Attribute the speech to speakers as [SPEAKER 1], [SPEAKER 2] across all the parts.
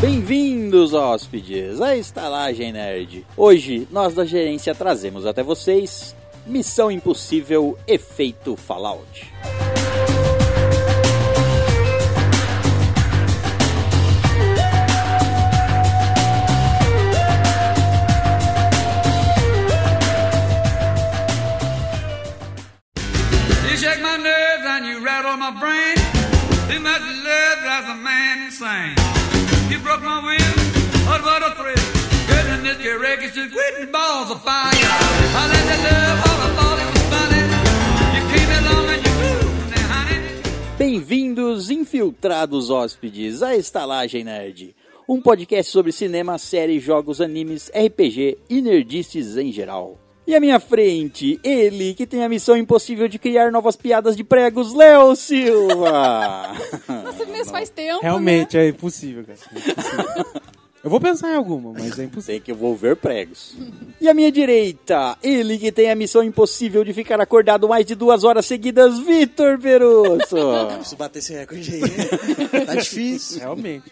[SPEAKER 1] Bem-vindos, hóspedes, à Estalagem Nerd. Hoje, nós da gerência trazemos até vocês Missão Impossível Efeito Fallout.
[SPEAKER 2] You shake my nerves and you rattle my brain. Too much love drives a man insane. You broke my will, oh what a thrill. Goodness, your records just quitting balls of fire. I let that love, all I thought it was funny. You came along and you moved now, honey.
[SPEAKER 1] Bem-vindos, infiltrados hóspedes, à Estalagem Nerd. Um podcast sobre cinema, séries, jogos, animes, RPG e nerdices em geral. E à minha frente, ele que tem a missão impossível de criar novas piadas de pregos, Léo Silva!
[SPEAKER 3] Nossa, mas faz tempo, né?
[SPEAKER 4] Realmente, é impossível, cara. É impossível. Eu vou pensar em alguma, mas é impossível.
[SPEAKER 1] Tem que envolver pregos. E à minha direita, ele que tem a missão impossível de ficar acordado mais de duas horas seguidas, Vitor Perusso.
[SPEAKER 5] Preciso bater esse recorde aí. tá difícil.
[SPEAKER 4] Realmente.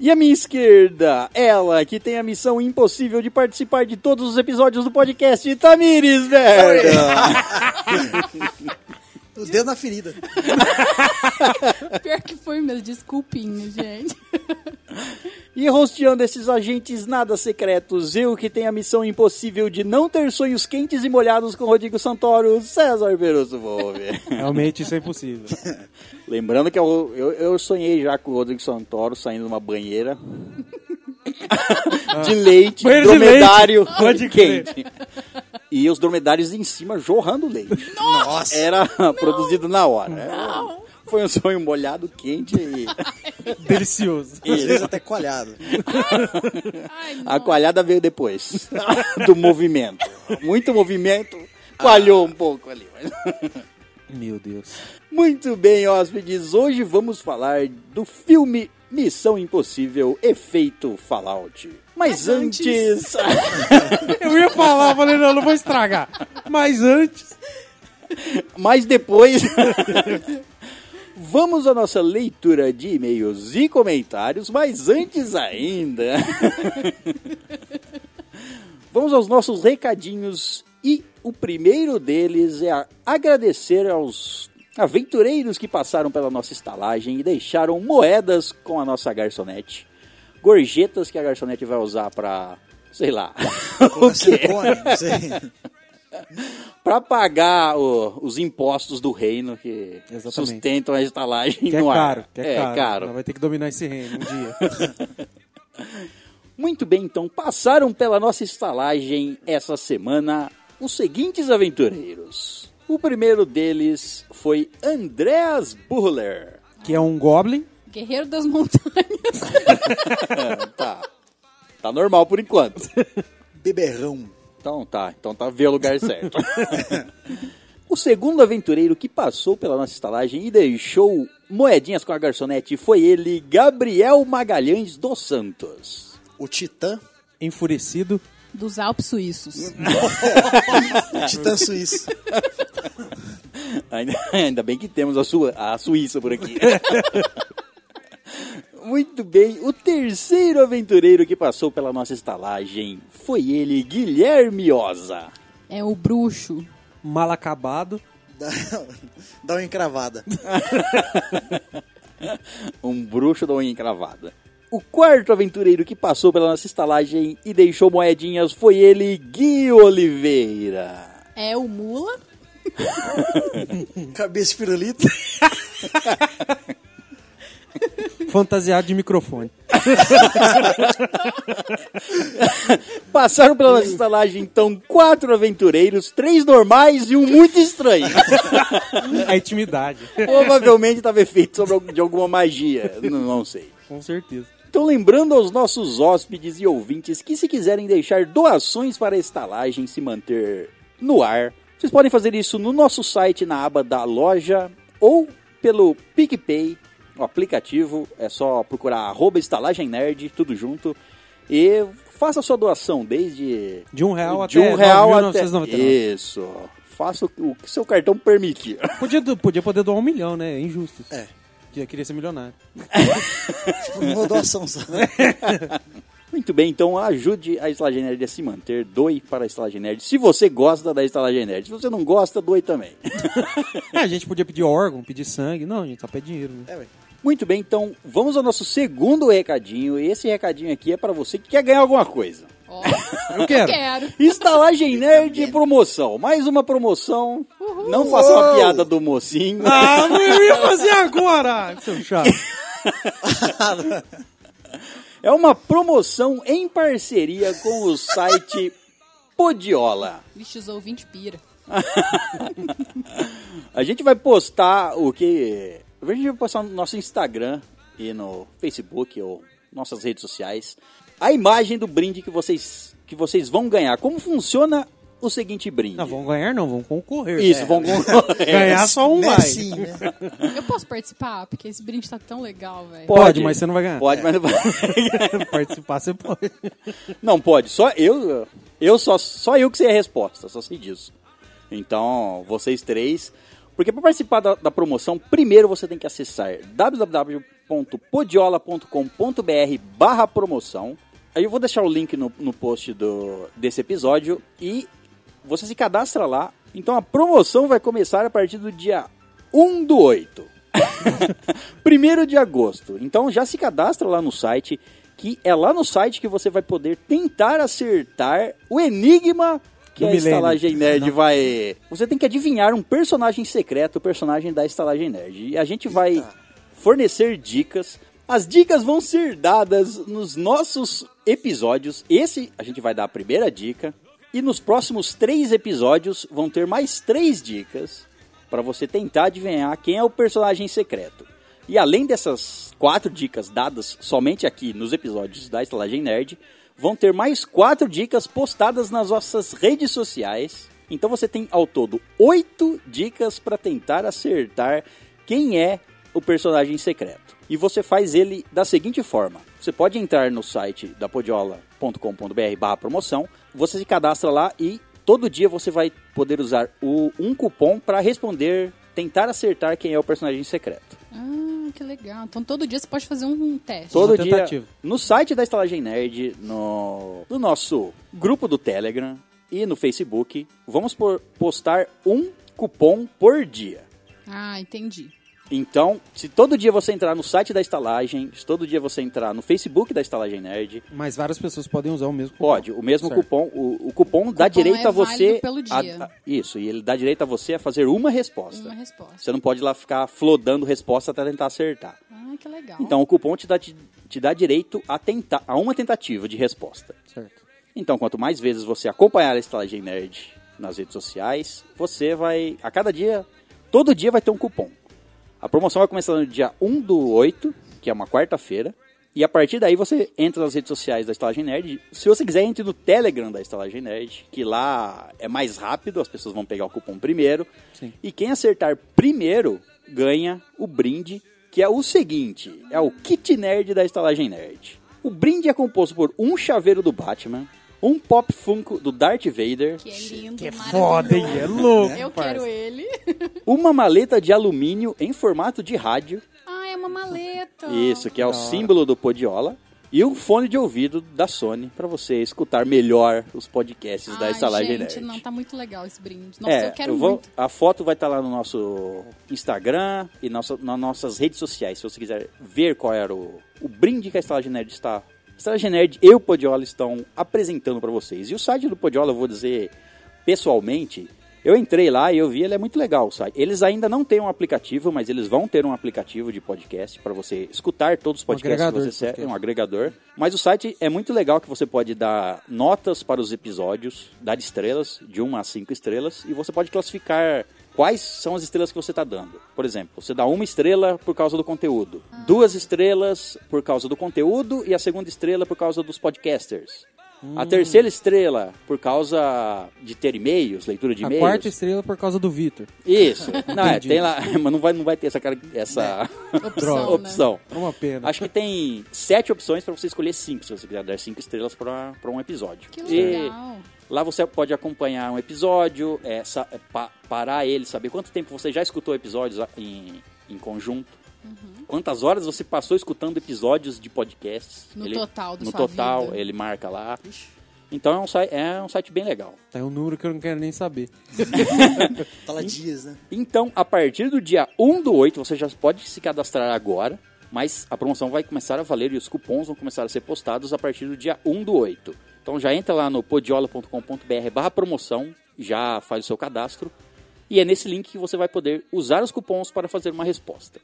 [SPEAKER 1] E à minha esquerda, ela que tem a missão impossível de participar de todos os episódios do podcast, Tamires, velho.
[SPEAKER 5] Os dedos na ferida.
[SPEAKER 3] Pior que foi mesmo, desculpinho, gente.
[SPEAKER 1] E rosteando esses agentes nada secretos, eu que tenho a missão impossível de não ter sonhos quentes e molhados com Rodrigo Santoro, César Perusso Volve.
[SPEAKER 4] Realmente, isso é impossível.
[SPEAKER 1] Lembrando que é eu, eu, eu sonhei já com o Rodrigo Santoro saindo de uma banheira. de leite,
[SPEAKER 4] Banheiro de
[SPEAKER 1] dromedário
[SPEAKER 4] leite. Pode crer.
[SPEAKER 1] quente. E os dromedários em cima jorrando leite.
[SPEAKER 5] Nossa.
[SPEAKER 1] Era produzido na hora. Era- Foi um sonho molhado, quente e
[SPEAKER 4] Delicioso.
[SPEAKER 5] Às vezes até coalhado.
[SPEAKER 3] Ai,
[SPEAKER 1] a coalhada veio depois do movimento. Muito movimento, coalhou um pouco ali. mas-
[SPEAKER 4] Meu Deus.
[SPEAKER 1] Muito bem, hóspedes. Hoje vamos falar do filme Missão Impossível Efeito Fallout. Mas
[SPEAKER 3] Mas
[SPEAKER 1] antes.
[SPEAKER 3] antes-
[SPEAKER 4] Eu ia falar, eu falei, não, não vou estragar. Mas antes,
[SPEAKER 1] Mas depois. Vamos à nossa leitura de e-mails e comentários, mas antes ainda. Vamos aos nossos recadinhos e o primeiro deles é a- agradecer aos aventureiros que passaram pela nossa estalagem e deixaram moedas com a nossa garçonete. Gorjetas que a garçonete vai usar para, sei lá, o
[SPEAKER 5] Colocar
[SPEAKER 1] quê?
[SPEAKER 5] silicone. não sei.
[SPEAKER 1] Pra pagar o- os impostos do reino que
[SPEAKER 4] Exatamente.
[SPEAKER 1] sustentam a estalagem
[SPEAKER 4] que é
[SPEAKER 1] no ar.
[SPEAKER 4] caro, que é,
[SPEAKER 1] É,
[SPEAKER 4] caro.
[SPEAKER 1] caro.
[SPEAKER 4] Ela vai ter que dominar esse reino um dia.
[SPEAKER 1] Muito bem, então passaram pela nossa estalagem essa semana os seguintes aventureiros. O primeiro deles foi Andreas Buller.
[SPEAKER 4] Que é um Goblin.
[SPEAKER 3] Guerreiro das Montanhas.
[SPEAKER 1] tá. Tá normal por enquanto.
[SPEAKER 5] Beberrão.
[SPEAKER 1] Então tá, então tá vê o lugar certo. o segundo aventureiro que passou pela nossa estalagem e deixou moedinhas com a garçonete foi ele, Gabriel Magalhães dos Santos.
[SPEAKER 5] O Titã.
[SPEAKER 4] Enfurecido.
[SPEAKER 3] Dos Alpes Suíços.
[SPEAKER 5] O Titã suíço.
[SPEAKER 1] Ainda, ainda bem que temos a, sua, a Suíça por aqui. Muito bem, o terceiro aventureiro que passou pela nossa estalagem foi ele, Guilherme Oza.
[SPEAKER 3] É o bruxo.
[SPEAKER 4] Mal acabado.
[SPEAKER 5] Dá, dá uma encravada.
[SPEAKER 1] um bruxo da unha encravada. O quarto aventureiro que passou pela nossa estalagem e deixou moedinhas foi ele, Gui Oliveira.
[SPEAKER 3] É o mula.
[SPEAKER 5] Cabeça de pirulito.
[SPEAKER 4] Fantasiado de microfone.
[SPEAKER 1] Passaram pela nossa estalagem, então, quatro aventureiros, três normais e um muito estranho.
[SPEAKER 4] A intimidade.
[SPEAKER 1] Provavelmente estava efeito sobre- de alguma magia, n- não sei.
[SPEAKER 4] Com certeza.
[SPEAKER 1] Então, lembrando aos nossos hóspedes e ouvintes que, se quiserem deixar doações para a estalagem se manter no ar, vocês podem fazer isso no nosso site, na aba da loja, ou pelo PicPay, o aplicativo. É só procurar arroba estalagem nerd, tudo junto. E faça sua doação desde.
[SPEAKER 4] De um real
[SPEAKER 1] de
[SPEAKER 4] até
[SPEAKER 1] um real até.
[SPEAKER 4] 9.999.
[SPEAKER 1] Isso. Faça o que o que seu cartão permitir.
[SPEAKER 4] Podia, do- podia poder doar um milhão, né? É injusto.
[SPEAKER 5] É.
[SPEAKER 4] Eu queria ser milionário.
[SPEAKER 5] Tipo, uma doação só.
[SPEAKER 1] Muito bem, então ajude a Estalagem Nerd a se manter, doe para a Estalagem Nerd. Se você gosta da Estalagem Nerd, se você não gosta, doe também.
[SPEAKER 4] É, a gente podia pedir órgão, pedir sangue. Não, a gente só pede dinheiro, né?
[SPEAKER 5] É, ué.
[SPEAKER 1] Muito bem, então vamos ao nosso segundo recadinho. E esse recadinho aqui é para você que quer ganhar alguma coisa.
[SPEAKER 3] Ó,
[SPEAKER 4] Eu quero.
[SPEAKER 3] quero.
[SPEAKER 1] Estalagem Nerd promoção. Mais uma promoção. Não faça uma
[SPEAKER 5] Uou!
[SPEAKER 1] piada do mocinho.
[SPEAKER 4] Ah, mas eu ia fazer agora, seu chato.
[SPEAKER 1] É uma promoção em parceria com o site Podiola.
[SPEAKER 3] Vixe, os ouvintes pira.
[SPEAKER 1] A gente vai postar o que. A gente vai postar no nosso Instagram e no Facebook ou nossas redes sociais a imagem do brinde que vocês, que vocês vão ganhar. Como funciona o seguinte brinde?
[SPEAKER 4] Não, vão ganhar não, vão concorrer.
[SPEAKER 1] Isso,
[SPEAKER 4] É.
[SPEAKER 1] vão é, concorrer.
[SPEAKER 4] Ganhar só um
[SPEAKER 5] Né,
[SPEAKER 4] vai.
[SPEAKER 5] Sim, né?
[SPEAKER 3] Eu posso participar? Porque esse brinde tá tão legal, velho.
[SPEAKER 4] Pode, mas você não vai ganhar.
[SPEAKER 1] Pode, mas não vai.
[SPEAKER 4] Participar você pode.
[SPEAKER 1] Não pode, só eu, eu só, só eu que sei a resposta, só sei disso. Então, vocês três, porque para participar da, da promoção, primeiro você tem que acessar www.podiola.com.br barra promoção. Aí eu vou deixar o link no, no post do, desse episódio e você se cadastra lá. Então a promoção vai começar a partir do dia 1 do 8. 1 de agosto. Então já se cadastra lá no site, que é lá no site que você vai poder tentar acertar o enigma que
[SPEAKER 4] Do
[SPEAKER 1] a
[SPEAKER 4] milênio.
[SPEAKER 1] Estalagem Nerd vai. Você tem que adivinhar um personagem secreto, o personagem da Estalagem Nerd. E a gente vai fornecer dicas. As dicas vão ser dadas nos nossos episódios. Esse a gente vai dar a primeira dica. E nos próximos três episódios vão ter mais três dicas para você tentar adivinhar quem é o personagem secreto. E além dessas quatro dicas dadas somente aqui nos episódios da Estalagem Nerd, vão ter mais quatro dicas postadas nas nossas redes sociais. Então você tem ao todo oito dicas para tentar acertar quem é o personagem secreto. E você faz ele da seguinte forma: você pode entrar no site da podiola.com.br/barra promoção, você se cadastra lá e todo dia você vai poder usar o, um cupom para responder, tentar acertar quem é o personagem secreto.
[SPEAKER 3] Ah, que legal. Então todo dia você pode fazer um teste.
[SPEAKER 1] Todo
[SPEAKER 4] é Uma
[SPEAKER 1] dia
[SPEAKER 4] tentativa.
[SPEAKER 1] no site da Estalagem Nerd, no, no nosso grupo do Telegram e no Facebook, vamos por- postar um cupom por dia.
[SPEAKER 3] Ah, entendi.
[SPEAKER 1] Então, se todo dia você entrar no site da Estalagem, se todo dia você entrar no Facebook da Estalagem Nerd,
[SPEAKER 4] Mas várias pessoas podem usar o mesmo cupom.
[SPEAKER 1] pode, o mesmo
[SPEAKER 4] Certo.
[SPEAKER 1] cupom, o, o cupom dá direito
[SPEAKER 3] é
[SPEAKER 1] a você
[SPEAKER 3] válido pelo
[SPEAKER 1] a-
[SPEAKER 3] dia.
[SPEAKER 1] a- isso, e ele dá direito a você a fazer uma resposta.
[SPEAKER 3] Uma resposta.
[SPEAKER 1] Você não pode lá ficar flodando resposta até tentar acertar.
[SPEAKER 3] Ah, que legal.
[SPEAKER 1] Então, o cupom te dá, te, te dá direito a, tentar, a uma tentativa de resposta.
[SPEAKER 4] Certo.
[SPEAKER 1] Então, quanto mais vezes você acompanhar a Estalagem Nerd nas redes sociais, você vai, a cada dia, todo dia vai ter um cupom. A promoção vai começar no dia 1 do 8, que é uma quarta-feira, e a partir daí você entra nas redes sociais da Estalagem Nerd. Se você quiser, entre no Telegram da Estalagem Nerd, que lá é mais rápido, as pessoas vão pegar o cupom primeiro.
[SPEAKER 4] Sim.
[SPEAKER 1] E quem acertar primeiro ganha o brinde, que é o seguinte: é o kit nerd da Estalagem Nerd. O brinde é composto por um chaveiro do Batman, um pop funko do Darth Vader,
[SPEAKER 3] Que é lindo,
[SPEAKER 4] Que é
[SPEAKER 3] maravilhoso.
[SPEAKER 4] foda, hein? É louco.
[SPEAKER 3] Eu
[SPEAKER 4] parça.
[SPEAKER 3] quero ele.
[SPEAKER 1] uma maleta de alumínio em formato de rádio,
[SPEAKER 3] Ah, é uma maleta.
[SPEAKER 1] isso que é o
[SPEAKER 4] da hora.
[SPEAKER 1] símbolo do Podiola, e um fone de ouvido da Sony para você escutar melhor os podcasts da
[SPEAKER 3] Ai,
[SPEAKER 1] Estalagem Nerd.
[SPEAKER 3] gente, não, tá muito legal esse
[SPEAKER 4] É,
[SPEAKER 3] brinde. Nossa, eu quero
[SPEAKER 1] É, vou-
[SPEAKER 3] muito.
[SPEAKER 1] A foto vai estar lá no nosso Instagram e nossa- nas nossas redes sociais. Se você quiser ver qual era o, o brinde que a Estalagem Nerd está. Estalagem Nerd e o Podiola estão apresentando para vocês. E o site do Podiola, eu vou dizer pessoalmente, eu entrei lá e eu vi, ele é muito legal o site. Eles ainda não têm um aplicativo, mas eles vão ter um aplicativo de podcast para você escutar todos os podcasts que
[SPEAKER 4] agregador
[SPEAKER 1] você
[SPEAKER 4] de
[SPEAKER 1] ser,
[SPEAKER 4] podcast.
[SPEAKER 1] um agregador. Mas o site é muito legal que você pode dar notas para os episódios, dar estrelas, de 1 a 5 estrelas, e você pode classificar quais são as estrelas que você está dando. Por exemplo, você dá uma estrela por causa do conteúdo, duas estrelas por causa do conteúdo e a segunda estrela por causa dos podcasters.
[SPEAKER 4] Hum.
[SPEAKER 1] A terceira estrela por causa de ter e-mails, leitura de
[SPEAKER 4] A
[SPEAKER 1] e-mails.
[SPEAKER 4] quarta estrela por causa do Vitor.
[SPEAKER 1] Isso. Não, é,
[SPEAKER 4] Entendi.
[SPEAKER 1] tem lá, mas não vai, não vai ter essa, cara- essa
[SPEAKER 3] Opção, né?
[SPEAKER 1] opção.
[SPEAKER 4] É uma pena.
[SPEAKER 1] Acho que tem sete opções para você escolher cinco, se você quiser dar cinco estrelas para um episódio.
[SPEAKER 3] Que
[SPEAKER 1] E
[SPEAKER 3] legal.
[SPEAKER 1] lá você pode acompanhar um episódio, é, sa- é, pa- parar ele, saber quanto tempo você já escutou episódios a- em, em conjunto.
[SPEAKER 3] Uhum.
[SPEAKER 1] Quantas horas você passou escutando episódios de podcasts?
[SPEAKER 3] No total da
[SPEAKER 1] No
[SPEAKER 3] sua
[SPEAKER 1] total,
[SPEAKER 3] vida.
[SPEAKER 1] ele marca lá. Então é um, site, é um site bem legal.
[SPEAKER 4] Tá um número que eu não quero nem saber.
[SPEAKER 5] Fala dias, né?
[SPEAKER 1] Então, a partir do dia 1 do 8, você já pode se cadastrar agora, mas a promoção vai começar a valer e os cupons vão começar a ser postados a partir do dia 1 do 8. Então já entra lá no podiola.com.br barra promoção, já faz o seu cadastro, e é nesse link que você vai poder usar os cupons para fazer uma resposta.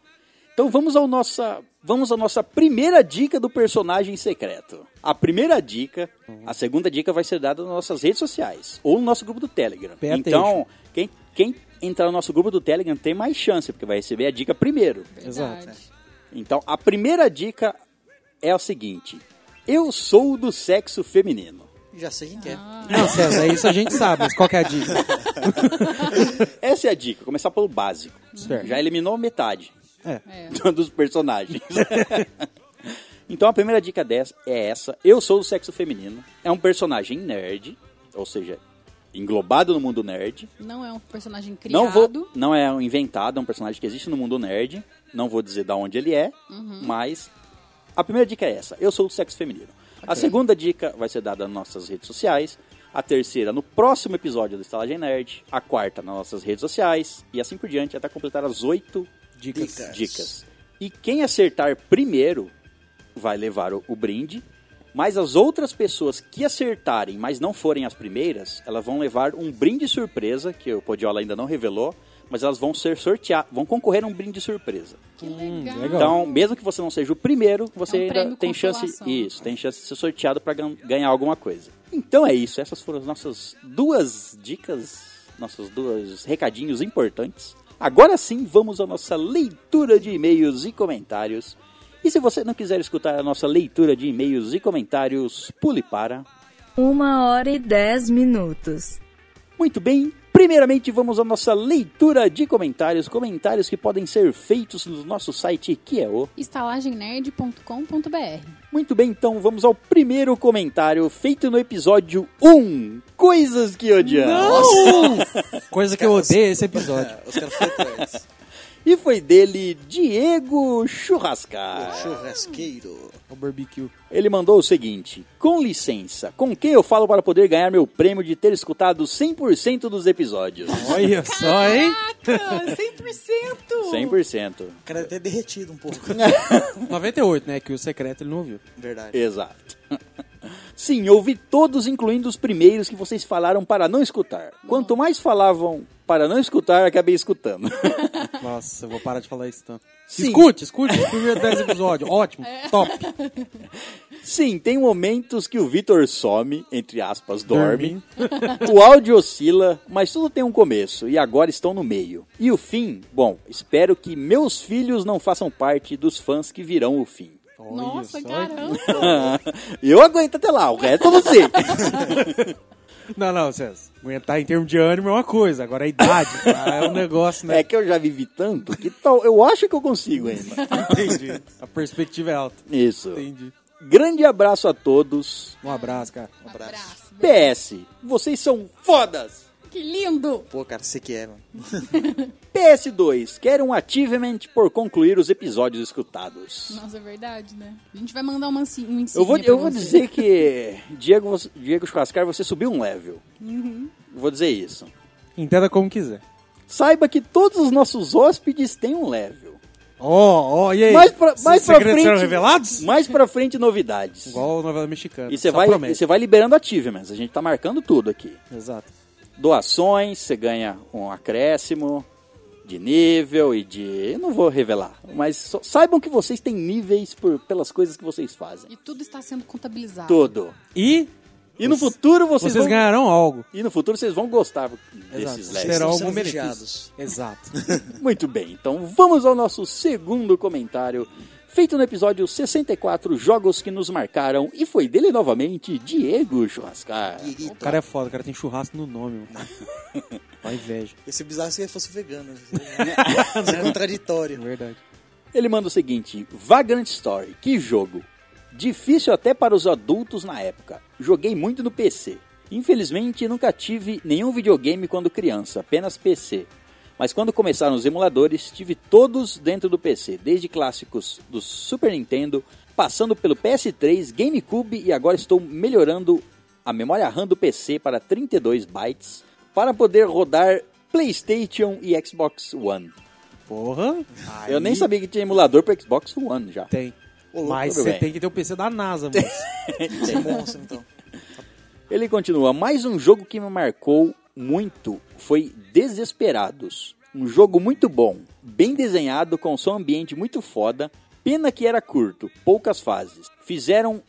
[SPEAKER 1] Então vamos, ao nossa, vamos à nossa primeira dica do personagem secreto. A primeira dica, a segunda dica vai ser dada nas nossas redes sociais ou no nosso grupo do Telegram.
[SPEAKER 4] Pé
[SPEAKER 1] então, quem, quem entrar no nosso grupo do Telegram tem mais chance, porque vai receber a dica primeiro.
[SPEAKER 4] Exato.
[SPEAKER 3] Verdade.
[SPEAKER 1] Então, a primeira dica é a seguinte: Eu sou do sexo feminino.
[SPEAKER 5] Já sei quem que é.
[SPEAKER 4] Não, César, isso a gente sabe, mas qual que é a dica?
[SPEAKER 1] Essa é a dica, começar pelo básico.
[SPEAKER 4] Certo.
[SPEAKER 1] Já eliminou metade
[SPEAKER 4] É.
[SPEAKER 3] É.
[SPEAKER 1] dos personagens. então a primeira dica dessa é essa. Eu sou do sexo feminino. É um personagem nerd, ou seja, englobado no mundo nerd.
[SPEAKER 3] Não é um personagem criado.
[SPEAKER 1] Não vou, não é um inventado, é um personagem que existe no mundo nerd. Não vou dizer de onde ele é, mas a primeira dica é essa. Eu sou do sexo feminino. A segunda dica vai ser dada nas nossas redes sociais. A terceira no próximo episódio do Estalagem Nerd. A quarta nas nossas redes sociais. E assim por diante, até completar as oito
[SPEAKER 4] Dicas.
[SPEAKER 5] Dicas.
[SPEAKER 1] dicas. E quem acertar primeiro vai levar o, o brinde, mas as outras pessoas que acertarem, mas não forem as primeiras, elas vão levar um brinde surpresa, que o Podiola ainda não revelou, mas elas vão ser sorteadas, vão concorrer a um brinde surpresa.
[SPEAKER 3] Que legal.
[SPEAKER 4] legal.
[SPEAKER 1] Então, mesmo que você não seja o primeiro, você
[SPEAKER 3] É um
[SPEAKER 1] ainda
[SPEAKER 3] prêmio
[SPEAKER 1] tem chance,
[SPEAKER 3] consolação.
[SPEAKER 1] isso, tem chance de ser sorteado para ganhar alguma coisa. Então é isso, essas foram as nossas duas dicas, nossos dois recadinhos importantes. Agora sim, vamos à nossa leitura de e-mails e comentários. E se você não quiser escutar a nossa leitura de e-mails e comentários, pule para.
[SPEAKER 6] Uma hora e dez minutos.
[SPEAKER 1] Muito bem, primeiramente vamos à nossa leitura de comentários, comentários que podem ser feitos no nosso site que é o
[SPEAKER 3] Estalagemnerd.com.br
[SPEAKER 1] Muito bem, então vamos ao primeiro comentário feito no episódio 1. Coisas que odiamos.
[SPEAKER 4] Coisa que eu odeio esse episódio.
[SPEAKER 5] É, os caras foram atrás.
[SPEAKER 1] E foi dele, Diego
[SPEAKER 4] Ah.
[SPEAKER 1] Churrascar.
[SPEAKER 5] Churrasqueiro.
[SPEAKER 1] É.
[SPEAKER 4] O barbecue.
[SPEAKER 1] Ele mandou o seguinte: Com licença, com quem eu falo para poder ganhar meu prêmio de ter escutado 100% dos episódios?
[SPEAKER 4] Olha só, hein?
[SPEAKER 3] Caraca, 100%!
[SPEAKER 1] 100%.
[SPEAKER 5] O cara é até derretido um pouco.
[SPEAKER 4] 98, né? Que o secreto ele não ouviu. É.
[SPEAKER 5] Verdade.
[SPEAKER 1] Exato. Sim, ouvi todos, incluindo os primeiros que vocês falaram para não escutar. Quanto mais falavam para não escutar, acabei escutando.
[SPEAKER 4] Nossa, eu vou parar de falar isso tanto.
[SPEAKER 1] Sim.
[SPEAKER 4] Escute, escute os primeiros 10 episódios. Ótimo, top.
[SPEAKER 1] Sim, tem momentos que o Vitor some, entre aspas, dorme.
[SPEAKER 4] Dorme.
[SPEAKER 1] o áudio oscila, mas tudo tem um começo e agora estão no meio. E o fim? Bom, espero que meus filhos não façam parte dos fãs que virão o fim.
[SPEAKER 4] Olha
[SPEAKER 3] Nossa,
[SPEAKER 4] só.
[SPEAKER 3] caramba!
[SPEAKER 1] Eu aguento até lá, o resto eu não sei.
[SPEAKER 4] Não, não, César. Aguentar em termos de ânimo é uma coisa. Agora a idade cara, é um negócio, né?
[SPEAKER 1] É que eu já vivi tanto que tal, eu acho que eu consigo ainda.
[SPEAKER 4] Entendi. A perspectiva é alta.
[SPEAKER 1] Isso.
[SPEAKER 4] Entendi.
[SPEAKER 1] Grande abraço a todos.
[SPEAKER 4] Um abraço, cara.
[SPEAKER 5] Um abraço.
[SPEAKER 1] PS,
[SPEAKER 3] Abraço.
[SPEAKER 1] vocês são fodas!
[SPEAKER 3] Que lindo!
[SPEAKER 5] Pô, cara, você que é, mano.
[SPEAKER 1] PS2, quero um achievement por concluir os episódios escutados.
[SPEAKER 3] Nossa, é verdade, né? A gente vai mandar uma ansi- um insignia
[SPEAKER 1] Eu vou,
[SPEAKER 3] pra
[SPEAKER 1] eu vou
[SPEAKER 3] você.
[SPEAKER 1] dizer que Diego, você- Diego Churrascar, você subiu um level.
[SPEAKER 3] Uhum.
[SPEAKER 1] Vou dizer isso.
[SPEAKER 4] Entenda como quiser.
[SPEAKER 1] Saiba que todos os nossos hóspedes têm um level.
[SPEAKER 4] Ó, ó, e aí?
[SPEAKER 1] Mais pra,
[SPEAKER 4] Os
[SPEAKER 1] mais pra
[SPEAKER 4] segredos
[SPEAKER 1] frente.
[SPEAKER 4] serão revelados?
[SPEAKER 1] Mais pra frente, novidades.
[SPEAKER 4] Igual a novela mexicana.
[SPEAKER 1] e você
[SPEAKER 4] só
[SPEAKER 1] vai,
[SPEAKER 4] promete.
[SPEAKER 1] e você vai liberando achievements. A gente tá marcando tudo aqui.
[SPEAKER 4] Exato.
[SPEAKER 1] Doações, você ganha um acréscimo de nível e de. Eu não vou revelar. Mas só- saibam que vocês têm níveis por, pelas coisas que vocês fazem.
[SPEAKER 3] E tudo está sendo contabilizado.
[SPEAKER 1] Tudo.
[SPEAKER 4] E
[SPEAKER 1] E no futuro vocês,
[SPEAKER 4] vocês,
[SPEAKER 1] vão.
[SPEAKER 4] ganharão algo.
[SPEAKER 1] E no futuro vocês vão gostar
[SPEAKER 4] Exato.
[SPEAKER 1] desses
[SPEAKER 4] Vocês
[SPEAKER 1] leves.
[SPEAKER 4] terão
[SPEAKER 5] Estamos sendo
[SPEAKER 4] algum benefício.
[SPEAKER 5] vigiados.
[SPEAKER 4] Exato.
[SPEAKER 1] Muito bem, então vamos ao nosso segundo comentário, feito no episódio 64, Jogos que nos marcaram, e foi dele novamente, Diego Churrascar.
[SPEAKER 5] Querido.
[SPEAKER 4] O cara é foda, o cara tem churrasco no nome, mano. Ó, inveja.
[SPEAKER 5] Ia ser bizarro se ele fosse vegano. Isso é
[SPEAKER 4] É
[SPEAKER 5] contraditório.
[SPEAKER 4] verdade.
[SPEAKER 1] Ele manda o seguinte, Vagrant Story, que jogo. Difícil até para os adultos na época, joguei muito no PC. Infelizmente nunca tive nenhum videogame quando criança, apenas PC. Mas quando começaram os emuladores, tive todos dentro do PC, desde clássicos do Super Nintendo, passando pelo PS3, GameCube e agora estou melhorando a memória RAM do PC para 32 bytes para poder rodar PlayStation e Xbox One.
[SPEAKER 4] Porra.
[SPEAKER 1] Eu
[SPEAKER 4] aí
[SPEAKER 1] nem sabia que tinha emulador para Xbox One já.
[SPEAKER 4] Tem.
[SPEAKER 5] louco,
[SPEAKER 4] Mas
[SPEAKER 1] meu
[SPEAKER 4] você
[SPEAKER 1] bem.
[SPEAKER 4] tem que ter o PC da NASA, mano.
[SPEAKER 5] Você é monstro, então.
[SPEAKER 1] Ele continua: mais um jogo que me marcou muito foi Desesperados. Um jogo muito bom, bem desenhado, com som ambiente muito foda. Pena que era curto, poucas fases. Fizeram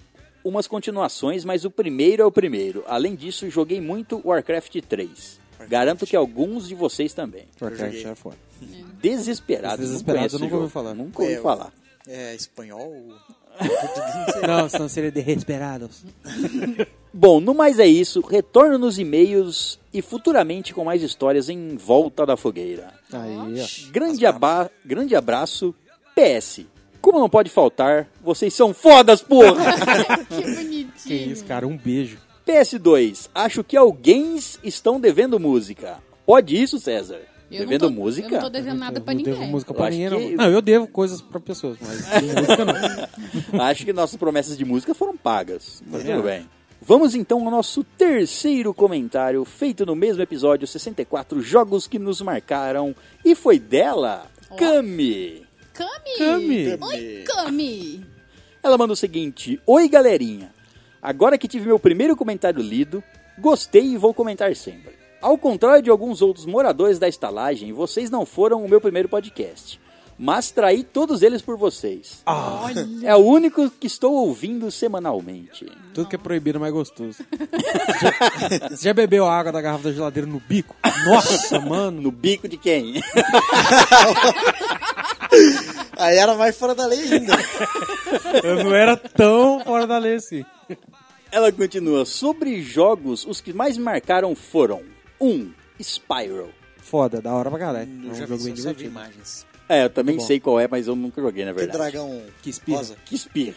[SPEAKER 1] umas continuações, mas o primeiro é o primeiro. Além disso, joguei muito Warcraft 3. Garanto que alguns de vocês também.
[SPEAKER 4] Warcraft é foda.
[SPEAKER 1] Desesperados.
[SPEAKER 4] Desesperados, eu
[SPEAKER 1] não
[SPEAKER 4] nunca
[SPEAKER 1] conheço
[SPEAKER 4] ouvi falar.
[SPEAKER 1] esse jogo. Nunca ouvi
[SPEAKER 5] É,
[SPEAKER 1] falar.
[SPEAKER 5] É espanhol?
[SPEAKER 4] Não, senão seria de Resperados.
[SPEAKER 1] Bom, no mais é isso. Retorno nos e-mails e futuramente com mais histórias em volta da fogueira.
[SPEAKER 4] Aí, ó.
[SPEAKER 1] Grande, aba grande abraço, PS. Como não pode faltar, vocês são fodas, porra!
[SPEAKER 3] que
[SPEAKER 4] Que
[SPEAKER 3] bonitinho.
[SPEAKER 4] isso, cara. Um beijo.
[SPEAKER 1] PS2, acho que alguém estão devendo música. Pode isso, César?
[SPEAKER 3] Eu não
[SPEAKER 1] Tá devendo
[SPEAKER 3] tô-
[SPEAKER 1] música?
[SPEAKER 3] Eu não tô devendo nada pra
[SPEAKER 4] eu não
[SPEAKER 3] ninguém.
[SPEAKER 4] devo Tá música
[SPEAKER 1] Eu
[SPEAKER 4] pra
[SPEAKER 1] acho
[SPEAKER 4] ninguém,
[SPEAKER 1] que-
[SPEAKER 4] não. Não, eu devo coisas pra pessoas, mas música não.
[SPEAKER 1] Acho que nossas promessas de música foram pagas. Mas
[SPEAKER 4] Também
[SPEAKER 1] tudo bem. Vamos então ao nosso terceiro comentário, feito no mesmo episódio 64, Jogos que nos marcaram. E foi dela,
[SPEAKER 3] Ó.
[SPEAKER 1] Cami.
[SPEAKER 3] Cami!
[SPEAKER 4] Cami.
[SPEAKER 3] Oi, Cami!
[SPEAKER 1] Ela manda o seguinte: Oi, galerinha. Agora que tive meu primeiro comentário lido, gostei e vou comentar sempre. Ao contrário de alguns outros moradores da estalagem, vocês não foram o meu primeiro podcast, mas traí todos eles por vocês. É o único que estou ouvindo semanalmente.
[SPEAKER 4] Tudo que é proibido é mais gostoso. já, você já bebeu a água da garrafa da geladeira no bico? Nossa, mano.
[SPEAKER 1] No bico de quem?
[SPEAKER 5] Aí era mais fora da lei ainda.
[SPEAKER 4] Eu não era tão fora da lei assim.
[SPEAKER 1] Ela continua: Sobre jogos, os que mais me marcaram foram: 1. Um, Spiral.
[SPEAKER 4] Foda, da hora pra caralho. É
[SPEAKER 5] Eu
[SPEAKER 4] um
[SPEAKER 5] já
[SPEAKER 4] jogo
[SPEAKER 5] vi,
[SPEAKER 4] bem
[SPEAKER 5] só- só vi
[SPEAKER 4] divertido.
[SPEAKER 5] imagens.
[SPEAKER 1] É, eu também
[SPEAKER 4] Muito bom.
[SPEAKER 1] sei qual é, mas eu nunca joguei, na
[SPEAKER 5] Que
[SPEAKER 1] verdade.
[SPEAKER 5] dragão
[SPEAKER 4] Que espirra.
[SPEAKER 5] rosa.
[SPEAKER 1] Que espirra.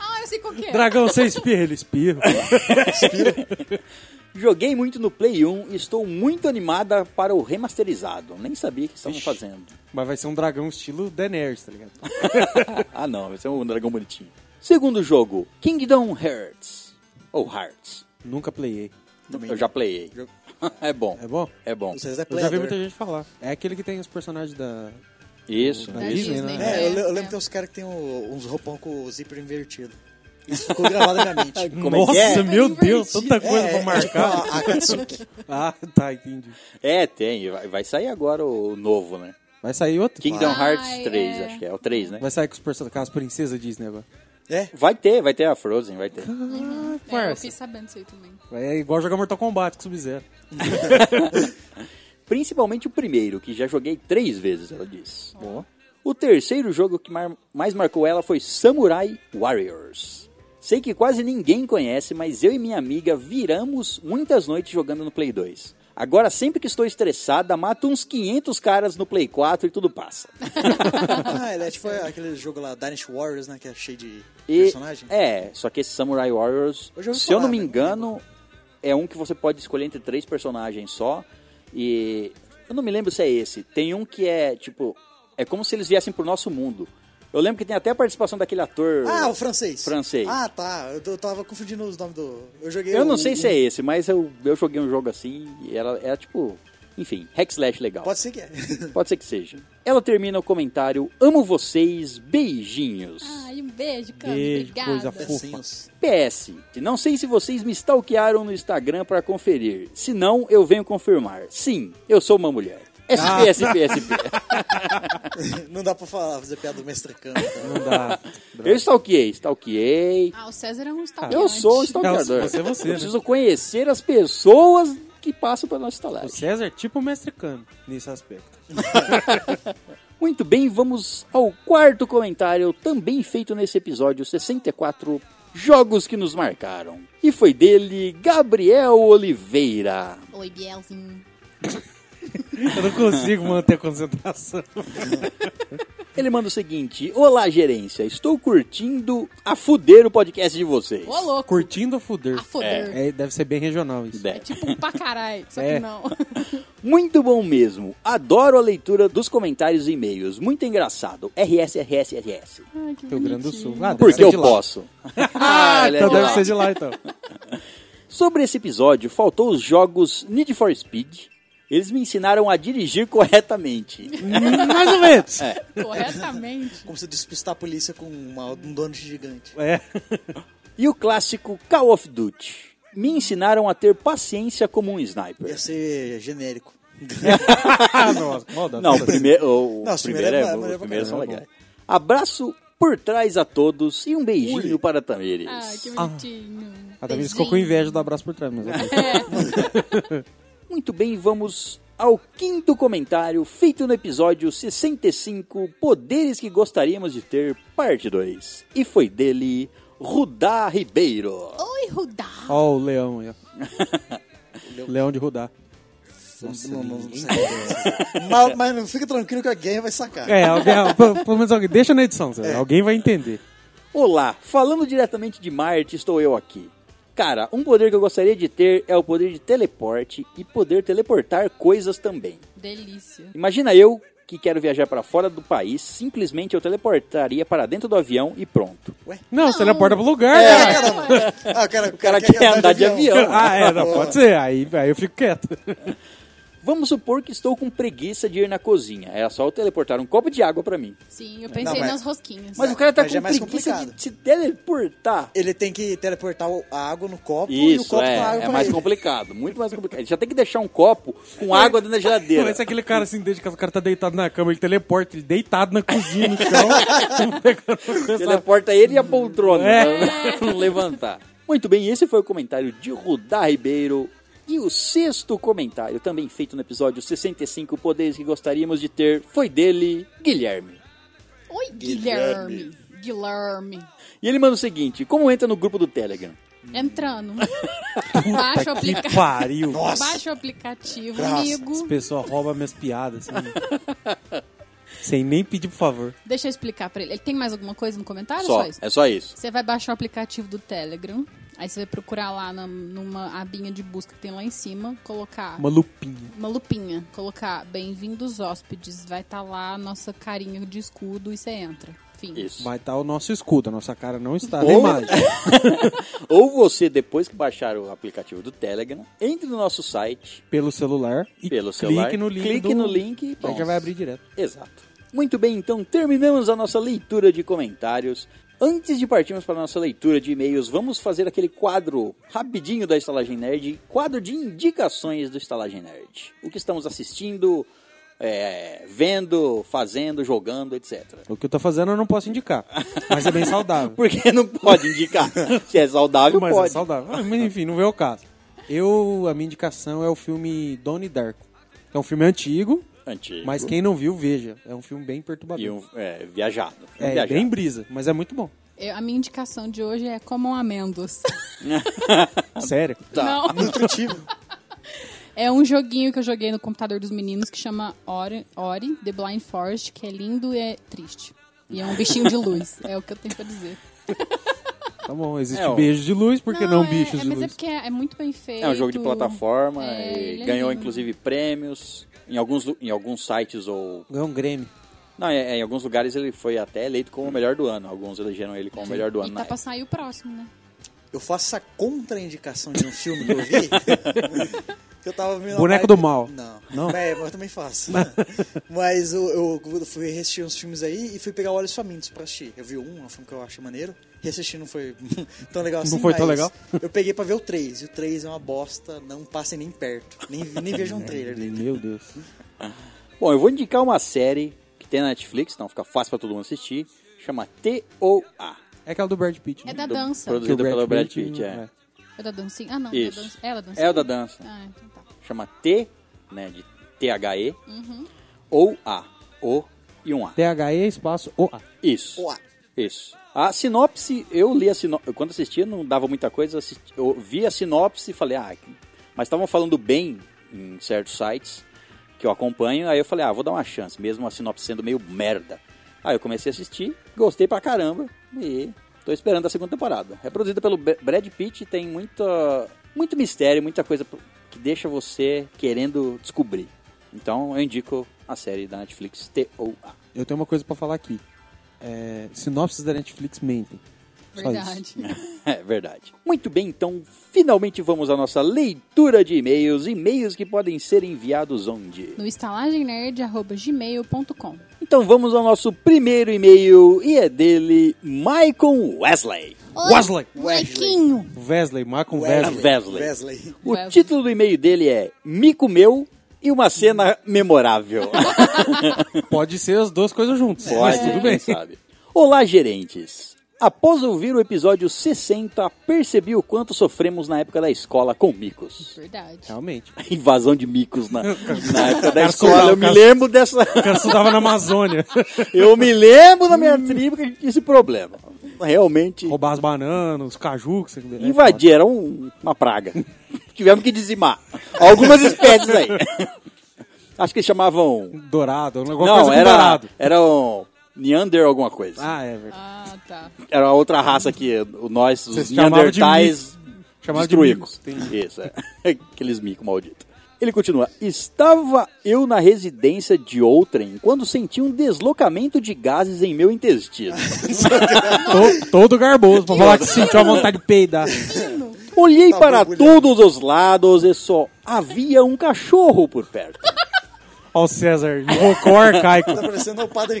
[SPEAKER 3] Ah, eu sei qual que é.
[SPEAKER 4] Dragão, você espirra, ele espirra.
[SPEAKER 1] Joguei muito no Play 1 e estou muito animada para o remasterizado. Nem sabia o que estavam fazendo.
[SPEAKER 4] Mas vai ser um dragão estilo Daenerys, tá ligado?
[SPEAKER 1] ah, não, vai ser um dragão bonitinho. Segundo jogo, Kingdom Hearts. Ou Hearts.
[SPEAKER 4] Nunca playei.
[SPEAKER 5] Também.
[SPEAKER 1] Eu já playei.
[SPEAKER 5] Jogo-
[SPEAKER 1] é bom.
[SPEAKER 4] É bom?
[SPEAKER 1] É bom.
[SPEAKER 5] Vocês é
[SPEAKER 4] Eu já vi
[SPEAKER 5] playador.
[SPEAKER 4] muita gente falar. É aquele que tem os personagens da...
[SPEAKER 1] Isso.
[SPEAKER 4] Da
[SPEAKER 3] Da
[SPEAKER 1] isso.
[SPEAKER 4] Disney,
[SPEAKER 3] Disney,
[SPEAKER 4] né?
[SPEAKER 5] É, eu, le-
[SPEAKER 3] É.
[SPEAKER 5] eu lembro que tem uns caras que tem o- uns roupão com o zíper invertido. Isso ficou gravado na minha mente.
[SPEAKER 1] Como é
[SPEAKER 4] Nossa,
[SPEAKER 1] que é?
[SPEAKER 4] meu
[SPEAKER 3] Super
[SPEAKER 4] Deus,
[SPEAKER 3] divertido.
[SPEAKER 4] tanta coisa pra marcar.
[SPEAKER 5] tipo a Akatsuki.
[SPEAKER 4] É. Ah, tá, entendi.
[SPEAKER 1] É, tem. Vai- Vai sair agora o novo, né?
[SPEAKER 4] Vai sair outro? Ah,
[SPEAKER 1] Kingdom
[SPEAKER 3] Vai.
[SPEAKER 1] Hearts 3,
[SPEAKER 3] Ai, é.
[SPEAKER 1] acho que é. É o 3, né?
[SPEAKER 4] Vai sair com, os person... com as princesas Disney agora.
[SPEAKER 5] É,
[SPEAKER 1] Vai ter, vai ter a Frozen, vai ter.
[SPEAKER 3] É, eu
[SPEAKER 4] Parça.
[SPEAKER 3] fiquei sabendo isso aí também.
[SPEAKER 4] Vai- É igual jogar Mortal Kombat com Sub-Zero.
[SPEAKER 1] Principalmente o primeiro, que já joguei três vezes, ela disse.
[SPEAKER 4] Boa.
[SPEAKER 1] O terceiro jogo que mar- mais marcou ela foi Samurai Warriors. Sei que quase ninguém conhece, mas eu e minha amiga viramos muitas noites jogando no Play 2. Agora, sempre que estou estressada, mato uns 500 caras no Play 4 e tudo passa.
[SPEAKER 5] ah, ele é tipo aquele jogo lá, Dynasty Warriors, né? Que é cheio de
[SPEAKER 1] E-
[SPEAKER 5] personagem.
[SPEAKER 1] É, só que esse Samurai Warriors,
[SPEAKER 5] Eu já ouvi
[SPEAKER 1] se eu não
[SPEAKER 5] falar,
[SPEAKER 1] me
[SPEAKER 5] né?
[SPEAKER 1] engano, é um que você pode escolher entre três personagens só. E eu não me lembro se é esse. Tem um que é, tipo, é como se eles viessem pro nosso mundo. Eu lembro que tem até a participação daquele ator.
[SPEAKER 5] Ah, o francês.
[SPEAKER 1] Francês.
[SPEAKER 5] Ah, tá. Eu, eu tava confundindo os nomes do. Eu joguei.
[SPEAKER 1] Eu
[SPEAKER 5] o-
[SPEAKER 1] não sei se
[SPEAKER 5] o-
[SPEAKER 1] é esse, mas eu, eu joguei um jogo assim e ela era tipo. Enfim, hack slash legal.
[SPEAKER 5] Pode ser que é.
[SPEAKER 1] Pode ser que seja. Ela termina o comentário: Amo vocês, beijinhos.
[SPEAKER 3] Ai, um beijo, Cami.
[SPEAKER 4] Beijo,
[SPEAKER 3] Obrigada.
[SPEAKER 4] coisa fofa.
[SPEAKER 5] Pecinhos.
[SPEAKER 1] PS, não sei se vocês me stalkearam no Instagram para conferir. Se não, eu venho confirmar. Sim, eu sou uma mulher. SP,
[SPEAKER 4] Ah.
[SPEAKER 1] SP, SP.
[SPEAKER 5] Não dá pra falar, fazer piada do mestre tá? Kami.
[SPEAKER 4] Não dá.
[SPEAKER 1] Eu stalkeei, stalkeei.
[SPEAKER 3] Ah, o César é um stalker.
[SPEAKER 1] Eu sou um stalkeador.
[SPEAKER 4] Não, você é você,
[SPEAKER 1] eu
[SPEAKER 4] né?
[SPEAKER 1] preciso conhecer as pessoas que passam pela nossa
[SPEAKER 4] O
[SPEAKER 1] estalagem.
[SPEAKER 4] César é tipo o Mestre Kami nesse aspecto.
[SPEAKER 1] Muito bem, vamos ao quarto comentário, também feito nesse episódio 64, Jogos que nos marcaram. E foi dele, Gabriel Oliveira.
[SPEAKER 3] Oi, Bielzinho.
[SPEAKER 4] Eu não consigo manter a concentração.
[SPEAKER 1] Ele manda o seguinte: Olá, gerência, estou curtindo a fuder o podcast de vocês.
[SPEAKER 3] Ô, louco.
[SPEAKER 4] Curtindo a fuder.
[SPEAKER 3] A foder. É,
[SPEAKER 4] É, deve ser bem regional isso.
[SPEAKER 1] É.
[SPEAKER 3] tipo um pra caralho, só
[SPEAKER 4] É.
[SPEAKER 3] que não.
[SPEAKER 1] Muito bom mesmo. Adoro a leitura dos comentários e e-mails. Muito engraçado. RS, RS, RS.
[SPEAKER 3] Ai, que
[SPEAKER 4] Rio Grande do
[SPEAKER 3] bonitinho.
[SPEAKER 4] Sul. Ah, deve
[SPEAKER 1] Porque
[SPEAKER 4] ser
[SPEAKER 1] eu
[SPEAKER 4] de lá.
[SPEAKER 1] posso.
[SPEAKER 4] Ah,
[SPEAKER 1] ele é
[SPEAKER 4] então
[SPEAKER 1] de
[SPEAKER 4] deve
[SPEAKER 1] lá.
[SPEAKER 4] ser de lá, então.
[SPEAKER 1] Sobre esse episódio, faltou os jogos Need for Speed. Eles me ensinaram a dirigir corretamente.
[SPEAKER 4] Mais ou menos. É.
[SPEAKER 3] Corretamente.
[SPEAKER 5] Como se despistar a polícia com uma- um donut gigante.
[SPEAKER 4] É.
[SPEAKER 1] E o clássico Call of Duty. Me ensinaram a ter paciência como um sniper.
[SPEAKER 5] Ia ser genérico.
[SPEAKER 4] Ah, nossa. Maldade.
[SPEAKER 1] Não, o primeiro, o, o
[SPEAKER 5] Não, os
[SPEAKER 1] primeiro,
[SPEAKER 5] primeiros
[SPEAKER 1] é,
[SPEAKER 5] é-
[SPEAKER 1] bom,
[SPEAKER 5] é-
[SPEAKER 1] os primeiros são
[SPEAKER 5] é bom.
[SPEAKER 1] legais. Abraço por trás a todos e um beijinho para Tamires.
[SPEAKER 3] Ah, que bonitinho.
[SPEAKER 4] A Tamires Ah, ficou com inveja do abraço por trás, mas... é
[SPEAKER 1] Muito bem, vamos ao quinto comentário feito no episódio 65, Poderes que Gostaríamos de Ter, parte 2. E foi dele, Rudá Ribeiro.
[SPEAKER 3] Oi, Rudá.
[SPEAKER 4] Ó o leão aí, ó. Leão de Rudá.
[SPEAKER 5] não, não, não sei mas, mas não fica tranquilo que alguém vai sacar.
[SPEAKER 4] É, alguém, p- pelo menos alguém. Deixa na edição, Zé. Alguém vai entender.
[SPEAKER 1] Olá, falando diretamente de Marte, estou eu aqui. Cara, um poder que eu gostaria de ter é o poder de teleporte e poder teleportar coisas também.
[SPEAKER 3] Delícia.
[SPEAKER 1] Imagina eu que quero viajar para fora do país, simplesmente eu teleportaria para dentro do avião e pronto.
[SPEAKER 4] Não, você teleporta pro lugar,
[SPEAKER 5] É,
[SPEAKER 4] cara.
[SPEAKER 5] caramba. Ah, o cara, o
[SPEAKER 1] cara quer andar de avião.
[SPEAKER 4] Ah, é, não, pode ser. Aí, aí eu fico quieto.
[SPEAKER 1] Vamos supor que estou com preguiça de ir na cozinha. Era só eu teleportar um copo de água para mim.
[SPEAKER 3] Sim, eu pensei
[SPEAKER 5] Não, mas-
[SPEAKER 3] nas rosquinhas.
[SPEAKER 1] Mas o cara tá
[SPEAKER 5] Mas
[SPEAKER 1] com
[SPEAKER 5] é mais
[SPEAKER 1] preguiça
[SPEAKER 5] complicado.
[SPEAKER 1] de se teleportar.
[SPEAKER 5] Ele tem que teleportar o- a água no copo e o
[SPEAKER 1] Isso,
[SPEAKER 5] copo
[SPEAKER 1] é,
[SPEAKER 5] com a água
[SPEAKER 1] é
[SPEAKER 5] pra
[SPEAKER 1] mais
[SPEAKER 5] ele.
[SPEAKER 1] complicado, muito mais complicado. Ele já tem que deixar um copo com água dentro da geladeira.
[SPEAKER 4] Parece aquele cara assim, desde que o cara tá deitado na cama, ele teleporta, ele deitado na cozinha no chão. Um
[SPEAKER 1] Teleporta ele e a poltrona
[SPEAKER 4] É.
[SPEAKER 1] pra não levantar. Muito bem, esse foi o comentário de Rudá Ribeiro. E o sexto comentário, também feito no episódio 65, Poderes que Gostaríamos de Ter, foi dele, Guilherme.
[SPEAKER 3] Oi, Guilherme. Guilherme.
[SPEAKER 1] E ele manda o seguinte, como entra no grupo do Telegram?
[SPEAKER 3] Entrando. Baixa o
[SPEAKER 4] que
[SPEAKER 3] aplicativo.
[SPEAKER 4] pariu.
[SPEAKER 5] Nossa.
[SPEAKER 3] Baixa o aplicativo,
[SPEAKER 5] Graças.
[SPEAKER 4] As
[SPEAKER 3] amigo.
[SPEAKER 4] pessoas roubam minhas piadas, assim. Sem nem pedir, por favor.
[SPEAKER 3] Deixa eu explicar pra ele. Ele tem mais alguma coisa no comentário?
[SPEAKER 1] só,
[SPEAKER 3] ou Ah, só isso?
[SPEAKER 1] é só isso.
[SPEAKER 3] Você vai baixar o aplicativo do Telegram. Aí você vai procurar lá na- numa abinha de busca que tem lá em cima, colocar
[SPEAKER 4] Uma lupinha.
[SPEAKER 3] uma lupinha, colocar bem-vindos hóspedes, vai estar lá a nossa carinha de escudo e você entra. Fim.
[SPEAKER 1] Isso.
[SPEAKER 4] Vai estar tá o nosso escudo, a nossa cara não está,
[SPEAKER 1] Ou-
[SPEAKER 4] nem mais.
[SPEAKER 1] Ou você, depois que baixar o aplicativo do Telegram, entre no nosso site,
[SPEAKER 4] Pelo celular. E
[SPEAKER 1] Pelo celular,
[SPEAKER 4] Clique no link.
[SPEAKER 1] clique
[SPEAKER 4] do-
[SPEAKER 1] no link e
[SPEAKER 4] Aí
[SPEAKER 1] pronto.
[SPEAKER 4] já vai abrir direto.
[SPEAKER 1] Exato. Muito bem, então terminamos a nossa leitura de comentários. Antes de partirmos para a nossa leitura de e-mails, vamos fazer aquele quadro rapidinho da Estalagem Nerd, quadro de indicações do Estalagem Nerd. O que estamos assistindo, é, vendo, fazendo, jogando, etc.
[SPEAKER 4] O que eu tô fazendo eu não posso indicar. Mas é bem saudável.
[SPEAKER 1] Porque não pode indicar se é saudável,
[SPEAKER 4] mas
[SPEAKER 1] pode.
[SPEAKER 4] é saudável. Ah, Mas enfim, não vê o caso. Eu, a minha indicação é o filme Donnie Darko. É um filme antigo,
[SPEAKER 1] Antigo.
[SPEAKER 4] mas quem não viu, veja. É um filme bem perturbador.
[SPEAKER 1] E um, é, viajado. Um
[SPEAKER 4] É,
[SPEAKER 1] viajado.
[SPEAKER 4] bem brisa, mas é muito bom.
[SPEAKER 3] Eu- a minha indicação de hoje é comam amêndoas.
[SPEAKER 1] Ah,
[SPEAKER 4] Sério.
[SPEAKER 1] tá.
[SPEAKER 3] Não.
[SPEAKER 5] Nutritivo.
[SPEAKER 3] É um joguinho que eu joguei no computador dos meninos que chama Ori, Ori The Blind Forest, que é lindo e é triste. E é um bichinho de luz, é o que eu tenho pra dizer.
[SPEAKER 4] Tá bom, existe
[SPEAKER 1] É, ó.
[SPEAKER 4] beijo de luz, por que não,
[SPEAKER 3] é-
[SPEAKER 4] bichos
[SPEAKER 3] é,
[SPEAKER 4] de
[SPEAKER 3] Mas é
[SPEAKER 4] luz?
[SPEAKER 3] porque é, é muito bem feito.
[SPEAKER 1] É um jogo de plataforma
[SPEAKER 3] É,
[SPEAKER 1] e
[SPEAKER 3] ele é
[SPEAKER 1] ganhou
[SPEAKER 3] lindo.
[SPEAKER 1] inclusive prêmios em alguns, lu- em alguns sites ou
[SPEAKER 4] Ganhou um Grêmio.
[SPEAKER 1] Não, é- é, em alguns lugares ele foi até eleito como o melhor do ano. Alguns elegeram ele como o É melhor do ano.
[SPEAKER 3] E
[SPEAKER 1] na
[SPEAKER 3] tá pra
[SPEAKER 1] época.
[SPEAKER 3] sair o próximo, né?
[SPEAKER 5] Eu faço a contraindicação de um filme que eu vi. que eu tava vendo
[SPEAKER 4] Boneco do
[SPEAKER 5] uma-
[SPEAKER 4] Mal.
[SPEAKER 5] Não.
[SPEAKER 4] Não?
[SPEAKER 5] É, mas eu também faço. mas eu, eu fui assistir uns filmes aí e fui pegar Olhos Famintos pra assistir. Eu vi um, um filme que eu acho maneiro. Reassistir não foi tão legal assim.
[SPEAKER 4] foi tão
[SPEAKER 5] mas
[SPEAKER 4] legal?
[SPEAKER 5] Eu peguei pra ver o 3. E o 3 é uma bosta, não passem nem perto. Nem, nem vejam um trailer dele.
[SPEAKER 4] Meu Deus.
[SPEAKER 1] Bom, eu vou indicar uma série que tem na Netflix, então fica fácil pra todo mundo assistir. Chama T.O.A.
[SPEAKER 4] É aquela do Brad Pitt.
[SPEAKER 3] É
[SPEAKER 4] né?
[SPEAKER 3] da dança.
[SPEAKER 1] produzido-
[SPEAKER 4] Que o
[SPEAKER 1] pelo Brad Pitt, é.
[SPEAKER 3] É da dancinha? Ah, não.
[SPEAKER 1] Isso.
[SPEAKER 3] Da dança. É da dança.
[SPEAKER 1] É o da dança.
[SPEAKER 3] Ah, então tá.
[SPEAKER 1] Chama T, né, de T-H-E,
[SPEAKER 3] Uhum.
[SPEAKER 1] ou A. O e um A.
[SPEAKER 4] THE espaço OA.
[SPEAKER 1] Isso.
[SPEAKER 5] Ó,
[SPEAKER 1] Isso. A sinopse, eu li a sinopse. Quando assistia, não dava muita coisa. assisti- eu vi a sinopse e falei, ah, que- mas estavam falando bem em certos sites que eu acompanho. Aí eu falei, ah, vou dar uma chance, mesmo a sinopse sendo meio merda. Aí eu comecei a assistir, gostei pra caramba e tô esperando a segunda temporada. É produzida pelo Br- Brad Pitt e tem muita, muito mistério, muita coisa pro- que deixa você querendo descobrir. Então eu indico a série da Netflix TOA.
[SPEAKER 4] Eu tenho uma coisa pra falar aqui. É, sinopses da Netflix mentem. Só
[SPEAKER 3] Verdade.
[SPEAKER 4] isso.
[SPEAKER 1] É verdade. Muito bem, então finalmente vamos à nossa leitura de e-mails. E-mails que podem ser enviados onde?
[SPEAKER 3] No estalagemnerd.gmail.com
[SPEAKER 1] Então vamos ao nosso primeiro e-mail e é dele Michael Wesley.
[SPEAKER 4] Wesley!
[SPEAKER 3] Um Molequinho!
[SPEAKER 4] Wesley, Malcolm
[SPEAKER 1] Wesley.
[SPEAKER 4] Wesley.
[SPEAKER 1] Wesley.
[SPEAKER 5] Wesley.
[SPEAKER 1] O
[SPEAKER 3] Wesley.
[SPEAKER 1] título do e-mail dele é Me Comeu e uma cena memorável.
[SPEAKER 4] Pode ser as duas coisas juntas.
[SPEAKER 1] Pode,
[SPEAKER 4] Mas tudo bem.
[SPEAKER 1] sabe? Olá, gerentes. Após ouvir o episódio 60, percebi o quanto sofremos na época da escola com micos.
[SPEAKER 3] Verdade.
[SPEAKER 1] Então-
[SPEAKER 4] Realmente.
[SPEAKER 1] Invasão de micos na, na época da
[SPEAKER 4] Cara,
[SPEAKER 1] escola.
[SPEAKER 4] surreal,
[SPEAKER 1] Eu me
[SPEAKER 4] cara.
[SPEAKER 1] lembro dessa.
[SPEAKER 4] O cara estudava na Amazônia.
[SPEAKER 1] Eu me lembro na minha tribo que a gente tinha esse problema. Realmente
[SPEAKER 4] Roubar as bananas, os caju. Que você... né?
[SPEAKER 1] invadiram um- uma praga. Tivemos que dizimar algumas espécies aí. Acho que eles chamavam
[SPEAKER 4] Dourado, um alguma
[SPEAKER 1] não,
[SPEAKER 4] coisa com
[SPEAKER 1] era,
[SPEAKER 4] dourado.
[SPEAKER 1] era um Neander alguma coisa.
[SPEAKER 4] Ah, é verdade.
[SPEAKER 3] Ah, tá.
[SPEAKER 1] Era outra raça que o- nós, os
[SPEAKER 4] Vocês chamavam de
[SPEAKER 1] Neandertais,
[SPEAKER 4] Chamava de
[SPEAKER 1] destruímos.
[SPEAKER 4] micos,
[SPEAKER 1] Isso, é. Aqueles micos malditos. Ele continua. Estava eu na residência de outrem quando senti um deslocamento de gases em meu intestino.
[SPEAKER 4] To- todo garboso, pra falar que sentiu a vontade de peidar.
[SPEAKER 1] Olhei
[SPEAKER 5] Tá
[SPEAKER 1] para
[SPEAKER 5] mergulhado.
[SPEAKER 1] todos os lados e só havia um cachorro por perto.
[SPEAKER 4] Ó o César, invocou arcaico.
[SPEAKER 5] Tá parecendo o Padre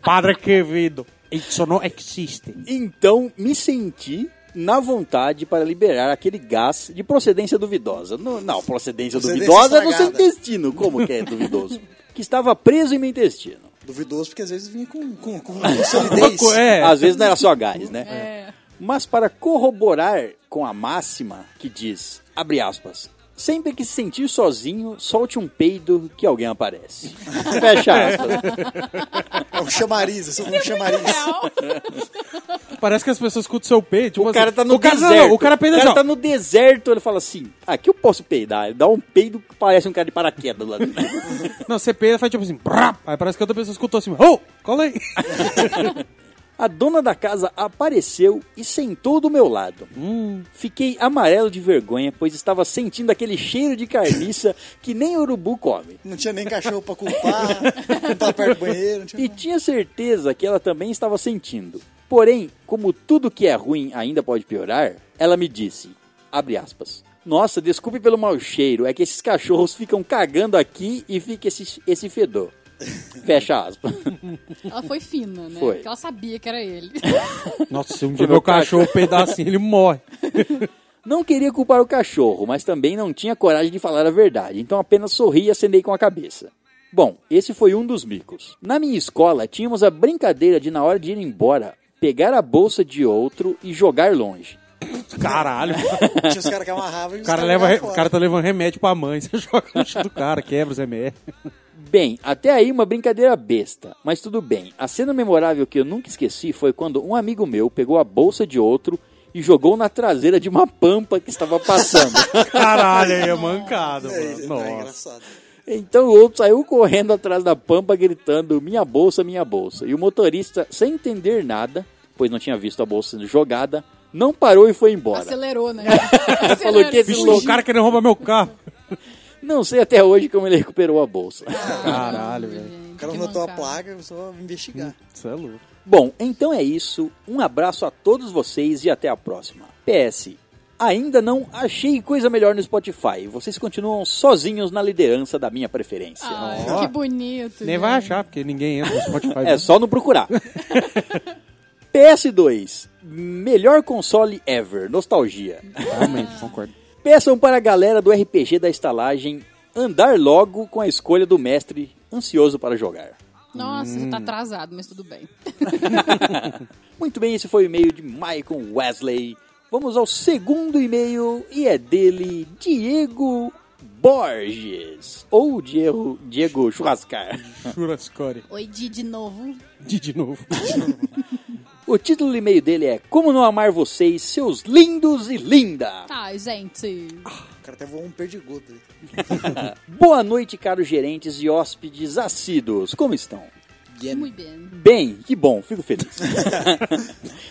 [SPEAKER 4] Padre Quevedo. Isso não existe.
[SPEAKER 1] Então me senti na vontade para liberar aquele gás de procedência duvidosa. No- não, procedência,
[SPEAKER 5] Procedência
[SPEAKER 1] duvidosa é no seu
[SPEAKER 5] estragada.
[SPEAKER 1] intestino. Como que é duvidoso? que estava preso em meu intestino.
[SPEAKER 5] Duvidoso, porque às vezes vinha com, com, com, com solidez.
[SPEAKER 4] É,
[SPEAKER 1] Às vezes não era só gás, né?
[SPEAKER 3] É.
[SPEAKER 1] Mas para corroborar com a máxima que diz, abre aspas, sempre que se sentir sozinho, solte um peido que alguém aparece. Fecha aspas.
[SPEAKER 5] É um chamariz, é só um chamariz.
[SPEAKER 3] Real.
[SPEAKER 4] parece que as pessoas escutam seu peito. tipo
[SPEAKER 1] O cara
[SPEAKER 4] assim,
[SPEAKER 1] tá no
[SPEAKER 4] o cara, não,
[SPEAKER 1] deserto.
[SPEAKER 4] o cara peida
[SPEAKER 1] O
[SPEAKER 4] assim,
[SPEAKER 1] cara
[SPEAKER 4] ó.
[SPEAKER 1] tá no deserto, ele fala assim, aqui eu posso peidar. Ele dá um peido que parece um cara de paraquedas lá dentro.
[SPEAKER 4] Não, você peida, faz tipo assim, brá, aí parece que outra pessoa escutou assim, ô, cola aí.
[SPEAKER 1] A dona da casa apareceu e sentou do meu lado.
[SPEAKER 4] Hum.
[SPEAKER 1] Fiquei amarelo de vergonha, pois estava sentindo aquele cheiro de carniça que nem urubu come.
[SPEAKER 5] Não tinha nem cachorro pra culpar, não tava perto do banheiro, não tinha
[SPEAKER 1] E tinha certeza que ela também estava sentindo. Porém, como tudo que é ruim ainda pode piorar, ela me disse, abre aspas, nossa, desculpe pelo mau cheiro, é que esses cachorros ficam cagando aqui e fica esse, esse fedor. Fecha aspas.
[SPEAKER 3] Ela foi fina, né?
[SPEAKER 1] Foi.
[SPEAKER 3] Porque ela sabia que era ele.
[SPEAKER 4] Nossa, se um
[SPEAKER 1] Foi
[SPEAKER 4] dia
[SPEAKER 1] meu
[SPEAKER 4] meu cachorro peidar assim, ele morre.
[SPEAKER 1] Não queria culpar o cachorro, mas também não tinha coragem de falar a verdade, então apenas sorri e acenei com a cabeça. Bom, esse foi um dos micos. Na minha escola, tínhamos a brincadeira de, na hora de ir embora, pegar a bolsa de outro e jogar longe.
[SPEAKER 4] Caralho.
[SPEAKER 5] Tinha os caras que amarravam e
[SPEAKER 4] O
[SPEAKER 5] os
[SPEAKER 4] cara,
[SPEAKER 5] caras
[SPEAKER 4] leva,
[SPEAKER 5] jogavam
[SPEAKER 4] o
[SPEAKER 5] fora.
[SPEAKER 4] cara tá levando remédio pra mãe, você joga no chão do cara, quebra os remédios.
[SPEAKER 1] Bem, até aí uma brincadeira besta, mas tudo bem. A cena memorável que eu nunca esqueci foi quando um amigo meu pegou a bolsa de outro e jogou na traseira de uma pampa que estava passando.
[SPEAKER 4] Caralho, aí é mancada,
[SPEAKER 1] tá
[SPEAKER 4] mano.
[SPEAKER 5] É, não, é
[SPEAKER 4] Nossa.
[SPEAKER 5] engraçado.
[SPEAKER 1] Então o outro saiu correndo atrás da pampa, gritando: Minha bolsa, minha bolsa. E o motorista, sem entender nada, pois não tinha visto a bolsa sendo jogada, não parou e foi embora.
[SPEAKER 3] Acelerou, né?
[SPEAKER 1] Falou que esse
[SPEAKER 4] O
[SPEAKER 1] louco.
[SPEAKER 4] cara querendo roubar meu carro.
[SPEAKER 1] Não sei até hoje como ele recuperou a bolsa.
[SPEAKER 4] Caralho, velho.
[SPEAKER 5] O cara notou a placa, só investigar.
[SPEAKER 4] Isso é louco.
[SPEAKER 1] Bom, então é isso. Um abraço a todos vocês e até a próxima. PS. Ainda não achei coisa melhor no Spotify. Vocês continuam sozinhos na liderança da minha preferência.
[SPEAKER 3] Ai,
[SPEAKER 4] Ó.
[SPEAKER 3] que bonito.
[SPEAKER 4] Nem
[SPEAKER 3] gente.
[SPEAKER 4] vai achar, porque ninguém entra no Spotify.
[SPEAKER 1] É só não procurar. PS2. Melhor console ever. Nostalgia.
[SPEAKER 4] Realmente, concordo.
[SPEAKER 1] Peçam para a galera do RPG da estalagem andar logo com a escolha do mestre ansioso para jogar.
[SPEAKER 3] Nossa, você tá
[SPEAKER 1] Hum.
[SPEAKER 3] atrasado, mas tudo bem.
[SPEAKER 1] Muito bem, esse foi o e-mail de Michael Wesley. Vamos ao segundo e-mail e é dele, Diego Borges. Ou Diego, Diego Churrascar.
[SPEAKER 4] Churrascore.
[SPEAKER 3] Oi, Di, de novo.
[SPEAKER 4] De, de novo.
[SPEAKER 1] O título do e-mail dele é Como Não Amar Vocês, Seus Lindos e Linda.
[SPEAKER 3] Tá, gente.
[SPEAKER 5] O cara até voou um perdigoto.
[SPEAKER 1] Boa noite, caros gerentes e hóspedes assíduos. Como estão?
[SPEAKER 5] bem.
[SPEAKER 3] Muito bem.
[SPEAKER 1] Bem, que bom, fico feliz.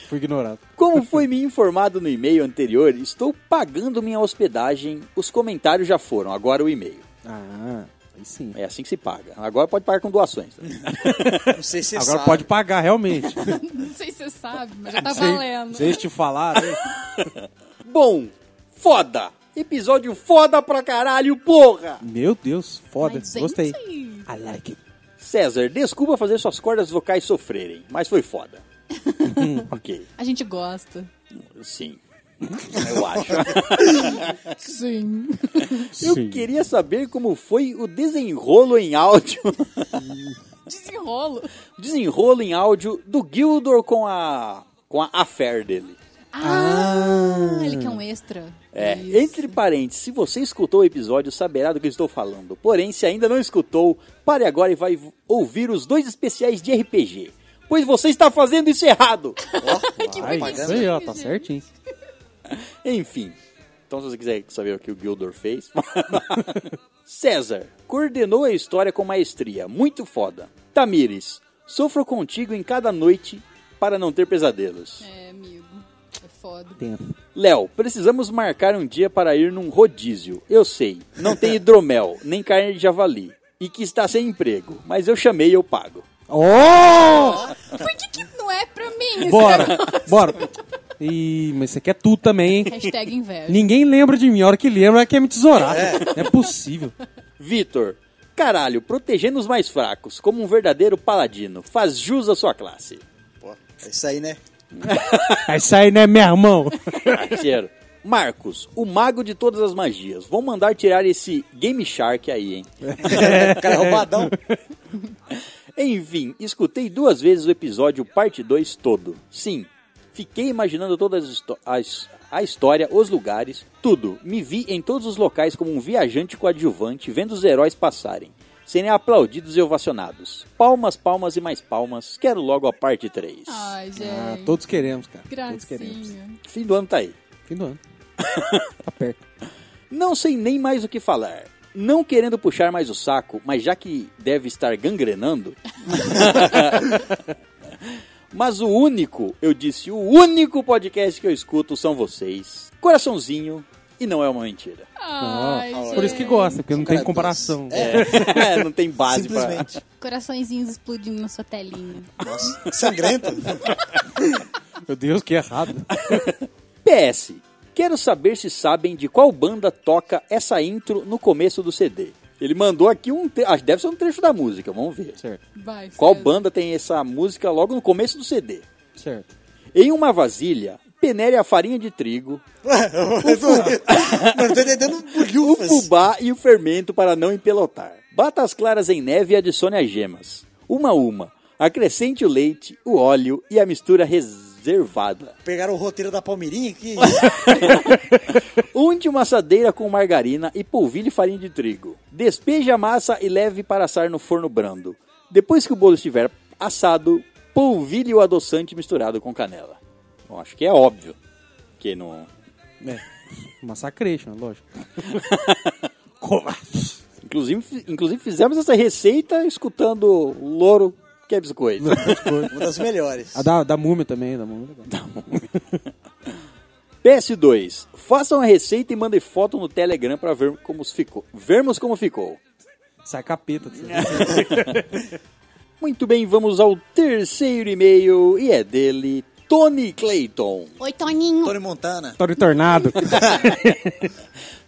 [SPEAKER 4] Fui ignorado.
[SPEAKER 1] Como foi me informado no e-mail anterior, estou pagando minha hospedagem. Os comentários já foram, agora o e-mail.
[SPEAKER 4] Ah, aí sim.
[SPEAKER 1] É assim que se paga. Agora pode pagar com doações.
[SPEAKER 5] Não sei se você
[SPEAKER 4] Agora
[SPEAKER 5] sabe.
[SPEAKER 4] pode pagar, realmente.
[SPEAKER 3] Não sei se você sabe, mas já tá
[SPEAKER 4] Sei-
[SPEAKER 3] valendo.
[SPEAKER 4] Se eles te né? falaram, hein?
[SPEAKER 1] bom, foda! Episódio foda pra caralho, porra!
[SPEAKER 4] meu Deus, foda.
[SPEAKER 3] Mas, gente,
[SPEAKER 4] Gostei. I like it.
[SPEAKER 1] César, desculpa fazer suas cordas vocais sofrerem, mas foi foda. ok,
[SPEAKER 3] A gente gosta.
[SPEAKER 1] sim. Eu acho.
[SPEAKER 3] Sim.
[SPEAKER 1] Eu queria saber como foi o desenrolo em áudio.
[SPEAKER 3] Desenrolo.
[SPEAKER 1] desenrolo em áudio do Gildor com a. com a affair dele.
[SPEAKER 3] Ah, ele quer um extra.
[SPEAKER 1] É,
[SPEAKER 3] Isso.
[SPEAKER 1] entre parênteses, se você escutou o episódio, saberá do que estou falando. Porém, se ainda não escutou, pare agora e vai v- ouvir os dois especiais de RPG. Pois você está fazendo isso errado!
[SPEAKER 5] Ó,
[SPEAKER 4] Ai,
[SPEAKER 5] propaganda.
[SPEAKER 4] isso aí, ó, tá certinho.
[SPEAKER 1] Enfim. Então, se você quiser saber o que o Gildor fez. César, coordenou a história com maestria. Muito foda. Tamires, sofro contigo em cada noite para não ter pesadelos.
[SPEAKER 3] É, amigo. É foda.
[SPEAKER 4] Tempo.
[SPEAKER 1] Léo, precisamos marcar um dia para ir num rodízio. Eu sei, não tem hidromel, nem carne de javali. E que está sem emprego, mas eu chamei e eu pago.
[SPEAKER 4] Oh!
[SPEAKER 3] Por que, que não é pra mim esse
[SPEAKER 4] Bora,
[SPEAKER 3] negócio?
[SPEAKER 4] bora. Ih, mas você quer tudo também, hein?
[SPEAKER 3] Hashtag inveja.
[SPEAKER 4] Ninguém lembra de mim. A hora que lembra é que é me tesourar. Não é possível.
[SPEAKER 1] Vitor, caralho, protegendo os mais fracos, como um verdadeiro paladino, faz jus à sua classe.
[SPEAKER 5] Pô, é isso aí, né?
[SPEAKER 4] Aí sai, né, meu irmão?
[SPEAKER 1] Ah, Parceiro. Marcos, o mago de todas as magias. Vou mandar tirar esse Game Shark aí, hein?
[SPEAKER 5] O cara é roubadão.
[SPEAKER 1] Enfim, escutei duas vezes o episódio parte 2 todo. Sim, fiquei imaginando toda as histó- as- a história, os lugares, tudo. Me vi em todos os locais como um viajante coadjuvante vendo os heróis passarem, serem aplaudidos e ovacionados. Palmas, palmas e mais palmas. Quero logo a parte 3.
[SPEAKER 3] Ai, gente.
[SPEAKER 4] Ah, todos queremos, cara. Todos queremos.
[SPEAKER 3] É. Gracinha.
[SPEAKER 1] Fim do ano tá aí.
[SPEAKER 4] Fim do ano. Tá perto.
[SPEAKER 1] Não sei nem mais o que falar. Não querendo puxar mais o saco, mas já que deve estar gangrenando. mas o único, eu disse, o único podcast que eu escuto são vocês. Coraçãozinho, e não é uma mentira.
[SPEAKER 3] Ai, gente.
[SPEAKER 4] Por isso que gosta, porque não
[SPEAKER 5] Cara,
[SPEAKER 4] tem comparação.
[SPEAKER 5] É,
[SPEAKER 1] não tem base pra.
[SPEAKER 5] simplesmente.
[SPEAKER 3] Coraçõezinhos explodindo na sua telinha.
[SPEAKER 5] É, Nossa, sangrento.
[SPEAKER 4] Meu Deus, que errado.
[SPEAKER 1] PS. Quero saber se sabem de qual banda toca essa intro no começo do CD. Ele mandou aqui um. Tre... ah, Deve ser um trecho da música, vamos ver.
[SPEAKER 4] Certo,
[SPEAKER 3] Vai,
[SPEAKER 1] Qual
[SPEAKER 3] César.
[SPEAKER 1] banda tem essa música logo no começo do CD?
[SPEAKER 4] certo.
[SPEAKER 1] Em uma vasilha, penere a farinha de trigo,
[SPEAKER 5] Mano, eu tô entendendo
[SPEAKER 1] o
[SPEAKER 5] bolhufas.
[SPEAKER 1] fubá e o fermento para não empelotar. Bata as claras em neve e adicione as gemas. Uma a uma. Acrescente o leite, o óleo e a mistura reservada.
[SPEAKER 5] Pegaram o roteiro da Palmeirinha aqui.
[SPEAKER 1] Unte uma assadeira com margarina e polvilhe farinha de trigo. Despeje a massa e leve para assar no forno brando. Depois que o bolo estiver assado, polvilhe o adoçante misturado com canela. Bom, acho que é óbvio que não...
[SPEAKER 4] É. Massacration, lógico. Colapso.
[SPEAKER 1] Inclusive, fi- inclusive fizemos essa receita escutando Louro que é biscoito.
[SPEAKER 5] Uma das melhores.
[SPEAKER 4] A da, da Ah, múmia também, da múmia.
[SPEAKER 1] PS2. Façam a receita e mandem foto no Telegram pra ver como ficou. Vermos como ficou.
[SPEAKER 4] Sai capeta. tá Você.
[SPEAKER 1] Muito bem, vamos ao terceiro e-mail e é dele, Tony Clayton.
[SPEAKER 3] Oi, Toninho.
[SPEAKER 5] Tony Montana.
[SPEAKER 4] Torre Tornado.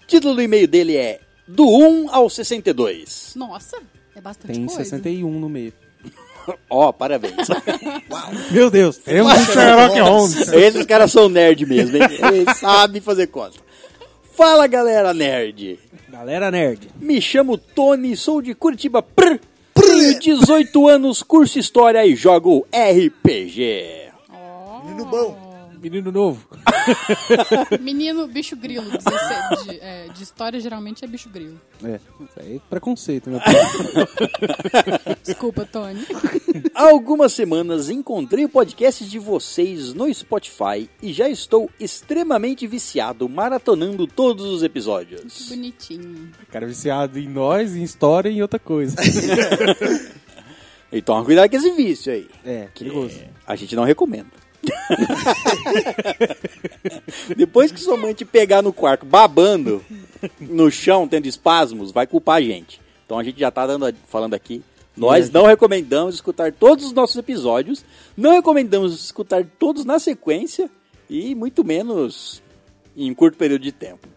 [SPEAKER 1] O título do e-mail dele é Do 1 ao 62.
[SPEAKER 3] Nossa, é bastante
[SPEAKER 4] Tem
[SPEAKER 3] coisa.
[SPEAKER 4] 61 no meio.
[SPEAKER 1] Ó, oh, parabéns.
[SPEAKER 4] Meu Deus, temos um Sherlock Holmes.
[SPEAKER 1] Esses caras são nerd mesmo, hein? Eles sabem fazer conta. Fala galera nerd.
[SPEAKER 4] Galera nerd.
[SPEAKER 1] Me chamo Tony, sou de Curitiba. Prr, prr, 18 anos, curso História e jogo RPG.
[SPEAKER 5] Menino bom.
[SPEAKER 4] Menino novo.
[SPEAKER 3] Menino, bicho grilo. 16, de, é, de história, geralmente é bicho grilo.
[SPEAKER 4] É, isso aí é preconceito, meu
[SPEAKER 3] Desculpa, Tony.
[SPEAKER 1] Há algumas semanas encontrei o podcast de vocês no Spotify e já estou extremamente viciado maratonando todos os episódios.
[SPEAKER 3] Bonitinho.
[SPEAKER 4] Cara viciado em nós, em história e em outra coisa.
[SPEAKER 1] E toma cuidado com esse vício aí.
[SPEAKER 4] É, perigoso.
[SPEAKER 1] A gente não recomenda. Depois que sua mãe te pegar no quarto babando, no chão, tendo espasmos, vai culpar a gente. Então a gente já tá dando, falando aqui. Nós não recomendamos escutar todos os nossos episódios, não recomendamos escutar todos na sequência e muito menos em um curto período de tempo.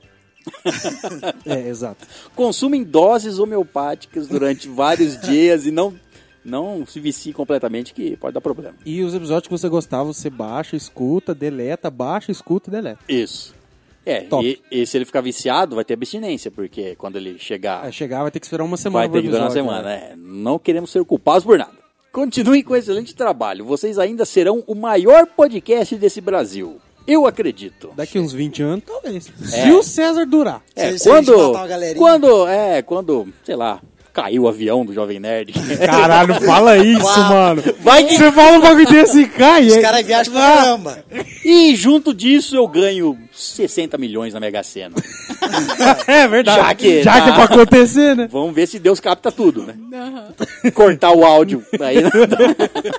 [SPEAKER 4] É, exato.
[SPEAKER 1] Consumem doses homeopáticas durante vários dias e não, não se vicie completamente, que pode dar problema.
[SPEAKER 4] E os episódios que você gostava, você baixa, escuta, deleta, baixa, escuta, deleta.
[SPEAKER 1] Isso. É,
[SPEAKER 4] Top.
[SPEAKER 1] e, e se ele ficar viciado, vai ter abstinência, porque quando ele chegar,
[SPEAKER 4] Aí chegar, vai ter que esperar uma semana
[SPEAKER 1] vai ter que durar uma
[SPEAKER 4] episódio,
[SPEAKER 1] semana.
[SPEAKER 4] né?
[SPEAKER 1] É, não queremos ser culpados por nada. Continuem com excelente trabalho. Vocês ainda serão o maior podcast desse Brasil. Eu acredito.
[SPEAKER 4] Daqui uns 20 anos, talvez. Se o César durar.
[SPEAKER 1] É,
[SPEAKER 5] Se- se a gente
[SPEAKER 1] quando.
[SPEAKER 5] matar uma galerinha.
[SPEAKER 1] Quando. É, quando, sei lá, caiu o avião do Jovem Nerd.
[SPEAKER 4] Caralho, fala isso, mano.
[SPEAKER 1] Vai que
[SPEAKER 4] Você fala um bagulho desse e cai.
[SPEAKER 5] Os
[SPEAKER 4] é-
[SPEAKER 5] caras viajam pra caramba.
[SPEAKER 1] E junto disso eu ganho 60 milhões na Mega Sena.
[SPEAKER 4] É verdade.
[SPEAKER 1] Já que-
[SPEAKER 4] Já que é pra acontecer, né?
[SPEAKER 1] Vamos ver se Deus capta tudo, né? Cortar o áudio. Aí não dá.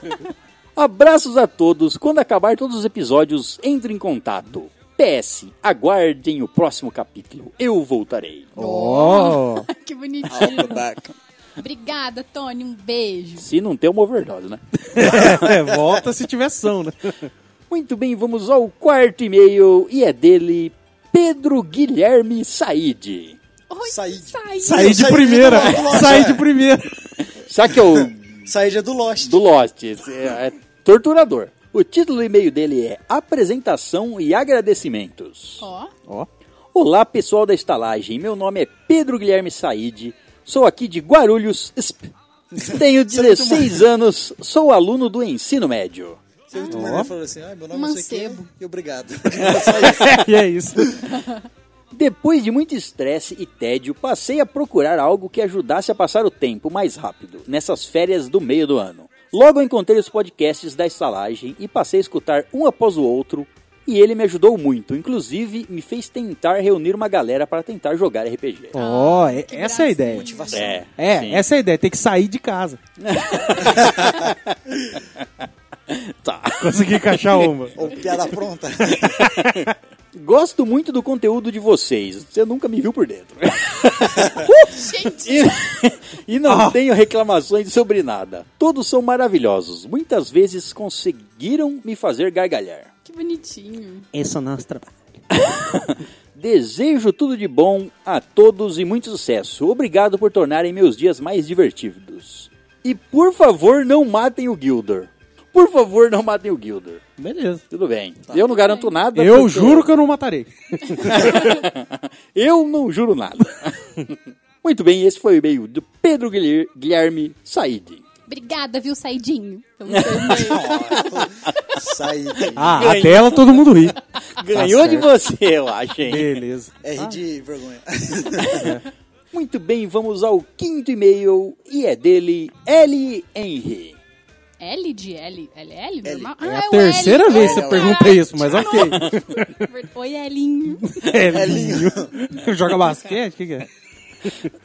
[SPEAKER 1] Abraços a todos. Quando acabar todos os episódios, entre em contato. PS, aguardem o próximo capítulo. Eu voltarei.
[SPEAKER 4] Ó.
[SPEAKER 3] que bonitinho.
[SPEAKER 5] Babaca.
[SPEAKER 3] Obrigada, Tony. Um beijo.
[SPEAKER 1] Se não tem uma overdose, né?
[SPEAKER 4] É, volta se tiver são, né?
[SPEAKER 1] Muito bem, vamos ao quarto e-mail e é dele Pedro Guilherme Said.
[SPEAKER 3] Oi,
[SPEAKER 5] Saí.
[SPEAKER 3] Saí.
[SPEAKER 4] Saí de
[SPEAKER 5] saí
[SPEAKER 4] primeira.
[SPEAKER 5] de novo,
[SPEAKER 4] Saí de
[SPEAKER 5] cara.
[SPEAKER 4] primeira.
[SPEAKER 1] Será que eu
[SPEAKER 5] Saída do Lost.
[SPEAKER 1] do Lost. Esse É, é torturador. O título do e-mail dele é Apresentação e Agradecimentos.
[SPEAKER 3] Ó,
[SPEAKER 4] Ó.
[SPEAKER 1] Olá, pessoal da estalagem. Meu nome é Pedro Guilherme Said. Sou aqui de Guarulhos. SP. Tenho 16 anos. Sou aluno do ensino médio.
[SPEAKER 5] Você muito maneiro falou assim, ah, meu nome é isso aqui,
[SPEAKER 3] Mancebo.
[SPEAKER 5] e obrigado.
[SPEAKER 4] E é isso.
[SPEAKER 1] Depois de muito estresse e tédio, passei a procurar algo que ajudasse a passar o tempo mais rápido, nessas férias do meio do ano. Logo encontrei os podcasts da estalagem e passei a escutar um após o outro, e ele me ajudou muito, inclusive me fez tentar reunir uma galera para tentar jogar RPG.
[SPEAKER 4] Ó, é-
[SPEAKER 3] que
[SPEAKER 4] essa é a
[SPEAKER 3] gracinha.
[SPEAKER 4] ideia.
[SPEAKER 5] Motivação.
[SPEAKER 1] É,
[SPEAKER 4] É,
[SPEAKER 1] sim.
[SPEAKER 4] essa é a ideia. Tem que sair de casa.
[SPEAKER 1] tá.
[SPEAKER 4] Consegui encaixar uma.
[SPEAKER 5] Ou piada pronta.
[SPEAKER 1] Gosto muito do conteúdo de vocês, você nunca me viu por dentro.
[SPEAKER 3] gente.
[SPEAKER 1] E, e
[SPEAKER 4] Ah.
[SPEAKER 1] não tenho reclamações sobre nada. Todos são maravilhosos, muitas vezes conseguiram me fazer gargalhar.
[SPEAKER 3] Que bonitinho.
[SPEAKER 4] Esse é o nosso trabalho.
[SPEAKER 1] Desejo tudo de bom a todos e muito sucesso. Obrigado por tornarem meus dias mais divertidos. E por favor, não matem o Gildor. Por favor, não matem o Gildor.
[SPEAKER 4] Beleza.
[SPEAKER 1] Tudo bem. eu não garanto nada.
[SPEAKER 4] Tá Eu
[SPEAKER 1] porque-
[SPEAKER 4] juro que eu não matarei.
[SPEAKER 1] Eu não juro nada. muito bem, esse foi o e-mail do Pedro Guilher- Guilherme Said.
[SPEAKER 3] Obrigada, viu, Saidinho? Então, Pelo seu e-mail.
[SPEAKER 5] Saída.
[SPEAKER 4] Ah,
[SPEAKER 1] Ganhei.
[SPEAKER 4] a tela todo mundo ri.
[SPEAKER 1] Ganhou
[SPEAKER 4] Tá certo.
[SPEAKER 1] de você, eu acho, hein?
[SPEAKER 4] Beleza.
[SPEAKER 5] R de vergonha.
[SPEAKER 1] Muito bem, vamos ao quinto e-mail e é dele L. Henry.
[SPEAKER 3] L de L? L, L normal?
[SPEAKER 4] É
[SPEAKER 3] Ah,
[SPEAKER 4] a
[SPEAKER 3] o
[SPEAKER 4] terceira
[SPEAKER 3] L.
[SPEAKER 4] vez que
[SPEAKER 3] Ai,
[SPEAKER 4] você pergunta
[SPEAKER 3] caralho.
[SPEAKER 4] isso, mas ok.
[SPEAKER 3] Oi, Elinho.
[SPEAKER 5] É
[SPEAKER 4] Elinho. Joga basquete? O que, que é?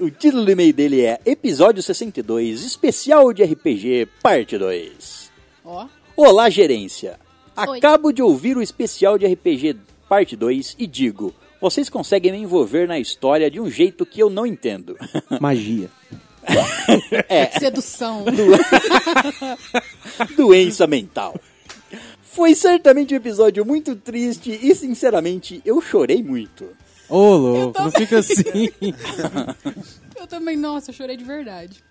[SPEAKER 1] O título do e-mail dele é Episódio 62, Especial de RPG, Parte 2.
[SPEAKER 3] Ó,
[SPEAKER 1] Olá, gerência.
[SPEAKER 3] Oi.
[SPEAKER 1] Acabo de ouvir o especial de RPG, Parte 2, e digo: vocês conseguem me envolver na história de um jeito que eu não entendo.
[SPEAKER 4] Magia. É.
[SPEAKER 3] sedução.
[SPEAKER 1] Doença mental. Foi certamente um episódio muito triste e, sinceramente, eu chorei muito.
[SPEAKER 4] Ô, louco,
[SPEAKER 3] Eu
[SPEAKER 4] não fica assim.
[SPEAKER 3] Eu também, nossa, eu chorei de verdade.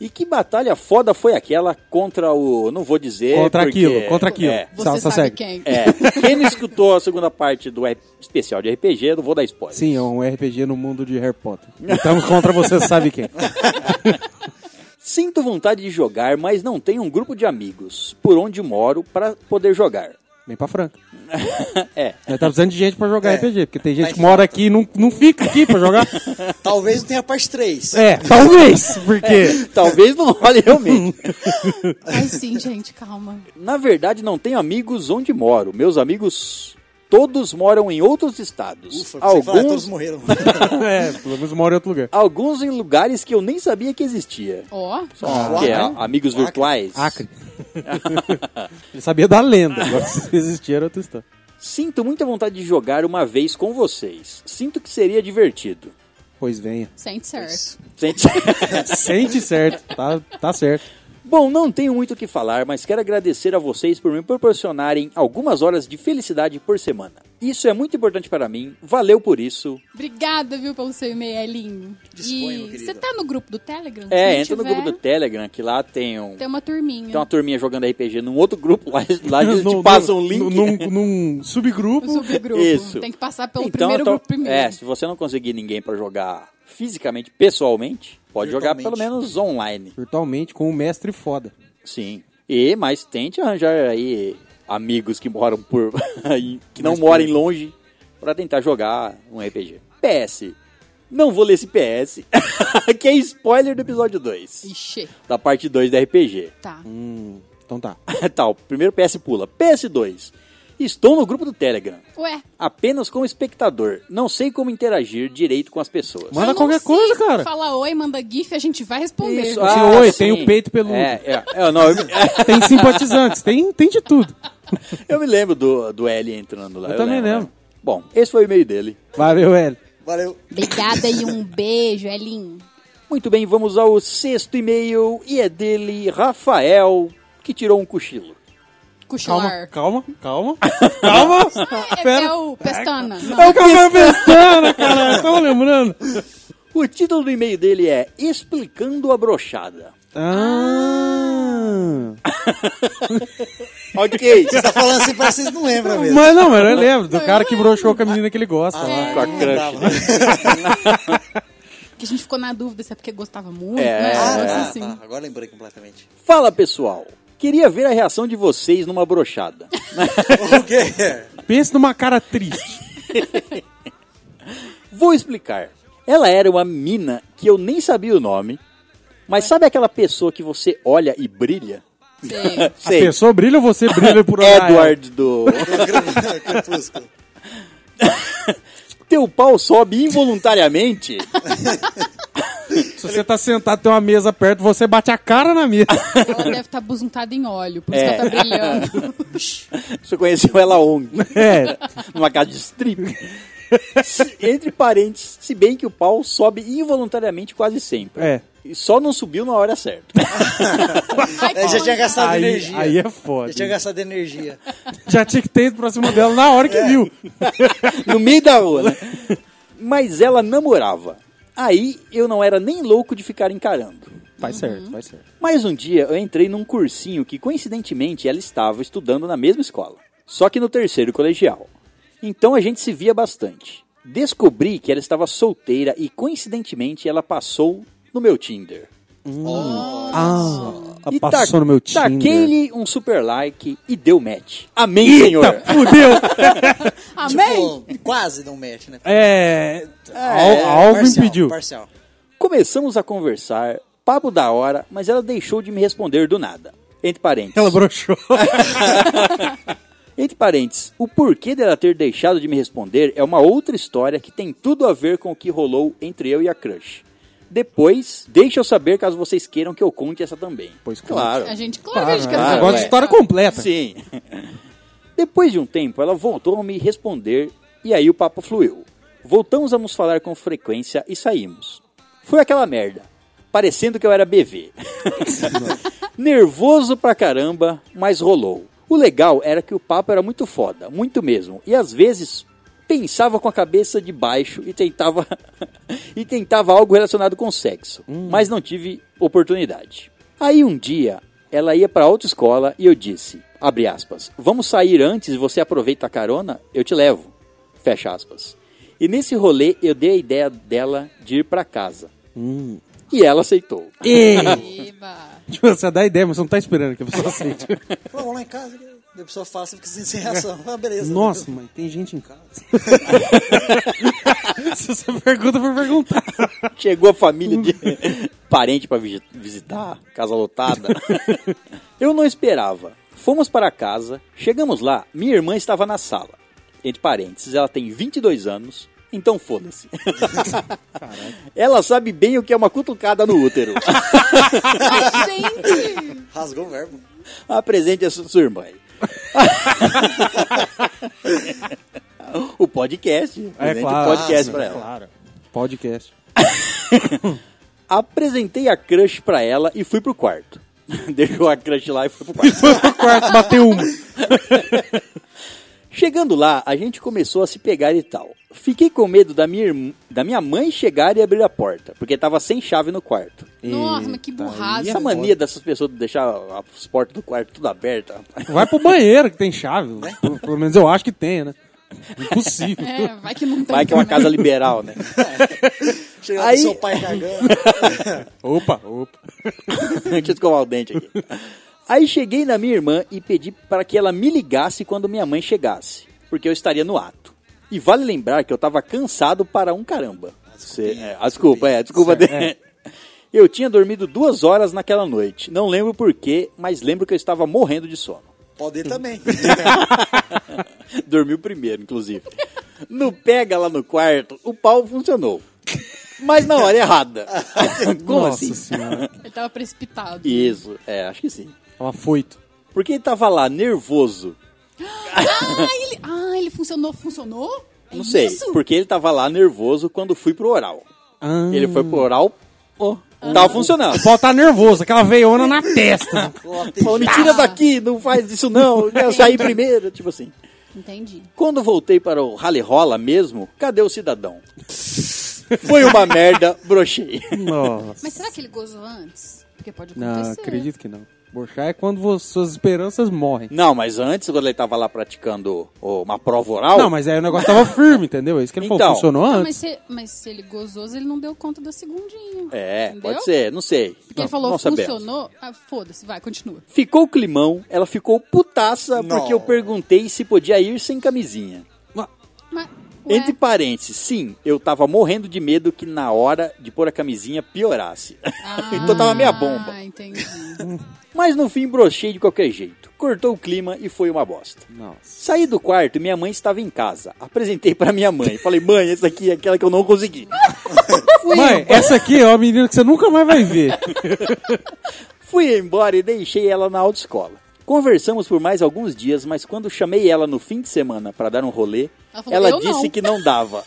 [SPEAKER 1] E que batalha foda foi aquela contra o. Não vou dizer.
[SPEAKER 4] Contra
[SPEAKER 1] porque-
[SPEAKER 4] aquilo, contra aquilo.
[SPEAKER 1] É.
[SPEAKER 3] Você
[SPEAKER 4] Só- só
[SPEAKER 3] sabe
[SPEAKER 4] segue.
[SPEAKER 3] quem.
[SPEAKER 1] É, quem não escutou a segunda parte do ep- especial de RPG, eu não vou dar spoiler.
[SPEAKER 4] Sim, é um RPG no mundo de Harry Potter. Estamos Então, contra você sabe quem.
[SPEAKER 1] Sinto vontade de jogar, mas não tenho um grupo de amigos por onde moro para poder jogar.
[SPEAKER 4] Vem pra Franca.
[SPEAKER 1] É,
[SPEAKER 4] Nós tá precisando de gente pra jogar
[SPEAKER 5] É.
[SPEAKER 4] RPG, porque tem gente
[SPEAKER 5] Tá
[SPEAKER 4] que mora aqui e não, não fica aqui pra jogar.
[SPEAKER 5] Talvez não tenha parte 3.
[SPEAKER 4] É, talvez, porque...
[SPEAKER 1] talvez não role realmente.
[SPEAKER 3] Ai, sim, gente, calma.
[SPEAKER 1] Na verdade, não tenho amigos onde moro. Meus amigos Todos moram em outros estados.
[SPEAKER 5] Ufa, você falar, todos
[SPEAKER 1] alguns,
[SPEAKER 5] morreram.
[SPEAKER 4] é, pelo menos mora em outro lugar.
[SPEAKER 1] alguns em lugares que eu nem sabia que existia.
[SPEAKER 3] Ó,
[SPEAKER 5] Ah,
[SPEAKER 1] que é,
[SPEAKER 5] Acre?
[SPEAKER 1] amigos
[SPEAKER 5] Acre?
[SPEAKER 1] virtuais.
[SPEAKER 4] Acre. Ele sabia da lenda, agora se existia era outra história.
[SPEAKER 1] Sinto muita vontade de jogar uma vez com vocês. Sinto que seria divertido.
[SPEAKER 4] Pois venha.
[SPEAKER 3] sente certo.
[SPEAKER 1] Sente-
[SPEAKER 4] Sente certo, tá, tá certo.
[SPEAKER 1] Bom, não tenho muito o que falar, mas quero agradecer a vocês por me proporcionarem algumas horas de felicidade por semana. Isso é muito importante para mim. Valeu por isso.
[SPEAKER 3] Obrigada, viu, pelo seu e-mail, Elinho.
[SPEAKER 5] Disponha, meu
[SPEAKER 3] E
[SPEAKER 5] querido.
[SPEAKER 3] você tá no grupo do Telegram? Se
[SPEAKER 1] É,
[SPEAKER 3] não
[SPEAKER 1] entra no
[SPEAKER 3] tiver,
[SPEAKER 1] grupo do Telegram, que lá tem, um,
[SPEAKER 3] Tem
[SPEAKER 1] tem
[SPEAKER 3] uma turminha.
[SPEAKER 4] Então,
[SPEAKER 1] uma turminha jogando RPG num outro grupo. Lá, lá eles
[SPEAKER 4] Num-
[SPEAKER 1] te passam um
[SPEAKER 4] num-
[SPEAKER 1] link.
[SPEAKER 4] Num, num subgrupo.
[SPEAKER 3] O subgrupo.
[SPEAKER 1] Isso.
[SPEAKER 3] Tem que passar pelo
[SPEAKER 1] Então,
[SPEAKER 3] primeiro
[SPEAKER 1] então,
[SPEAKER 3] grupo primeiro.
[SPEAKER 1] É, se você não conseguir ninguém pra jogar fisicamente, pessoalmente, pode jogar pelo
[SPEAKER 5] Virtualmente.
[SPEAKER 1] menos online.
[SPEAKER 4] Virtualmente, com um mestre foda.
[SPEAKER 1] Sim. E, mas tente arranjar aí amigos que moram por. aí, que não morem longe pra tentar jogar um RPG. PS. Não vou ler esse PS, que é spoiler do episódio 2.
[SPEAKER 3] Ixi,
[SPEAKER 1] Da parte 2 da RPG.
[SPEAKER 3] tá.
[SPEAKER 4] Hum, então tá.
[SPEAKER 1] Tá, o primeiro PS pula. PS2. Estou no grupo do Telegram.
[SPEAKER 3] Ué,
[SPEAKER 1] Apenas como espectador. Não sei como interagir direito com as pessoas.
[SPEAKER 3] eu
[SPEAKER 4] Manda
[SPEAKER 3] não
[SPEAKER 4] qualquer
[SPEAKER 3] sei.
[SPEAKER 4] coisa, cara.
[SPEAKER 3] assim? Fala oi, manda gif, a gente vai responder.
[SPEAKER 1] Isso, Ah,
[SPEAKER 4] Assim, oi, tem o peito peludo.
[SPEAKER 1] É, é, é, não, eu, me-
[SPEAKER 4] Tem simpatizantes, tem, tem de tudo.
[SPEAKER 1] eu me lembro do, do L entrando lá. né?
[SPEAKER 4] Eu também lembro.
[SPEAKER 1] Bom, esse foi o e-mail dele.
[SPEAKER 4] Valeu, Hélio.
[SPEAKER 5] Valeu.
[SPEAKER 1] Ah.
[SPEAKER 3] Obrigada e um beijo, Elinho.
[SPEAKER 1] Muito bem, vamos ao sexto e-mail e é dele, Rafael, que tirou um cochilo.
[SPEAKER 3] Cochilar.
[SPEAKER 4] Calma, calma, calma. Calma.
[SPEAKER 1] Tá
[SPEAKER 3] É, é o Pestana. Não.
[SPEAKER 4] É o Café Pestana, cara. Tava lembrando.
[SPEAKER 1] O título do e-mail dele é Explicando a Brochada.
[SPEAKER 4] Ah.
[SPEAKER 1] Ok.
[SPEAKER 5] Você tá falando assim, parece que vocês não lembram mesmo.
[SPEAKER 4] Mas não, mas eu lembro do cara que broxou com a menina que ele gosta. lá.
[SPEAKER 3] É.
[SPEAKER 1] Com a crush.
[SPEAKER 3] Que a gente ficou na dúvida se é porque gostava muito,
[SPEAKER 1] É,
[SPEAKER 3] né?
[SPEAKER 5] Ah,
[SPEAKER 3] Um
[SPEAKER 5] tá,
[SPEAKER 3] negócio assim.
[SPEAKER 5] tá. Agora lembrei completamente.
[SPEAKER 1] Fala, pessoal. Queria ver a reação de vocês numa brochada.
[SPEAKER 5] o quê?
[SPEAKER 4] Pensa numa cara triste.
[SPEAKER 1] Vou explicar. Ela era uma mina que eu nem sabia o nome, mas sabe aquela pessoa que você olha e brilha?
[SPEAKER 3] Sei.
[SPEAKER 1] Sei.
[SPEAKER 4] A pessoa brilha ou você brilha por olhar ela?
[SPEAKER 1] Edward do.
[SPEAKER 5] Crepúsculo.
[SPEAKER 1] Teu pau sobe involuntariamente?
[SPEAKER 4] Se você tá sentado, tem uma mesa perto, você bate a cara na mesa.
[SPEAKER 3] Ela deve estar busuntada em óleo, por isso
[SPEAKER 1] É.
[SPEAKER 3] que ela tá brilhando.
[SPEAKER 1] Você conheceu ela ontem.
[SPEAKER 4] É.
[SPEAKER 1] numa casa de strip. Se- Entre parênteses, se bem que o pau sobe involuntariamente quase sempre.
[SPEAKER 4] É.
[SPEAKER 1] E só não subiu na hora certa. É,
[SPEAKER 3] Ai,
[SPEAKER 5] Ele já tinha gastado
[SPEAKER 4] Aí,
[SPEAKER 5] energia.
[SPEAKER 4] aí é foda.
[SPEAKER 5] Já tinha gastado energia.
[SPEAKER 4] Já tinha que ter ido pra cima dela na hora que viu.
[SPEAKER 1] no meio da rua, né? Mas ela namorava. Aí eu não era nem louco de ficar encarando.
[SPEAKER 4] Faz certo, faz certo.
[SPEAKER 1] Mas um dia eu entrei num cursinho que coincidentemente ela estava estudando na mesma escola, só que no terceiro colegial. Então a gente se via bastante. Descobri que ela estava solteira e coincidentemente ela passou no meu Tinder.
[SPEAKER 4] Ah,
[SPEAKER 1] E
[SPEAKER 4] passou
[SPEAKER 1] ta-
[SPEAKER 4] no meu Tinder.
[SPEAKER 1] Taquei-lhe um super like e deu match. Amém, senhor.
[SPEAKER 4] Fudeu.
[SPEAKER 3] Amém?
[SPEAKER 5] Tipo, quase não mete, né?
[SPEAKER 4] É. al- algo
[SPEAKER 5] Parcial,
[SPEAKER 4] impediu.
[SPEAKER 5] Parcial.
[SPEAKER 1] Começamos a conversar, papo da hora, mas ela deixou de me responder do nada. Entre parênteses.
[SPEAKER 4] Ela broxou.
[SPEAKER 1] Entre parênteses, o porquê dela ter deixado de me responder é uma outra história que tem tudo a ver com o que rolou entre eu e a crush. Depois, deixa eu saber caso vocês queiram que eu conte essa também.
[SPEAKER 4] Pois conte.
[SPEAKER 1] claro.
[SPEAKER 3] A gente, claro que a gente quer
[SPEAKER 1] claro,
[SPEAKER 3] saber.
[SPEAKER 4] Agora a
[SPEAKER 1] é.
[SPEAKER 4] história completa.
[SPEAKER 1] Sim. Depois de um tempo, ela voltou a me responder e aí o papo fluiu. Voltamos a nos falar com frequência e saímos. Foi aquela merda, parecendo que eu era BV. Nervoso pra caramba, mas rolou. O legal era que o papo era muito foda, muito mesmo. E às vezes pensava com a cabeça de baixo e tentava e tentava algo relacionado com sexo, mas não tive oportunidade. Aí um dia ela ia pra autoescola e eu disse, abre aspas, vamos sair antes, você aproveita a carona, eu te levo. Fecha aspas. E nesse rolê eu dei a ideia dela de ir pra casa. E ela aceitou.
[SPEAKER 4] Ei.
[SPEAKER 3] Eba.
[SPEAKER 4] Tipo, você dá ideia, mas você não tá esperando que a pessoa aceite.
[SPEAKER 5] Falou, vamos lá em casa. A pessoa fala, você fica sem, sem reação. Ah, beleza.
[SPEAKER 4] Nossa, mãe, tem gente em casa. Se você pergunta, por perguntar.
[SPEAKER 1] Chegou a família de parente pra visi- visitar, casa lotada. Eu não esperava. Fomos para casa, chegamos lá, minha irmã estava na sala. entre parênteses, ela tem 22 anos, então foda-se. ela sabe bem o que é uma cutucada no útero.
[SPEAKER 3] Gente!
[SPEAKER 5] Rasgou o verbo.
[SPEAKER 1] Apresente a su- sua irmã. aí. o podcast. apresente o podcast pra ela.
[SPEAKER 4] Claro. Podcast.
[SPEAKER 1] Apresentei a crush pra ela e fui pro quarto. Deixou a crush lá e foi pro quarto.
[SPEAKER 4] Foi pro quarto, bateu uma.
[SPEAKER 1] Chegando lá, a gente começou a se pegar e tal. Fiquei com medo da minha, irm- da minha mãe chegar e abrir a porta, porque tava sem chave no quarto.
[SPEAKER 3] Nossa, mas que
[SPEAKER 1] tá
[SPEAKER 3] burrada.
[SPEAKER 1] Essa mania dessas pessoas de deixar as portas do quarto tudo aberta. rapaz.
[SPEAKER 4] Vai pro banheiro que tem chave. né? Pelo- Pelo menos eu acho que tem, né? Impossível.
[SPEAKER 3] É, vai que não tem.
[SPEAKER 1] Vai que é uma
[SPEAKER 3] também.
[SPEAKER 1] casa liberal, né?
[SPEAKER 5] Chega lá
[SPEAKER 1] Aí-
[SPEAKER 5] do seu pai cagando.
[SPEAKER 4] Opa, opa.
[SPEAKER 1] Deixa eu escovar o dente aqui. Aí cheguei na minha irmã e pedi para que ela me ligasse quando minha mãe chegasse, porque eu estaria no ato. E vale lembrar que eu tava cansado para um caramba. Cê- é, ah, desculpa, é, desculpa. Eu tinha dormido duas horas naquela noite. Não lembro porquê, mas lembro que eu estava morrendo de sono.
[SPEAKER 5] Pode ir também.
[SPEAKER 1] Dormiu primeiro, inclusive. No pega lá no quarto, o pau funcionou. Mas na hora errada. Como
[SPEAKER 4] Nossa
[SPEAKER 1] assim?
[SPEAKER 4] senhora.
[SPEAKER 3] Ele tava precipitado.
[SPEAKER 1] Isso, é, acho que sim.
[SPEAKER 4] Tava foito.
[SPEAKER 1] Porque ele tava lá nervoso.
[SPEAKER 3] Ah, ele, ah, ele funcionou, funcionou? É
[SPEAKER 1] Não sei,
[SPEAKER 3] isso?
[SPEAKER 1] porque ele tava lá nervoso quando fui pro oral.
[SPEAKER 4] Ah.
[SPEAKER 1] Ele foi pro oral, ó, tava funcionando.
[SPEAKER 4] Pode estar nervoso, aquela veiona na testa.
[SPEAKER 1] Falou, me tira daqui, não faz isso não, eu quero sair primeiro, tipo assim.
[SPEAKER 3] Entendi.
[SPEAKER 1] Quando voltei para o rally rola mesmo, cadê o cidadão? Foi uma merda, brochei.
[SPEAKER 4] Nossa.
[SPEAKER 3] Mas será que ele gozou antes? Porque pode acontecer.
[SPEAKER 4] Não, acredito que não. Borchar é quando vo- suas esperanças morrem.
[SPEAKER 1] Não, mas antes, quando ele tava lá praticando ó, uma prova oral,
[SPEAKER 4] Não, mas aí o negócio tava firme, entendeu? É isso que ele
[SPEAKER 1] Então.
[SPEAKER 4] falou. Funcionou
[SPEAKER 3] Não,
[SPEAKER 4] antes.
[SPEAKER 3] Ah, mas, se, mas se ele gozou, ele não deu conta da segundinha.
[SPEAKER 1] é,
[SPEAKER 3] Entendeu?
[SPEAKER 1] pode ser, não sei.
[SPEAKER 3] Porque
[SPEAKER 1] não,
[SPEAKER 3] ele falou,
[SPEAKER 1] não sabemos.
[SPEAKER 3] funcionou. Ah, foda-se, vai, continua.
[SPEAKER 1] Ficou o climão, ela ficou putaça
[SPEAKER 5] Não.
[SPEAKER 1] porque eu perguntei se podia ir sem camisinha.
[SPEAKER 3] Mas, ué,
[SPEAKER 1] Entre parênteses, sim, eu tava morrendo de medo que na hora de pôr a camisinha piorasse. então tava meia bomba.
[SPEAKER 3] Ah, entendi.
[SPEAKER 1] Mas no fim brochei de qualquer jeito. Cortou o clima e foi uma bosta.
[SPEAKER 4] Nossa.
[SPEAKER 1] Saí do quarto e minha mãe estava em casa. Apresentei pra minha mãe. Falei, mãe, essa aqui é aquela que eu não consegui.
[SPEAKER 4] Mãe, essa aqui é uma menina que você nunca mais vai ver.
[SPEAKER 1] Fui embora e deixei ela na autoescola. Conversamos por mais alguns dias, mas quando chamei ela no fim de semana pra dar um rolê,
[SPEAKER 3] Ela falou,
[SPEAKER 1] ela,
[SPEAKER 3] "Eu
[SPEAKER 1] disse
[SPEAKER 3] não."
[SPEAKER 1] que não dava.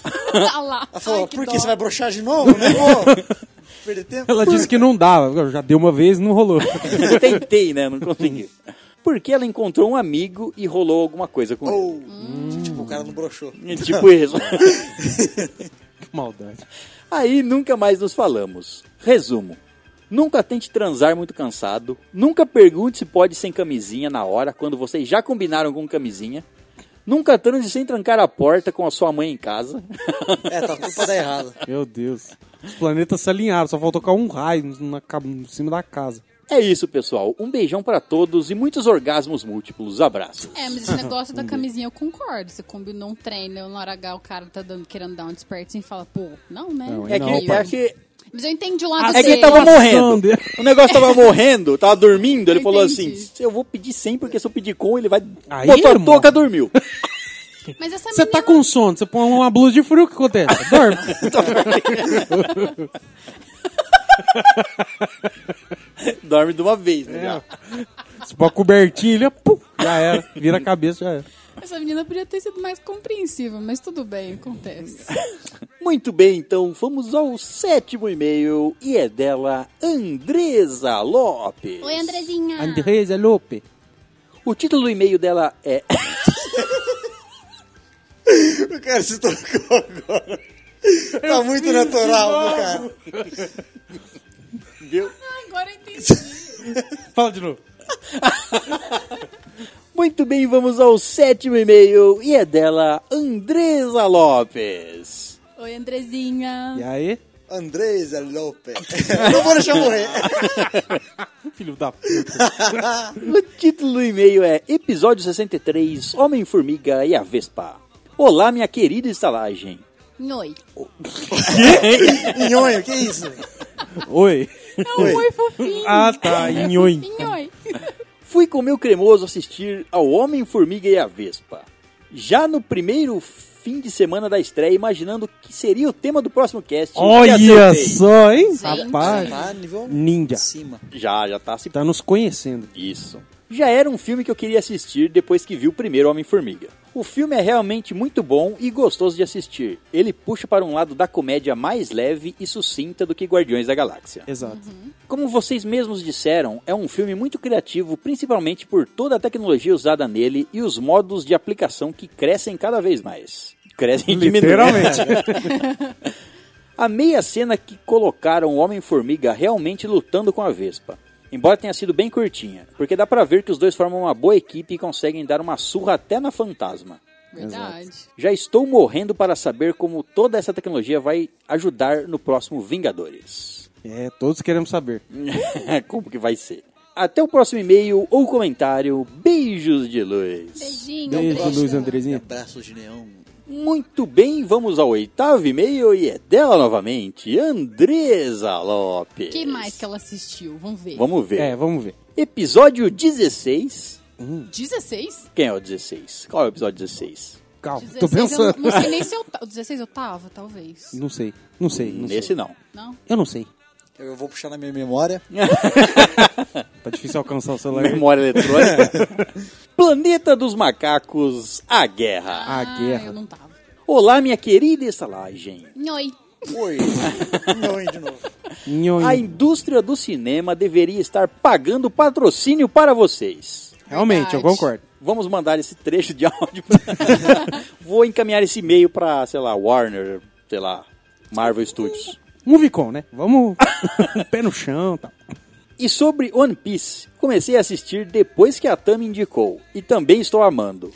[SPEAKER 3] Ah lá.
[SPEAKER 5] Ela falou,
[SPEAKER 3] Ai,
[SPEAKER 5] por
[SPEAKER 3] dó.
[SPEAKER 5] que você vai broxar de novo? Não vou. Perder tempo.
[SPEAKER 4] Ela disse que não dava. Agora, Já deu uma vez, não rolou.
[SPEAKER 1] Tentei, né? Não consegui. Porque ela encontrou um amigo e rolou alguma coisa com ele.
[SPEAKER 5] Ou, tipo, o cara não broxou.
[SPEAKER 1] É Tipo isso.
[SPEAKER 4] Que maldade.
[SPEAKER 1] Aí nunca mais nos falamos. Resumo. Nunca tente transar muito cansado. Nunca pergunte se pode sem camisinha na hora, quando vocês já combinaram com camisinha. Nunca transe sem trancar a porta com a sua mãe em casa.
[SPEAKER 5] É, tá tudo pra dar errado.
[SPEAKER 4] Meu Deus. Os planetas se alinharam, só faltou cair um raio na, ca- em cima da casa.
[SPEAKER 1] É isso, pessoal. Um beijão pra todos e muitos orgasmos múltiplos. Abraços.
[SPEAKER 3] É, mas esse negócio da camisinha eu concordo. Você combinou um treino, na hora H o cara tá dando, querendo dar um despertinho e fala, pô, não, né?
[SPEAKER 4] Não,
[SPEAKER 1] É
[SPEAKER 4] é
[SPEAKER 1] que,
[SPEAKER 4] Não,
[SPEAKER 1] é
[SPEAKER 4] pai. Ah,
[SPEAKER 1] que,
[SPEAKER 3] Mas eu entendi o lado
[SPEAKER 1] é que
[SPEAKER 3] dele.
[SPEAKER 1] ele tava morrendo.
[SPEAKER 4] Coração dele.
[SPEAKER 1] O negócio tava morrendo, tava dormindo. Ele
[SPEAKER 3] Eu
[SPEAKER 1] falou
[SPEAKER 3] entendi.
[SPEAKER 1] assim: "Se eu vou pedir 100, porque se eu pedir com, ele vai.
[SPEAKER 4] Aí,
[SPEAKER 1] Botou a
[SPEAKER 4] irmão.
[SPEAKER 1] touca, dormiu.
[SPEAKER 3] Mas essa
[SPEAKER 4] Você
[SPEAKER 3] menina...
[SPEAKER 4] tá com sono, você põe uma blusa de frio, o que acontece? Dorme.
[SPEAKER 1] Dorme de uma vez,
[SPEAKER 4] É,
[SPEAKER 1] né? já.
[SPEAKER 4] Você põe uma cobertilha, pum, já era. Vira a cabeça, já era.
[SPEAKER 3] Essa menina podia ter sido mais compreensiva, mas tudo bem, acontece.
[SPEAKER 1] Muito bem, então vamos ao sétimo e-mail e é dela Andresa Lopes.
[SPEAKER 3] Oi, Andrezinha.
[SPEAKER 4] Andresa Lope.
[SPEAKER 1] O título do e-mail dela é
[SPEAKER 5] O cara se tocou agora. Tá muito natural, cara.
[SPEAKER 3] Agora eu entendi.
[SPEAKER 4] Fala de novo.
[SPEAKER 1] Muito bem, vamos ao sétimo e-mail e é dela Andresa Lopes.
[SPEAKER 3] Oi, Andrezinha.
[SPEAKER 4] E aí?
[SPEAKER 5] Andresa Lope. Não vou deixar morrer.
[SPEAKER 4] Filho da puta.
[SPEAKER 1] O título do e-mail é Episódio 63, Homem-Formiga e a Vespa. Olá, minha querida estalagem.
[SPEAKER 3] Oi.
[SPEAKER 5] Nhonho, que isso?
[SPEAKER 4] Oi.
[SPEAKER 3] É um oi fofinho.
[SPEAKER 4] Ah, tá. Inhoi.
[SPEAKER 3] Em oi.
[SPEAKER 1] Fui com meu cremoso assistir ao Homem-Formiga e a Vespa. já no primeiro fim de semana da estreia, imaginando o que seria o tema do próximo cast. e
[SPEAKER 4] Olha
[SPEAKER 1] acertei.
[SPEAKER 4] só, hein?
[SPEAKER 3] Gente.
[SPEAKER 4] Rapaz,
[SPEAKER 5] Tá nível
[SPEAKER 4] ninja.
[SPEAKER 5] cima.
[SPEAKER 1] Já, já tá se...
[SPEAKER 4] Tá nos conhecendo.
[SPEAKER 1] Isso. Já era um filme que eu queria assistir depois que vi o primeiro Homem-Formiga. O filme é realmente muito bom e gostoso de assistir. Ele puxa para um lado da comédia mais leve e sucinta do que Guardiões da Galáxia.
[SPEAKER 4] Exato.
[SPEAKER 1] Como vocês mesmos disseram, é um filme muito criativo, principalmente por toda a tecnologia usada nele e os modos de aplicação que crescem cada vez mais. Crescem e diminuem.
[SPEAKER 4] Literalmente.
[SPEAKER 1] A meia cena que colocaram o Homem-Formiga realmente lutando com a Vespa. Embora tenha sido bem curtinha, porque dá pra ver que os dois formam uma boa equipe e conseguem dar uma surra até na fantasma.
[SPEAKER 3] Verdade.
[SPEAKER 1] Já estou morrendo para saber como toda essa tecnologia vai ajudar no próximo Vingadores.
[SPEAKER 4] É, todos queremos saber.
[SPEAKER 1] como que vai ser? Até o próximo e-mail ou comentário. Beijos de luz.
[SPEAKER 3] Beijinho,
[SPEAKER 4] Beijo,
[SPEAKER 3] beijo.
[SPEAKER 4] Luiz Andrezinho.
[SPEAKER 5] Abraços de neon.
[SPEAKER 1] Muito bem, vamos ao oitavo e-mail e é dela novamente, Andresa Lopes.
[SPEAKER 3] O que mais que ela assistiu? Vamos ver.
[SPEAKER 1] Vamos ver.
[SPEAKER 4] É, vamos ver.
[SPEAKER 1] Episódio 16.
[SPEAKER 3] 16?
[SPEAKER 1] Quem é o 16? Qual é o episódio 16?
[SPEAKER 4] Calma,
[SPEAKER 3] 16
[SPEAKER 4] tô
[SPEAKER 3] Eu
[SPEAKER 4] pensando.
[SPEAKER 3] não, não sei nem se eu tava. 16 eu tava, talvez.
[SPEAKER 4] Não sei, não sei. Não
[SPEAKER 1] Nesse
[SPEAKER 4] sei.
[SPEAKER 1] não.
[SPEAKER 3] Não?
[SPEAKER 4] Eu não sei.
[SPEAKER 5] Eu vou puxar na minha memória.
[SPEAKER 4] Tá difícil alcançar o celular.
[SPEAKER 1] Memória eletrônica. Planeta dos Macacos, a guerra.
[SPEAKER 4] A
[SPEAKER 3] Ah, Eu
[SPEAKER 4] guerra.
[SPEAKER 3] não tava.
[SPEAKER 1] Olá, minha querida estalagem.
[SPEAKER 3] Nhoi.
[SPEAKER 5] Oi. Não, hein, de novo.
[SPEAKER 4] Nhoi.
[SPEAKER 1] A indústria do cinema deveria estar pagando patrocínio para vocês.
[SPEAKER 4] Realmente, eu
[SPEAKER 3] Verdade.
[SPEAKER 4] concordo.
[SPEAKER 1] Vamos mandar esse trecho de áudio. pra- Vou encaminhar esse e-mail para, sei lá, Warner, sei lá, Marvel Studios.
[SPEAKER 4] Movicon, né? Vamos. Pé no chão tá. e tal.
[SPEAKER 1] E sobre One Piece, comecei a assistir depois que a Tami indicou e também estou amando.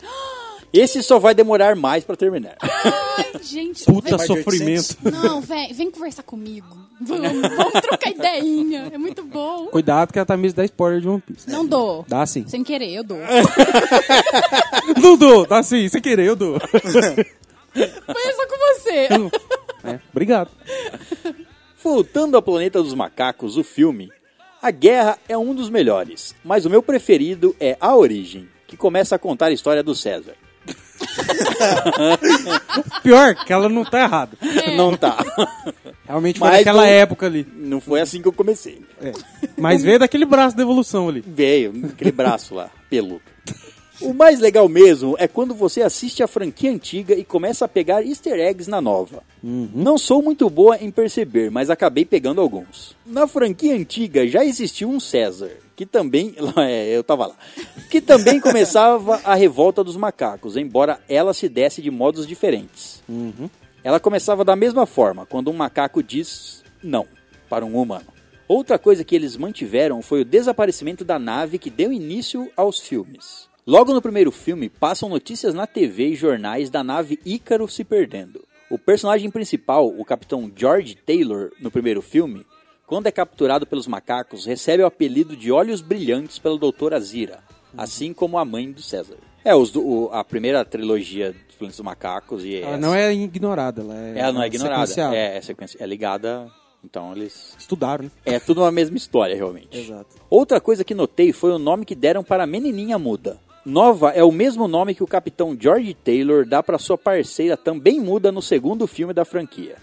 [SPEAKER 1] Esse só vai demorar mais pra terminar.
[SPEAKER 3] Ai, gente.
[SPEAKER 4] Puta
[SPEAKER 5] Mais
[SPEAKER 3] vem...
[SPEAKER 5] de
[SPEAKER 4] sofrimento.
[SPEAKER 5] 800.
[SPEAKER 3] Não, vem, vem conversar comigo. Vamos, vamos trocar ideinha. É muito bom.
[SPEAKER 4] Cuidado que é a Tamires dá spoiler de One Piece.
[SPEAKER 3] Não dou.
[SPEAKER 4] Dá sim.
[SPEAKER 3] Sem querer, eu dou.
[SPEAKER 4] não dou, dá sim. Sem querer, eu dou.
[SPEAKER 3] Pensa com você.
[SPEAKER 4] É, obrigado.
[SPEAKER 1] Voltando ao Planeta dos Macacos, o filme, a guerra é um dos melhores, mas o meu preferido é A Origem, que começa a contar a história do César.
[SPEAKER 4] Pior que ela não tá errada.
[SPEAKER 1] Não tá.
[SPEAKER 4] Realmente foi
[SPEAKER 1] Mas
[SPEAKER 4] naquela
[SPEAKER 1] não-
[SPEAKER 4] época ali.
[SPEAKER 1] Não foi assim que eu comecei.
[SPEAKER 4] É. Mas veio daquele braço da evolução ali.
[SPEAKER 1] Veio, aquele braço lá, peludo. O mais legal mesmo é quando você assiste a franquia antiga e começa a pegar easter eggs na nova. Não sou muito boa em perceber, mas acabei pegando alguns. Na franquia antiga já existiu um César, que também. É, eu tava lá. Que também começava a revolta dos macacos, embora ela se desse de modos diferentes. Ela começava da mesma forma, quando um macaco diz não para um humano. Outra coisa que eles mantiveram foi o desaparecimento da nave que deu início aos filmes. Logo no primeiro filme, passam notícias na TV e jornais da nave Ícaro se perdendo. O personagem principal, o capitão George Taylor, no primeiro filme, quando é capturado pelos macacos, recebe o apelido de Olhos Brilhantes pela doutora Zira, assim como a mãe do César. É, os do- o- a primeira trilogia dos Planetas dos Macacos e
[SPEAKER 4] Ela
[SPEAKER 1] essa-
[SPEAKER 4] não é ignorada, ela é.
[SPEAKER 1] ela não é ignorada.
[SPEAKER 4] sequenciada.
[SPEAKER 1] É, é sequência, é ligada. Então eles.
[SPEAKER 4] Estudaram, né?
[SPEAKER 1] É tudo uma mesma história, realmente.
[SPEAKER 4] Exato.
[SPEAKER 1] Outra coisa que notei foi o nome que deram para a menininha muda. Nova é o mesmo nome que o capitão George Taylor dá para sua parceira também muda no segundo filme da franquia.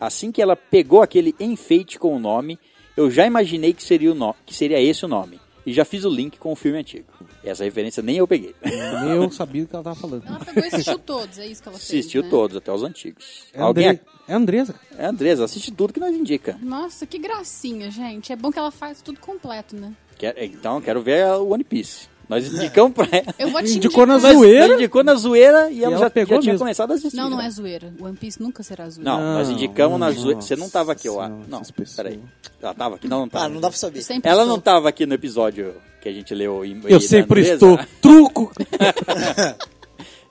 [SPEAKER 1] Assim que ela pegou aquele enfeite com o nome, eu já imaginei que seria, o no... que seria esse o nome. E já fiz o link com o filme antigo. Essa referência nem eu peguei.
[SPEAKER 4] Nem eu sabia o que ela tava falando.
[SPEAKER 3] Ela pegou e assistiu todos, é isso que ela fez.
[SPEAKER 1] Assistiu
[SPEAKER 3] né?
[SPEAKER 1] todos, até os antigos.
[SPEAKER 4] É,
[SPEAKER 1] Alguém.
[SPEAKER 4] Andre... é a Andresa. cara.
[SPEAKER 1] É, Andresa, assiste tudo que nós indica.
[SPEAKER 3] Nossa, que gracinha, gente. É bom que ela faz tudo completo, né?
[SPEAKER 1] Quer- Então, quero ver a One Piece. Nós indicamos pra ela.
[SPEAKER 3] Eu vou te
[SPEAKER 4] Indicou
[SPEAKER 3] indicar-
[SPEAKER 4] na zoeira.
[SPEAKER 1] Nós indicou na zoeira e ela,
[SPEAKER 4] ela
[SPEAKER 1] já,
[SPEAKER 4] pegou
[SPEAKER 1] já tinha
[SPEAKER 4] mesmo.
[SPEAKER 1] começado a assistir.
[SPEAKER 3] Não, não
[SPEAKER 1] né?
[SPEAKER 3] é zoeira. One Piece nunca será zoeira.
[SPEAKER 1] Não, nós
[SPEAKER 4] Não,
[SPEAKER 1] indicamos na
[SPEAKER 4] nossa
[SPEAKER 1] zoeira. Você não tava aqui, eu acho.
[SPEAKER 4] senhora,
[SPEAKER 1] Não,
[SPEAKER 4] essas pessoas.
[SPEAKER 1] peraí. Ela tava aqui? Não, não tava.
[SPEAKER 5] Ah, não dá pra saber.
[SPEAKER 3] Sempre
[SPEAKER 1] Ela
[SPEAKER 3] sou.
[SPEAKER 1] não tava aqui no episódio que a gente leu em
[SPEAKER 4] Eu sempre estou. Truco!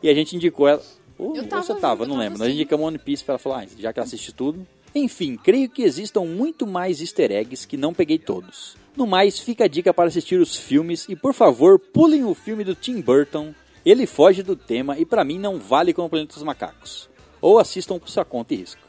[SPEAKER 1] E a gente indicou ela. Ou
[SPEAKER 3] Eu
[SPEAKER 1] ou
[SPEAKER 3] tava
[SPEAKER 1] você
[SPEAKER 3] junto,
[SPEAKER 1] tava,
[SPEAKER 3] eu
[SPEAKER 1] não
[SPEAKER 3] tava assim.
[SPEAKER 1] lembro. Nós
[SPEAKER 3] sim.
[SPEAKER 1] indicamos One Piece pra ela falar, ah, já que ela assiste tudo. Enfim, creio que existam muito mais easter eggs que não peguei todos. No mais, fica a dica para assistir os filmes e, por favor, pulem o filme do Tim Burton. Ele foge do tema e, pra mim, não vale como Planeta dos Macacos. Ou assistam por sua conta e risco.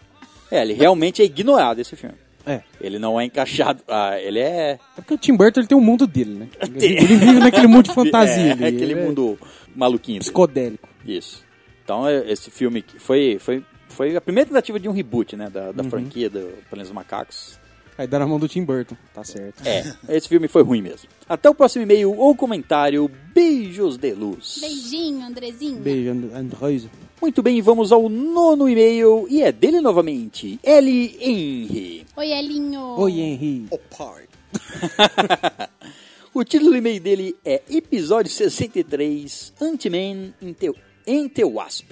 [SPEAKER 1] É, ele realmente é ignorado, esse filme.
[SPEAKER 4] É.
[SPEAKER 1] Ele não é encaixado. Ah, ele é.
[SPEAKER 4] É porque o Tim Burton ele tem um mundo dele, né? Ele, ele vive naquele mundo de fantasia.
[SPEAKER 1] é,
[SPEAKER 4] ali,
[SPEAKER 1] aquele
[SPEAKER 4] ele
[SPEAKER 1] mundo maluquinho. dele.
[SPEAKER 4] psicodélico.
[SPEAKER 1] Isso. Então, é, esse filme que foi, foi, foi a primeira tentativa de um reboot, né? Da, da franquia do Planos dos Macacos.
[SPEAKER 4] Aí dá na mão do Tim Burton, tá certo.
[SPEAKER 1] É, esse filme foi ruim mesmo. Até o próximo e-mail ou comentário. Beijos de luz.
[SPEAKER 3] Beijinho, Andrezinho.
[SPEAKER 4] Beijo, And- Android.
[SPEAKER 1] Muito bem, vamos ao nono e-mail e é dele novamente. L. Henry.
[SPEAKER 3] Oi, Elinho.
[SPEAKER 4] Oi, Henry.
[SPEAKER 5] O pai.
[SPEAKER 1] O título do e-mail dele é Episódio 63 Ant-Man em teu, em teu Wasp.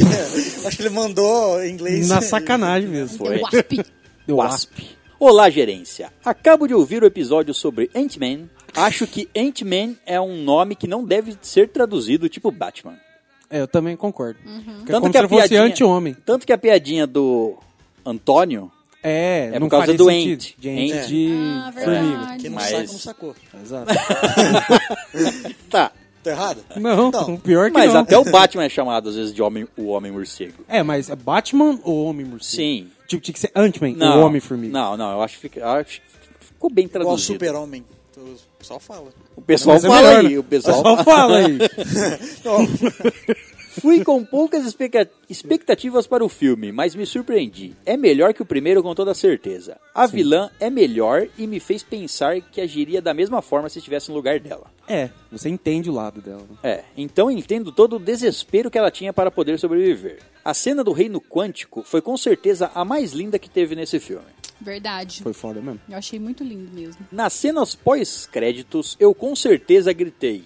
[SPEAKER 5] Acho que ele mandou em
[SPEAKER 1] É
[SPEAKER 5] inglês.
[SPEAKER 4] Na sacanagem mesmo. Ah,
[SPEAKER 1] Foi.
[SPEAKER 3] Wasp.
[SPEAKER 4] Deu
[SPEAKER 1] Wasp. Olá, gerência. Acabo de ouvir o episódio sobre Ant-Man. Acho que Ant-Man é um nome que não deve ser traduzido tipo Batman.
[SPEAKER 4] É, eu também concordo. Porque É
[SPEAKER 1] Tanto
[SPEAKER 4] como
[SPEAKER 1] que
[SPEAKER 4] se
[SPEAKER 1] a
[SPEAKER 4] ele fosse
[SPEAKER 1] piadinha-
[SPEAKER 4] anti-homem.
[SPEAKER 1] Tanto que a piadinha do Antônio
[SPEAKER 4] É,
[SPEAKER 1] por
[SPEAKER 4] não
[SPEAKER 1] causa
[SPEAKER 4] faria
[SPEAKER 1] do
[SPEAKER 4] sentido.
[SPEAKER 1] Ent.
[SPEAKER 4] De
[SPEAKER 1] Ent.
[SPEAKER 4] Ent de
[SPEAKER 3] Ah,
[SPEAKER 4] formiga.
[SPEAKER 3] verdade.
[SPEAKER 5] Quem não
[SPEAKER 1] Mas-
[SPEAKER 5] saca, não sacou.
[SPEAKER 4] Exato.
[SPEAKER 1] Tá.
[SPEAKER 5] Tá errado? Então,
[SPEAKER 4] Não,
[SPEAKER 5] Não.
[SPEAKER 4] pior que
[SPEAKER 1] Mas
[SPEAKER 4] não.
[SPEAKER 1] até o Batman é chamado às vezes de homem, o homem morcego.
[SPEAKER 4] É, mas é Batman ou Homem-Morcego?
[SPEAKER 1] Sim.
[SPEAKER 4] Tipo, tinha que ser Ant-Man
[SPEAKER 1] Não.
[SPEAKER 4] ou Homem-Formiga.
[SPEAKER 1] Não, não, eu acho que, fica- acho que ficou bem
[SPEAKER 5] Igual
[SPEAKER 1] traduzido.
[SPEAKER 5] super-homem. Tu- O pessoal fala.
[SPEAKER 1] O pessoal
[SPEAKER 4] Mas é
[SPEAKER 1] fala
[SPEAKER 4] melhor,
[SPEAKER 1] aí,
[SPEAKER 4] né?
[SPEAKER 1] o pessoal
[SPEAKER 4] Só fala aí.
[SPEAKER 5] Oh,
[SPEAKER 1] Fui com poucas expecta- expectativas para o filme, mas me surpreendi. É melhor que o primeiro com toda certeza. A vilã é melhor e me fez pensar que agiria da mesma forma se estivesse no lugar dela.
[SPEAKER 4] É, você entende o lado dela. né?
[SPEAKER 1] É, então entendo todo o desespero que ela tinha para poder sobreviver. A cena do reino quântico foi com certeza a mais linda que teve nesse filme.
[SPEAKER 3] Verdade.
[SPEAKER 4] Foi foda mesmo.
[SPEAKER 3] Eu achei muito lindo mesmo.
[SPEAKER 1] Nas cenas pós-créditos, eu com certeza gritei.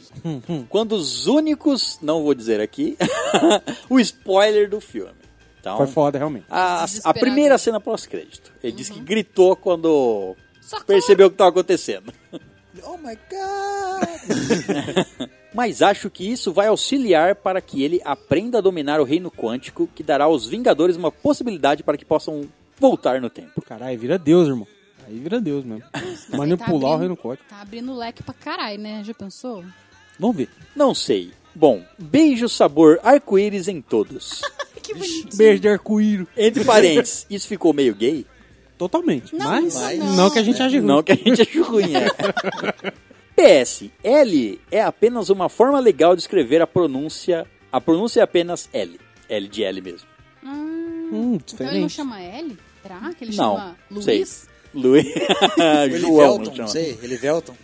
[SPEAKER 1] quando os únicos, não vou dizer aqui, o spoiler do filme. Então,
[SPEAKER 4] Foi foda, realmente.
[SPEAKER 1] A, a
[SPEAKER 3] Desesperado.
[SPEAKER 1] primeira cena pós-crédito. Ele disse que gritou quando
[SPEAKER 3] Socorro!
[SPEAKER 1] percebeu o que estava acontecendo.
[SPEAKER 5] Oh my god!
[SPEAKER 1] Mas acho que isso vai auxiliar para que ele aprenda a dominar o reino quântico, que dará aos Vingadores uma possibilidade para que possam voltar no tempo.
[SPEAKER 4] Caralho, vira Deus, irmão. Aí vira Deus mesmo.
[SPEAKER 3] Mas ele
[SPEAKER 4] Manipular o reino código.
[SPEAKER 3] Tá abrindo leque pra caralho, né? Já pensou?
[SPEAKER 4] Vamos ver.
[SPEAKER 1] Não sei. Bom, beijo sabor arco-íris em todos.
[SPEAKER 3] Ai, que bonitinho.
[SPEAKER 4] Beijo de arco-íris.
[SPEAKER 1] Entre parênteses, isso ficou meio gay?
[SPEAKER 4] Totalmente.
[SPEAKER 3] Não,
[SPEAKER 4] mas
[SPEAKER 3] mas
[SPEAKER 4] não.
[SPEAKER 3] não.
[SPEAKER 4] que a gente ache ruim.
[SPEAKER 1] Não que a gente ache ruim, é. PS, L é apenas uma forma legal de escrever a pronúncia. A pronúncia é apenas L. L de L mesmo.
[SPEAKER 4] Hum,
[SPEAKER 3] Então ele não
[SPEAKER 4] diferente.
[SPEAKER 3] chama L? Será que ele
[SPEAKER 1] não,
[SPEAKER 3] chama
[SPEAKER 1] sei.
[SPEAKER 3] Luiz?
[SPEAKER 1] Luiz.
[SPEAKER 5] Ele
[SPEAKER 1] João,
[SPEAKER 5] Velton,
[SPEAKER 1] não
[SPEAKER 5] não
[SPEAKER 1] chama.
[SPEAKER 5] sei. Ele Velton.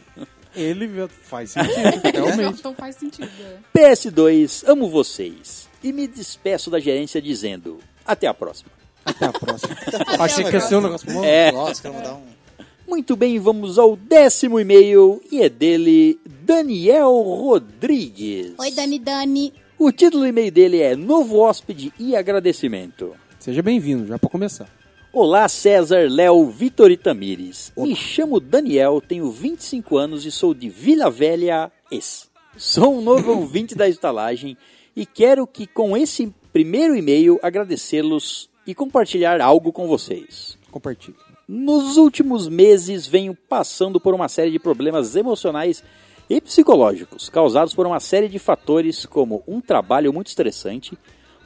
[SPEAKER 4] Ele vê- faz sentido. É, realmente.
[SPEAKER 3] Então faz sentido. é.
[SPEAKER 1] PS2, amo vocês. E me despeço da gerência dizendo: até a próxima.
[SPEAKER 4] Até a próxima. Achei que ia ser um negócio bom.
[SPEAKER 1] É.
[SPEAKER 5] Nossa, quero mandar um...
[SPEAKER 1] Muito bem, vamos ao décimo e-mail e é dele, Daniel Rodrigues.
[SPEAKER 3] Oi, Dani Dani.
[SPEAKER 1] O título do e-mail dele é Novo Hóspede e Agradecimento.
[SPEAKER 4] Seja bem-vindo, já pra começar.
[SPEAKER 1] Olá, César, Léo, Vitor e Tamires. Me chamo Daniel, tenho 25 anos e sou de Vila Velha, ex. Sou um novo ouvinte da estalagem e quero que com esse primeiro e-mail agradecê-los e compartilhar algo com vocês.
[SPEAKER 4] Compartilhe.
[SPEAKER 1] Nos últimos meses venho passando por uma série de problemas emocionais e psicológicos, causados por uma série de fatores como um trabalho muito estressante,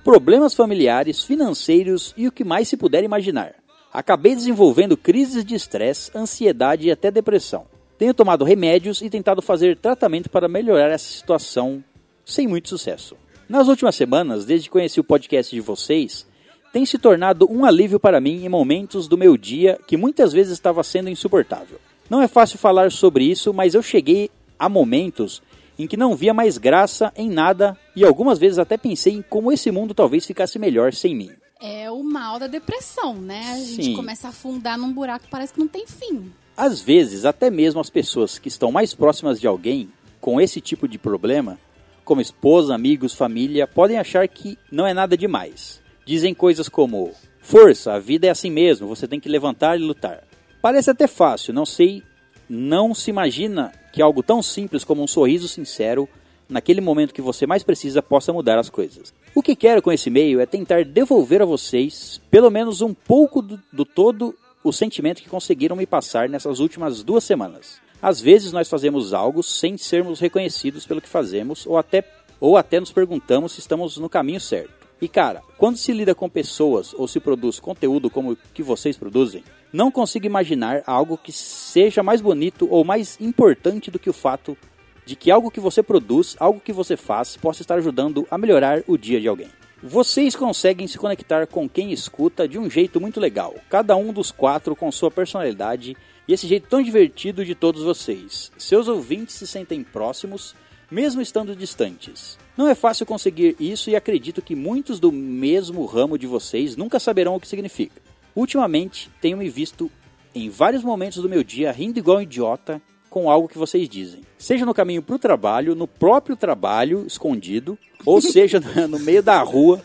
[SPEAKER 1] problemas familiares, financeiros e o que mais se puder imaginar. Acabei desenvolvendo crises de estresse, ansiedade e até depressão. Tenho tomado remédios e tentado fazer tratamento para melhorar essa situação sem muito sucesso. Nas últimas semanas, desde que conheci o podcast de vocês, tem se tornado um alívio para mim em momentos do meu dia que muitas vezes estava sendo insuportável. Não é fácil falar sobre isso, mas eu cheguei a momentos em que não via mais graça em nada e algumas vezes até pensei em como esse mundo talvez ficasse melhor sem mim.
[SPEAKER 3] É o mal da depressão, né? A gente
[SPEAKER 1] Sim.
[SPEAKER 3] começa a afundar num buraco que parece que não tem fim.
[SPEAKER 1] Às vezes, até mesmo as pessoas que estão mais próximas de alguém com esse tipo de problema, como esposa, amigos, família, podem achar que não é nada demais. Dizem coisas como: força, a vida é assim mesmo, você tem que levantar e lutar. Parece até fácil, não sei, não se imagina que algo tão simples como um sorriso sincero, naquele momento que você mais precisa, possa mudar as coisas. O que quero com esse e-mail é tentar devolver a vocês, pelo menos um pouco do, do todo o sentimento que conseguiram me passar nessas últimas duas semanas. Às vezes nós fazemos algo sem sermos reconhecidos pelo que fazemos ou até, ou até nos perguntamos se estamos no caminho certo. E cara, quando se lida com pessoas ou se produz conteúdo como o que vocês produzem, não consigo imaginar algo que seja mais bonito ou mais importante do que o fato de que algo que você produz, algo que você faz, possa estar ajudando a melhorar o dia de alguém. Vocês conseguem se conectar com quem escuta de um jeito muito legal, cada um dos quatro com sua personalidade e esse jeito tão divertido de todos vocês. Seus ouvintes se sentem próximos, mesmo estando distantes. Não é fácil conseguir isso e acredito que muitos do mesmo ramo de vocês nunca saberão o que significa. Ultimamente, tenho me visto em vários momentos do meu dia rindo igual um idiota com algo que vocês dizem. Seja no caminho para o trabalho, no próprio trabalho, escondido, ou seja na- no meio da rua.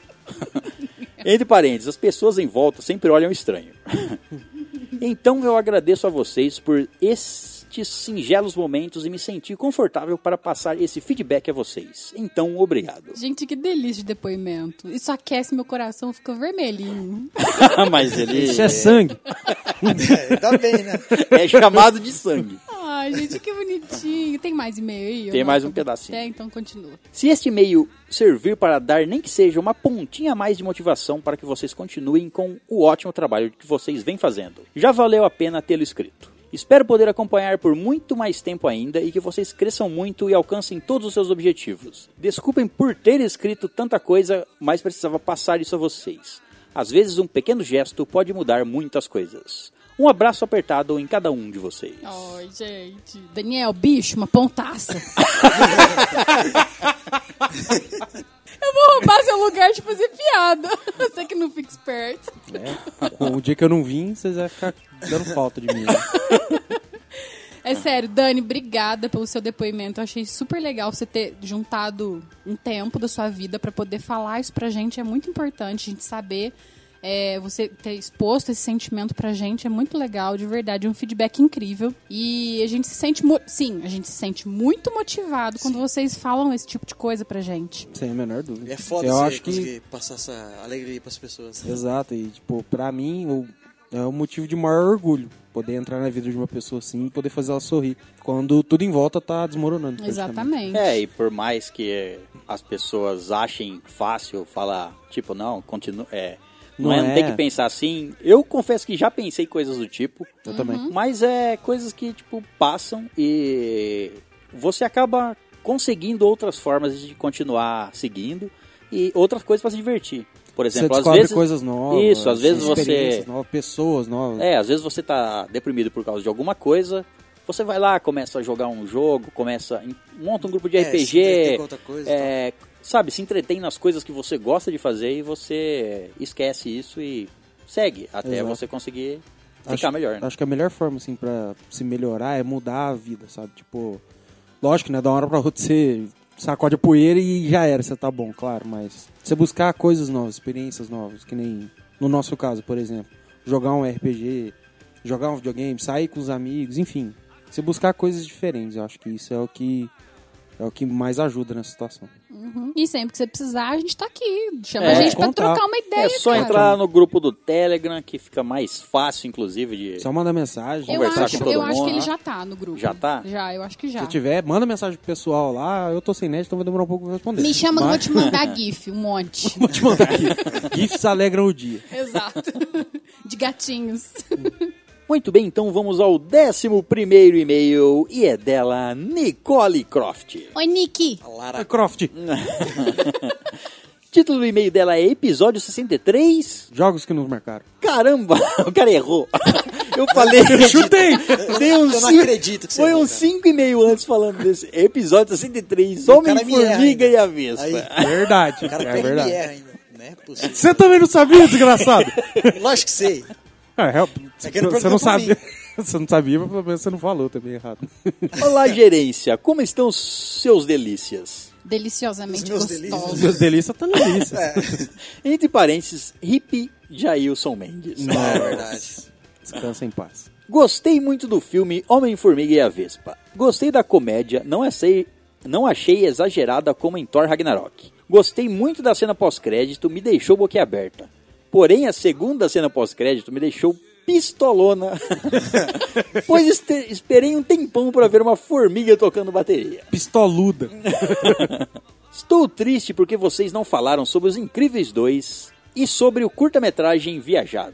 [SPEAKER 1] Entre parênteses, as pessoas em volta sempre olham estranho. Então eu agradeço a vocês por estes singelos momentos e me sentir confortável para passar esse feedback a vocês. Então, obrigado.
[SPEAKER 3] Gente, que delícia de depoimento. Isso aquece meu coração, fica vermelhinho.
[SPEAKER 1] Ah, Mas ele
[SPEAKER 4] Isso é sangue.
[SPEAKER 5] É, tá bem, né?
[SPEAKER 1] é chamado de sangue.
[SPEAKER 3] Ai, gente, que bonitinho. Tem mais e-mail aí?
[SPEAKER 1] Tem
[SPEAKER 3] Eu
[SPEAKER 1] mais
[SPEAKER 3] não-
[SPEAKER 1] um pedacinho.
[SPEAKER 3] Tem, então continua.
[SPEAKER 1] Se este e-mail servir para dar nem que seja uma pontinha a mais de motivação para que vocês continuem com o ótimo trabalho que vocês vêm fazendo, já valeu a pena tê-lo escrito. Espero poder acompanhar por muito mais tempo ainda e que vocês cresçam muito e alcancem todos os seus objetivos. Desculpem por ter escrito tanta coisa, mas precisava passar isso a vocês. Às vezes um pequeno gesto pode mudar muitas coisas. Um abraço apertado em cada um de vocês.
[SPEAKER 3] Ai, gente. Daniel, bicho, uma pontaça. Eu vou roubar seu lugar de fazer piada. Você que não fica esperto.
[SPEAKER 4] É. O dia que eu não vim, vocês vão ficar dando falta de mim.
[SPEAKER 3] É sério, Dani, obrigada pelo seu depoimento. Eu achei super legal você ter juntado um tempo da sua vida pra poder falar isso pra gente. É muito importante a gente saber. é, você ter exposto esse sentimento pra gente é muito legal, de verdade, é um feedback incrível. E a gente se sente, mo- sim, a gente se sente muito motivado quando vocês falam esse tipo de coisa pra gente.
[SPEAKER 4] Sem a menor dúvida.
[SPEAKER 5] É foda
[SPEAKER 4] eu
[SPEAKER 5] você
[SPEAKER 4] acho que
[SPEAKER 5] conseguir passar essa alegria pras pessoas.
[SPEAKER 4] Exato, e tipo, pra mim o- é um motivo de maior orgulho poder entrar na vida de uma pessoa assim e poder fazer ela sorrir. Quando tudo em volta tá desmoronando. praticamente.
[SPEAKER 3] Exatamente.
[SPEAKER 1] É, e por mais que as pessoas achem fácil falar, tipo, não, continua. É, não,
[SPEAKER 4] Não
[SPEAKER 1] é, não tem
[SPEAKER 4] é.
[SPEAKER 1] que pensar assim. Eu confesso que já pensei coisas do tipo,
[SPEAKER 4] Eu também.
[SPEAKER 1] mas é coisas que, tipo, passam e você acaba conseguindo outras formas de continuar seguindo e outras coisas pra se divertir. Por
[SPEAKER 4] Você
[SPEAKER 1] exemplo, às
[SPEAKER 4] descobre
[SPEAKER 1] vezes.
[SPEAKER 4] coisas novas. assim,
[SPEAKER 1] Isso, às vezes você-
[SPEAKER 4] experiências novas, pessoas novas.
[SPEAKER 1] É, às vezes você tá deprimido por causa de alguma coisa. Você vai lá, começa a jogar um jogo, começa. monta um grupo de
[SPEAKER 5] É, se
[SPEAKER 1] RPG.
[SPEAKER 5] entreter com outra coisa e
[SPEAKER 1] é, sabe, se entretém nas coisas que você gosta de fazer e você esquece isso e segue até
[SPEAKER 4] Exato.
[SPEAKER 1] você conseguir ficar
[SPEAKER 4] Acho-
[SPEAKER 1] melhor, né?
[SPEAKER 4] Acho que a melhor forma, assim, pra se melhorar é mudar a vida, sabe? Tipo, lógico, né? Da uma hora pra outra você sacode a poeira e já era, você tá bom, claro, mas você buscar coisas novas, experiências novas, que nem no nosso caso, por exemplo, jogar um RPG, jogar um videogame, sair com os amigos, enfim. Você buscar coisas diferentes, eu acho que isso é o que é o que mais ajuda nessa situação.
[SPEAKER 3] Uhum. E sempre que você precisar, a gente tá aqui. Chama
[SPEAKER 1] É.
[SPEAKER 3] a gente pra
[SPEAKER 4] Contar.
[SPEAKER 3] trocar uma ideia.
[SPEAKER 1] é só
[SPEAKER 3] cara.
[SPEAKER 1] entrar no grupo do Telegram, que fica mais fácil, inclusive, de.
[SPEAKER 4] Só manda mensagem,
[SPEAKER 3] Eu
[SPEAKER 1] Conversar
[SPEAKER 3] acho,
[SPEAKER 1] com todo
[SPEAKER 3] eu acho
[SPEAKER 1] mundo,
[SPEAKER 3] que ele
[SPEAKER 1] né?
[SPEAKER 3] já tá no grupo.
[SPEAKER 1] Já tá?
[SPEAKER 3] Já, eu acho que já.
[SPEAKER 4] se tiver, manda mensagem pro pessoal lá, eu tô sem net, então vai demorar um pouco pra responder.
[SPEAKER 3] Me chama que eu vou
[SPEAKER 4] Mas-
[SPEAKER 3] te mandar GIF, um monte.
[SPEAKER 4] Vou te mandar aqui. GIFs alegram o dia.
[SPEAKER 3] Exato. De gatinhos.
[SPEAKER 1] Muito bem, então vamos ao 11 primeiro e-mail e é dela Nicole Croft.
[SPEAKER 3] Oi, Nick.
[SPEAKER 5] A então. Lara
[SPEAKER 4] Ah, Croft,
[SPEAKER 1] Título do e-mail dela é Episódio 63.
[SPEAKER 4] jogos que nos marcaram.
[SPEAKER 1] Caramba, o cara errou. Eu falei.
[SPEAKER 4] Chutei!
[SPEAKER 1] Dei um
[SPEAKER 5] Eu não
[SPEAKER 1] cinco-
[SPEAKER 5] acredito que você
[SPEAKER 1] Foi
[SPEAKER 5] errou,
[SPEAKER 1] uns
[SPEAKER 5] cara.
[SPEAKER 1] 5 e meio antes falando desse episódio 63, Homem,
[SPEAKER 5] cara me erra
[SPEAKER 1] Formiga
[SPEAKER 5] ainda.
[SPEAKER 1] e a Vespa.
[SPEAKER 5] Aí.
[SPEAKER 4] Verdade,
[SPEAKER 5] O cara
[SPEAKER 4] é
[SPEAKER 5] pega e
[SPEAKER 4] verdade.
[SPEAKER 5] me erra ainda. Não é possível.
[SPEAKER 4] Você tá- também não sabia, desgraçado?
[SPEAKER 5] Lógico que sei.
[SPEAKER 4] É, é,
[SPEAKER 5] que ele
[SPEAKER 4] você
[SPEAKER 5] perguntou
[SPEAKER 4] não
[SPEAKER 5] pra
[SPEAKER 4] sabia.
[SPEAKER 5] mim.
[SPEAKER 4] Você não sabia, mas pelo menos você não falou também errado.
[SPEAKER 1] Olá, gerência, como estão os seus delícias?
[SPEAKER 3] Deliciosamente
[SPEAKER 5] Os meus
[SPEAKER 3] gostosos.
[SPEAKER 5] delícias.
[SPEAKER 4] Meus tá delícias estão delícias.
[SPEAKER 5] É.
[SPEAKER 1] Entre parênteses, hippie Jailson Mendes.
[SPEAKER 5] É verdade.
[SPEAKER 4] Descansa em paz.
[SPEAKER 1] Gostei muito do filme Homem-Formiga e a Vespa. Gostei da comédia, não achei, não achei exagerada como em Thor Ragnarok. Gostei muito da cena pós-crédito, me deixou boquiaberta. Porém, a segunda cena pós-crédito me deixou pistolona, pois este- esperei um tempão para ver uma formiga tocando bateria.
[SPEAKER 4] Pistoluda.
[SPEAKER 1] Estou triste porque vocês não falaram sobre os Incríveis 2 e sobre o curta-metragem Viajado.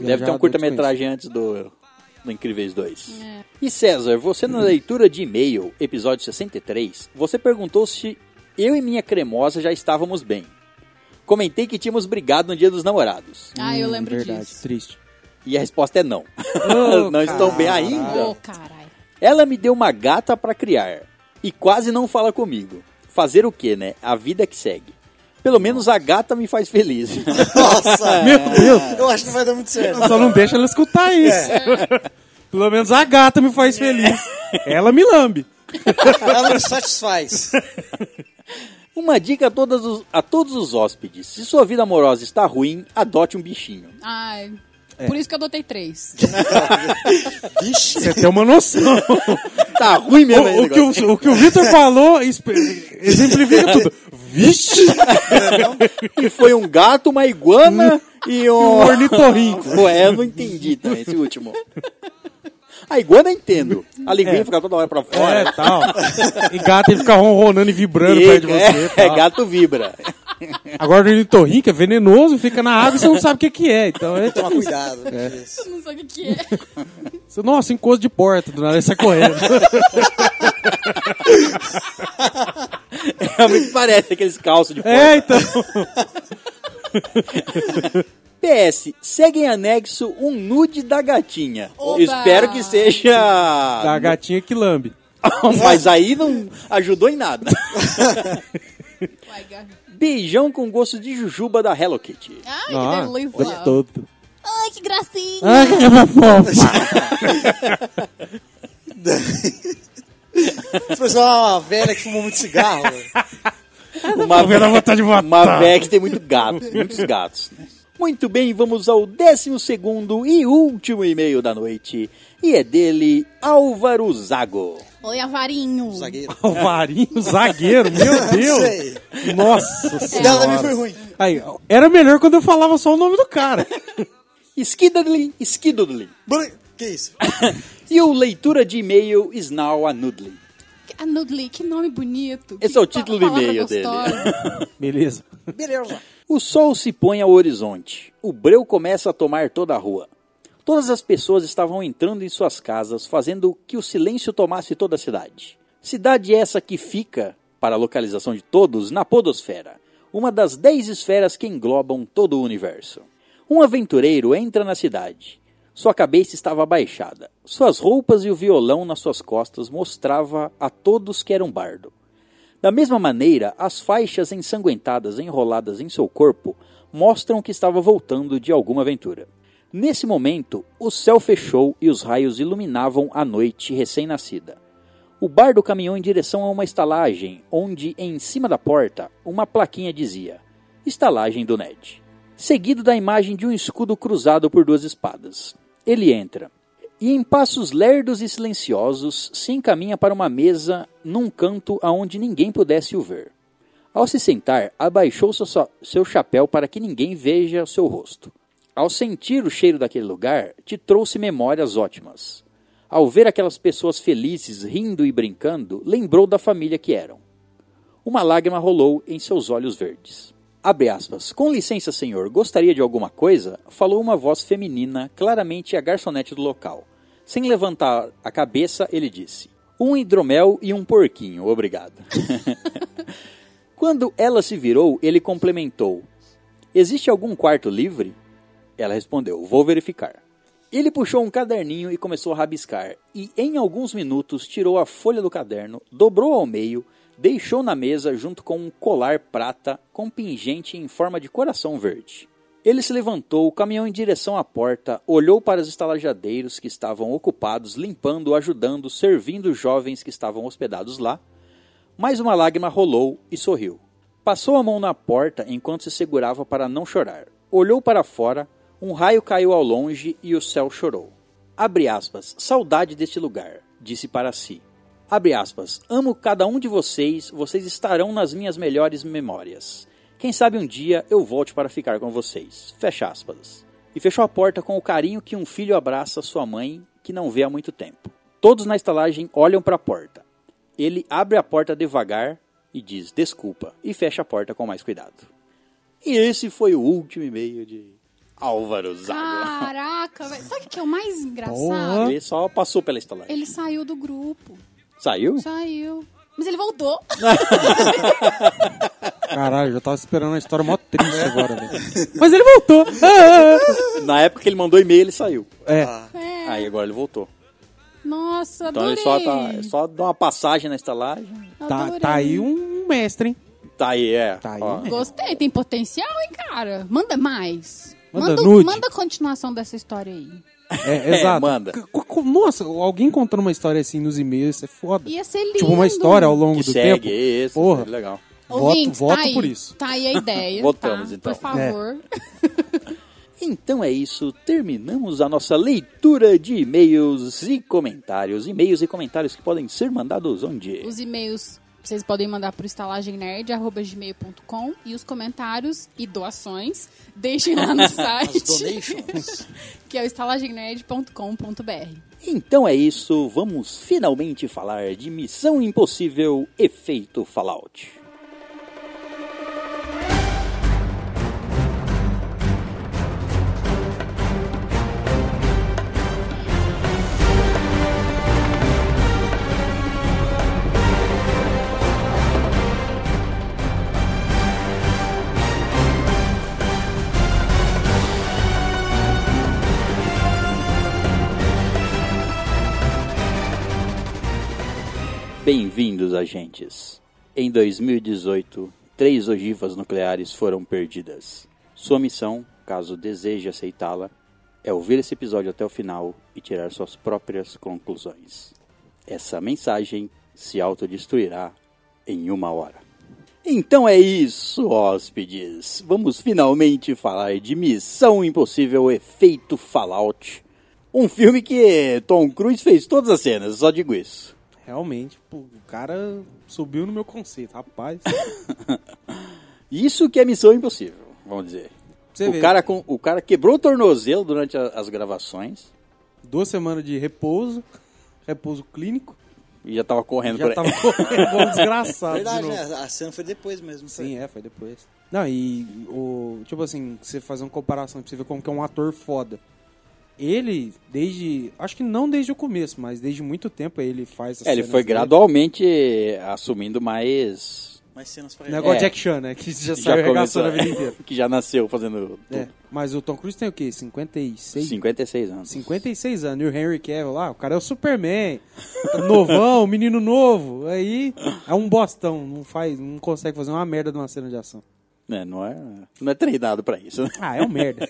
[SPEAKER 1] Deve ter um
[SPEAKER 4] Viajado
[SPEAKER 1] curta-metragem antes do, do Incríveis 2. E César, você na leitura de e-mail, episódio 63, você perguntou se eu e minha cremosa já estávamos bem. Comentei que tínhamos brigado no Dia dos Namorados.
[SPEAKER 3] Ah, eu
[SPEAKER 4] Hum,
[SPEAKER 3] lembro
[SPEAKER 4] verdade,
[SPEAKER 3] disso.
[SPEAKER 4] Triste.
[SPEAKER 1] E a resposta é não. não estão bem ainda.
[SPEAKER 3] Ô, caralho.
[SPEAKER 1] Ela me deu uma gata pra criar e quase não fala comigo. Fazer o quê, né? A vida que segue. Pelo menos a gata me faz feliz.
[SPEAKER 5] Nossa! É.
[SPEAKER 4] Meu Deus.
[SPEAKER 5] Eu acho que não vai dar muito certo.
[SPEAKER 4] Só não deixa ela escutar isso. Pelo menos a gata me faz feliz. Ela me lambe.
[SPEAKER 5] Ela me satisfaz.
[SPEAKER 1] Uma dica a, todas os- a todos os hóspedes: se sua vida amorosa está ruim, adote um bichinho.
[SPEAKER 3] Ai. Por isso que eu adotei três.
[SPEAKER 5] Vixe,
[SPEAKER 4] Você tem uma noção.
[SPEAKER 1] Tá ruim mesmo esse
[SPEAKER 4] O, o que,
[SPEAKER 1] negócio.
[SPEAKER 4] o, o que o Vitor falou exp- exemplifica tudo. Vixe!
[SPEAKER 1] E foi um gato, uma iguana e
[SPEAKER 4] Um
[SPEAKER 1] um.
[SPEAKER 4] ornitorrinco.
[SPEAKER 1] Pô, é, eu não entendi também esse último. A iguana eu entendo. A linguinha fica toda hora pra fora.
[SPEAKER 4] É, tal. E gato ele fica ronronando e vibrando perto de
[SPEAKER 1] Fica,
[SPEAKER 4] você.
[SPEAKER 1] é,
[SPEAKER 4] tal.
[SPEAKER 1] gato vibra.
[SPEAKER 4] Agora o ornitorrinco é venenoso, fica na água e você não sabe o que, que é. Então é
[SPEAKER 5] toma cuidado.
[SPEAKER 3] Eu não sei o que, que é.
[SPEAKER 4] Você, Nossa, encosto de porta, do nada ele sai correndo.
[SPEAKER 1] Realmente É parece aqueles calços de
[SPEAKER 4] É,
[SPEAKER 1] porta.
[SPEAKER 4] então.
[SPEAKER 1] PS, segue em anexo um nude da gatinha.
[SPEAKER 3] Oba!
[SPEAKER 1] Espero que seja.
[SPEAKER 4] Da gatinha que lambe.
[SPEAKER 1] Mas aí não ajudou em nada.
[SPEAKER 3] Vai, Gabi.
[SPEAKER 1] Beijão com gosto de jujuba da Hello Kitty.
[SPEAKER 3] Ai, que
[SPEAKER 4] Ah,
[SPEAKER 3] delícia.
[SPEAKER 4] gostoso.
[SPEAKER 3] Ai, que gracinha.
[SPEAKER 4] Ai, que é fofa.
[SPEAKER 5] Esse pessoal é uma velha que fumou muito cigarro. velho.
[SPEAKER 1] Uma,
[SPEAKER 4] Vendo a vontade de matar.
[SPEAKER 1] uma véia que tem muito gato, muitos gatos. Muito bem, vamos ao 12 segundo e último e-mail da noite. E é dele, Álvaro Zago.
[SPEAKER 3] Oi, Avarinho.
[SPEAKER 5] Zagueiro.
[SPEAKER 4] Alvarinho, zagueiro, meu Deus.
[SPEAKER 5] Sei.
[SPEAKER 4] Nossa
[SPEAKER 5] Ela também foi
[SPEAKER 4] senhora.
[SPEAKER 5] ruim.
[SPEAKER 4] Aí, era melhor quando eu falava só o nome do cara.
[SPEAKER 1] Skidodly, Skidodly.
[SPEAKER 5] Bora- Que isso?
[SPEAKER 1] E o leitura de e-mail is now a Nudly.
[SPEAKER 3] A Nudley, que nome bonito.
[SPEAKER 1] Esse
[SPEAKER 3] que
[SPEAKER 1] é o título do
[SPEAKER 3] pa- palavra
[SPEAKER 1] e-mail dele.
[SPEAKER 3] gostosa.
[SPEAKER 4] Beleza.
[SPEAKER 5] Beleza.
[SPEAKER 1] O sol se põe ao horizonte. O breu começa a tomar toda a rua. Todas as pessoas estavam entrando em suas casas, fazendo que o silêncio tomasse toda a cidade. Cidade essa que fica, para a localização de todos, na Podosfera, uma das dez esferas que englobam todo o universo. Um aventureiro entra na cidade. Sua cabeça estava abaixada. Suas roupas e o violão nas suas costas mostrava a todos que era um bardo. Da mesma maneira, as faixas ensanguentadas enroladas em seu corpo mostram que estava voltando de alguma aventura. Nesse momento, o céu fechou e os raios iluminavam a noite recém-nascida. O bardo caminhou em direção a uma estalagem, onde, em cima da porta, uma plaquinha dizia: Estalagem do Ned. Seguido da imagem de um escudo cruzado por duas espadas. Ele entra e em passos lerdos e silenciosos se encaminha para uma mesa num canto aonde ninguém pudesse o ver. Ao se sentar, abaixou seu, sa- seu chapéu para que ninguém veja seu rosto. Ao sentir o cheiro daquele lugar, te trouxe memórias ótimas. Ao ver aquelas pessoas felizes rindo e brincando, lembrou da família que eram. Uma lágrima rolou em seus olhos verdes. Abre aspas. Com licença, senhor, gostaria de alguma coisa? Falou uma voz feminina, claramente a garçonete do local. Sem levantar a cabeça, ele disse: Um hidromel e um porquinho, obrigado. Quando ela se virou, ele complementou: Existe algum quarto livre? Ela respondeu: Vou verificar. Ele puxou um caderninho e começou a rabiscar, e em alguns minutos tirou a folha do caderno, dobrou ao meio, deixou na mesa junto com um colar prata com pingente em forma de coração verde. Ele se levantou, caminhou em direção à porta, olhou para os estalajadeiros que estavam ocupados limpando, ajudando, servindo os jovens que estavam hospedados lá, mais uma lágrima rolou e sorriu. Passou a mão na porta enquanto se segurava para não chorar. Olhou para fora, um raio caiu ao longe e o céu chorou. Abre aspas, saudade deste lugar, disse para si. Abre aspas, amo cada um de vocês, vocês estarão nas minhas melhores memórias. Quem sabe um dia eu volte para ficar com vocês. Fecha aspas. E fechou a porta com o carinho que um filho abraça sua mãe, que não vê há muito tempo. Todos na estalagem olham para a porta. Ele abre a porta devagar e diz desculpa e fecha a porta com mais cuidado. E esse foi o último e-mail de Álvaro Zago.
[SPEAKER 3] Caraca, velho. Sabe o que é o mais engraçado?
[SPEAKER 4] Porra.
[SPEAKER 1] Ele só passou pela estalagem.
[SPEAKER 3] Ah. Ele saiu do grupo.
[SPEAKER 1] Saiu?
[SPEAKER 3] Saiu. Mas ele voltou.
[SPEAKER 4] Caralho, eu tava esperando uma história mó triste agora, velho. Mas ele voltou. Ah,
[SPEAKER 1] Na época que ele mandou e-mail, ele saiu.
[SPEAKER 4] ah. É.
[SPEAKER 5] Ah,
[SPEAKER 3] É.
[SPEAKER 1] Aí agora ele voltou.
[SPEAKER 3] Nossa,
[SPEAKER 1] Então
[SPEAKER 3] adorei.
[SPEAKER 1] ele só, tá, é só dá uma passagem na estalagem.
[SPEAKER 4] Tá,
[SPEAKER 3] Adorei.
[SPEAKER 4] tá aí um mestre, hein?
[SPEAKER 1] Tá aí, é.
[SPEAKER 4] Tá aí,
[SPEAKER 1] Ó,
[SPEAKER 4] né?
[SPEAKER 3] Gostei, tem potencial, hein, cara? Manda mais.
[SPEAKER 4] Manda
[SPEAKER 3] manda,
[SPEAKER 4] nude.
[SPEAKER 3] manda a continuação dessa história aí.
[SPEAKER 4] É, exato.
[SPEAKER 1] manda.
[SPEAKER 4] C- c- c- Nossa, alguém contando uma história assim nos e-mails, isso é foda.
[SPEAKER 3] Ia ser lindo.
[SPEAKER 4] Tipo, uma história ao longo
[SPEAKER 1] que
[SPEAKER 4] do
[SPEAKER 1] segue,
[SPEAKER 4] tempo.
[SPEAKER 1] esse,
[SPEAKER 4] Porra.
[SPEAKER 1] esse é legal.
[SPEAKER 4] Voto-
[SPEAKER 3] Ouvintes,
[SPEAKER 4] voto
[SPEAKER 3] tá aí,
[SPEAKER 4] por isso.
[SPEAKER 3] Tá aí a ideia.
[SPEAKER 1] Votamos,
[SPEAKER 3] tá?
[SPEAKER 1] então.
[SPEAKER 3] Por favor.
[SPEAKER 1] Então é isso, terminamos a nossa leitura de e-mails e comentários. E-mails e comentários que podem ser mandados onde?
[SPEAKER 3] Os e-mails vocês podem mandar para estalagemnerd.gmail.com e os comentários e doações deixem lá no
[SPEAKER 5] as
[SPEAKER 3] site,
[SPEAKER 5] donations.
[SPEAKER 3] que é o estalagemnerd.com.br.
[SPEAKER 1] Então é isso, vamos finalmente falar de Missão Impossível Efeito Fallout. Bem-vindos, agentes. Em 2018, três ogivas nucleares foram perdidas. Sua missão, caso deseje aceitá-la, é ouvir esse episódio até o final e tirar suas próprias conclusões. Essa mensagem se autodestruirá em uma hora. Então é isso, hóspedes. Vamos finalmente falar de Missão Impossível Efeito Fallout. Um filme que Tom Cruise fez todas as cenas, só digo isso.
[SPEAKER 4] Realmente, pô, o cara subiu no meu conceito, rapaz.
[SPEAKER 1] Isso que é missão impossível, vamos dizer.
[SPEAKER 4] Você
[SPEAKER 1] o,
[SPEAKER 4] vê,
[SPEAKER 1] cara com- o cara quebrou o tornozelo durante a- as gravações
[SPEAKER 4] duas semanas de repouso, repouso clínico,
[SPEAKER 1] e já tava correndo
[SPEAKER 4] já
[SPEAKER 1] por
[SPEAKER 4] tava
[SPEAKER 1] aí. é.
[SPEAKER 4] correndo igual um desgraçado de
[SPEAKER 5] Verdade,
[SPEAKER 4] novo.
[SPEAKER 5] né? A cena foi depois mesmo. foi.
[SPEAKER 4] Sim, é, foi depois. Não, e o. Tipo assim, você fazer uma comparação pra você ver como que é um ator foda. Ele, desde. Acho que não desde o começo, mas desde muito tempo ele faz. as
[SPEAKER 1] É, ele
[SPEAKER 4] cenas
[SPEAKER 1] foi
[SPEAKER 4] dele.
[SPEAKER 1] gradualmente assumindo mais.
[SPEAKER 5] Mais cenas pra
[SPEAKER 4] O negócio
[SPEAKER 1] É.
[SPEAKER 4] de Jack Chan, né? Que já saiu
[SPEAKER 1] começou-
[SPEAKER 4] arregaçando a vida inteira.
[SPEAKER 1] que já nasceu fazendo tudo.
[SPEAKER 4] É, Mas o Tom Cruise tem o quê? 56?
[SPEAKER 1] 56 anos.
[SPEAKER 4] 56 anos. E o Henry Cavill lá, o cara é o Superman. Novão, menino novo. Aí é um bostão. Não, faz, não consegue fazer uma merda de uma cena de ação.
[SPEAKER 1] É, não, é, não é treinado pra isso. né?
[SPEAKER 4] Ah, é um merda.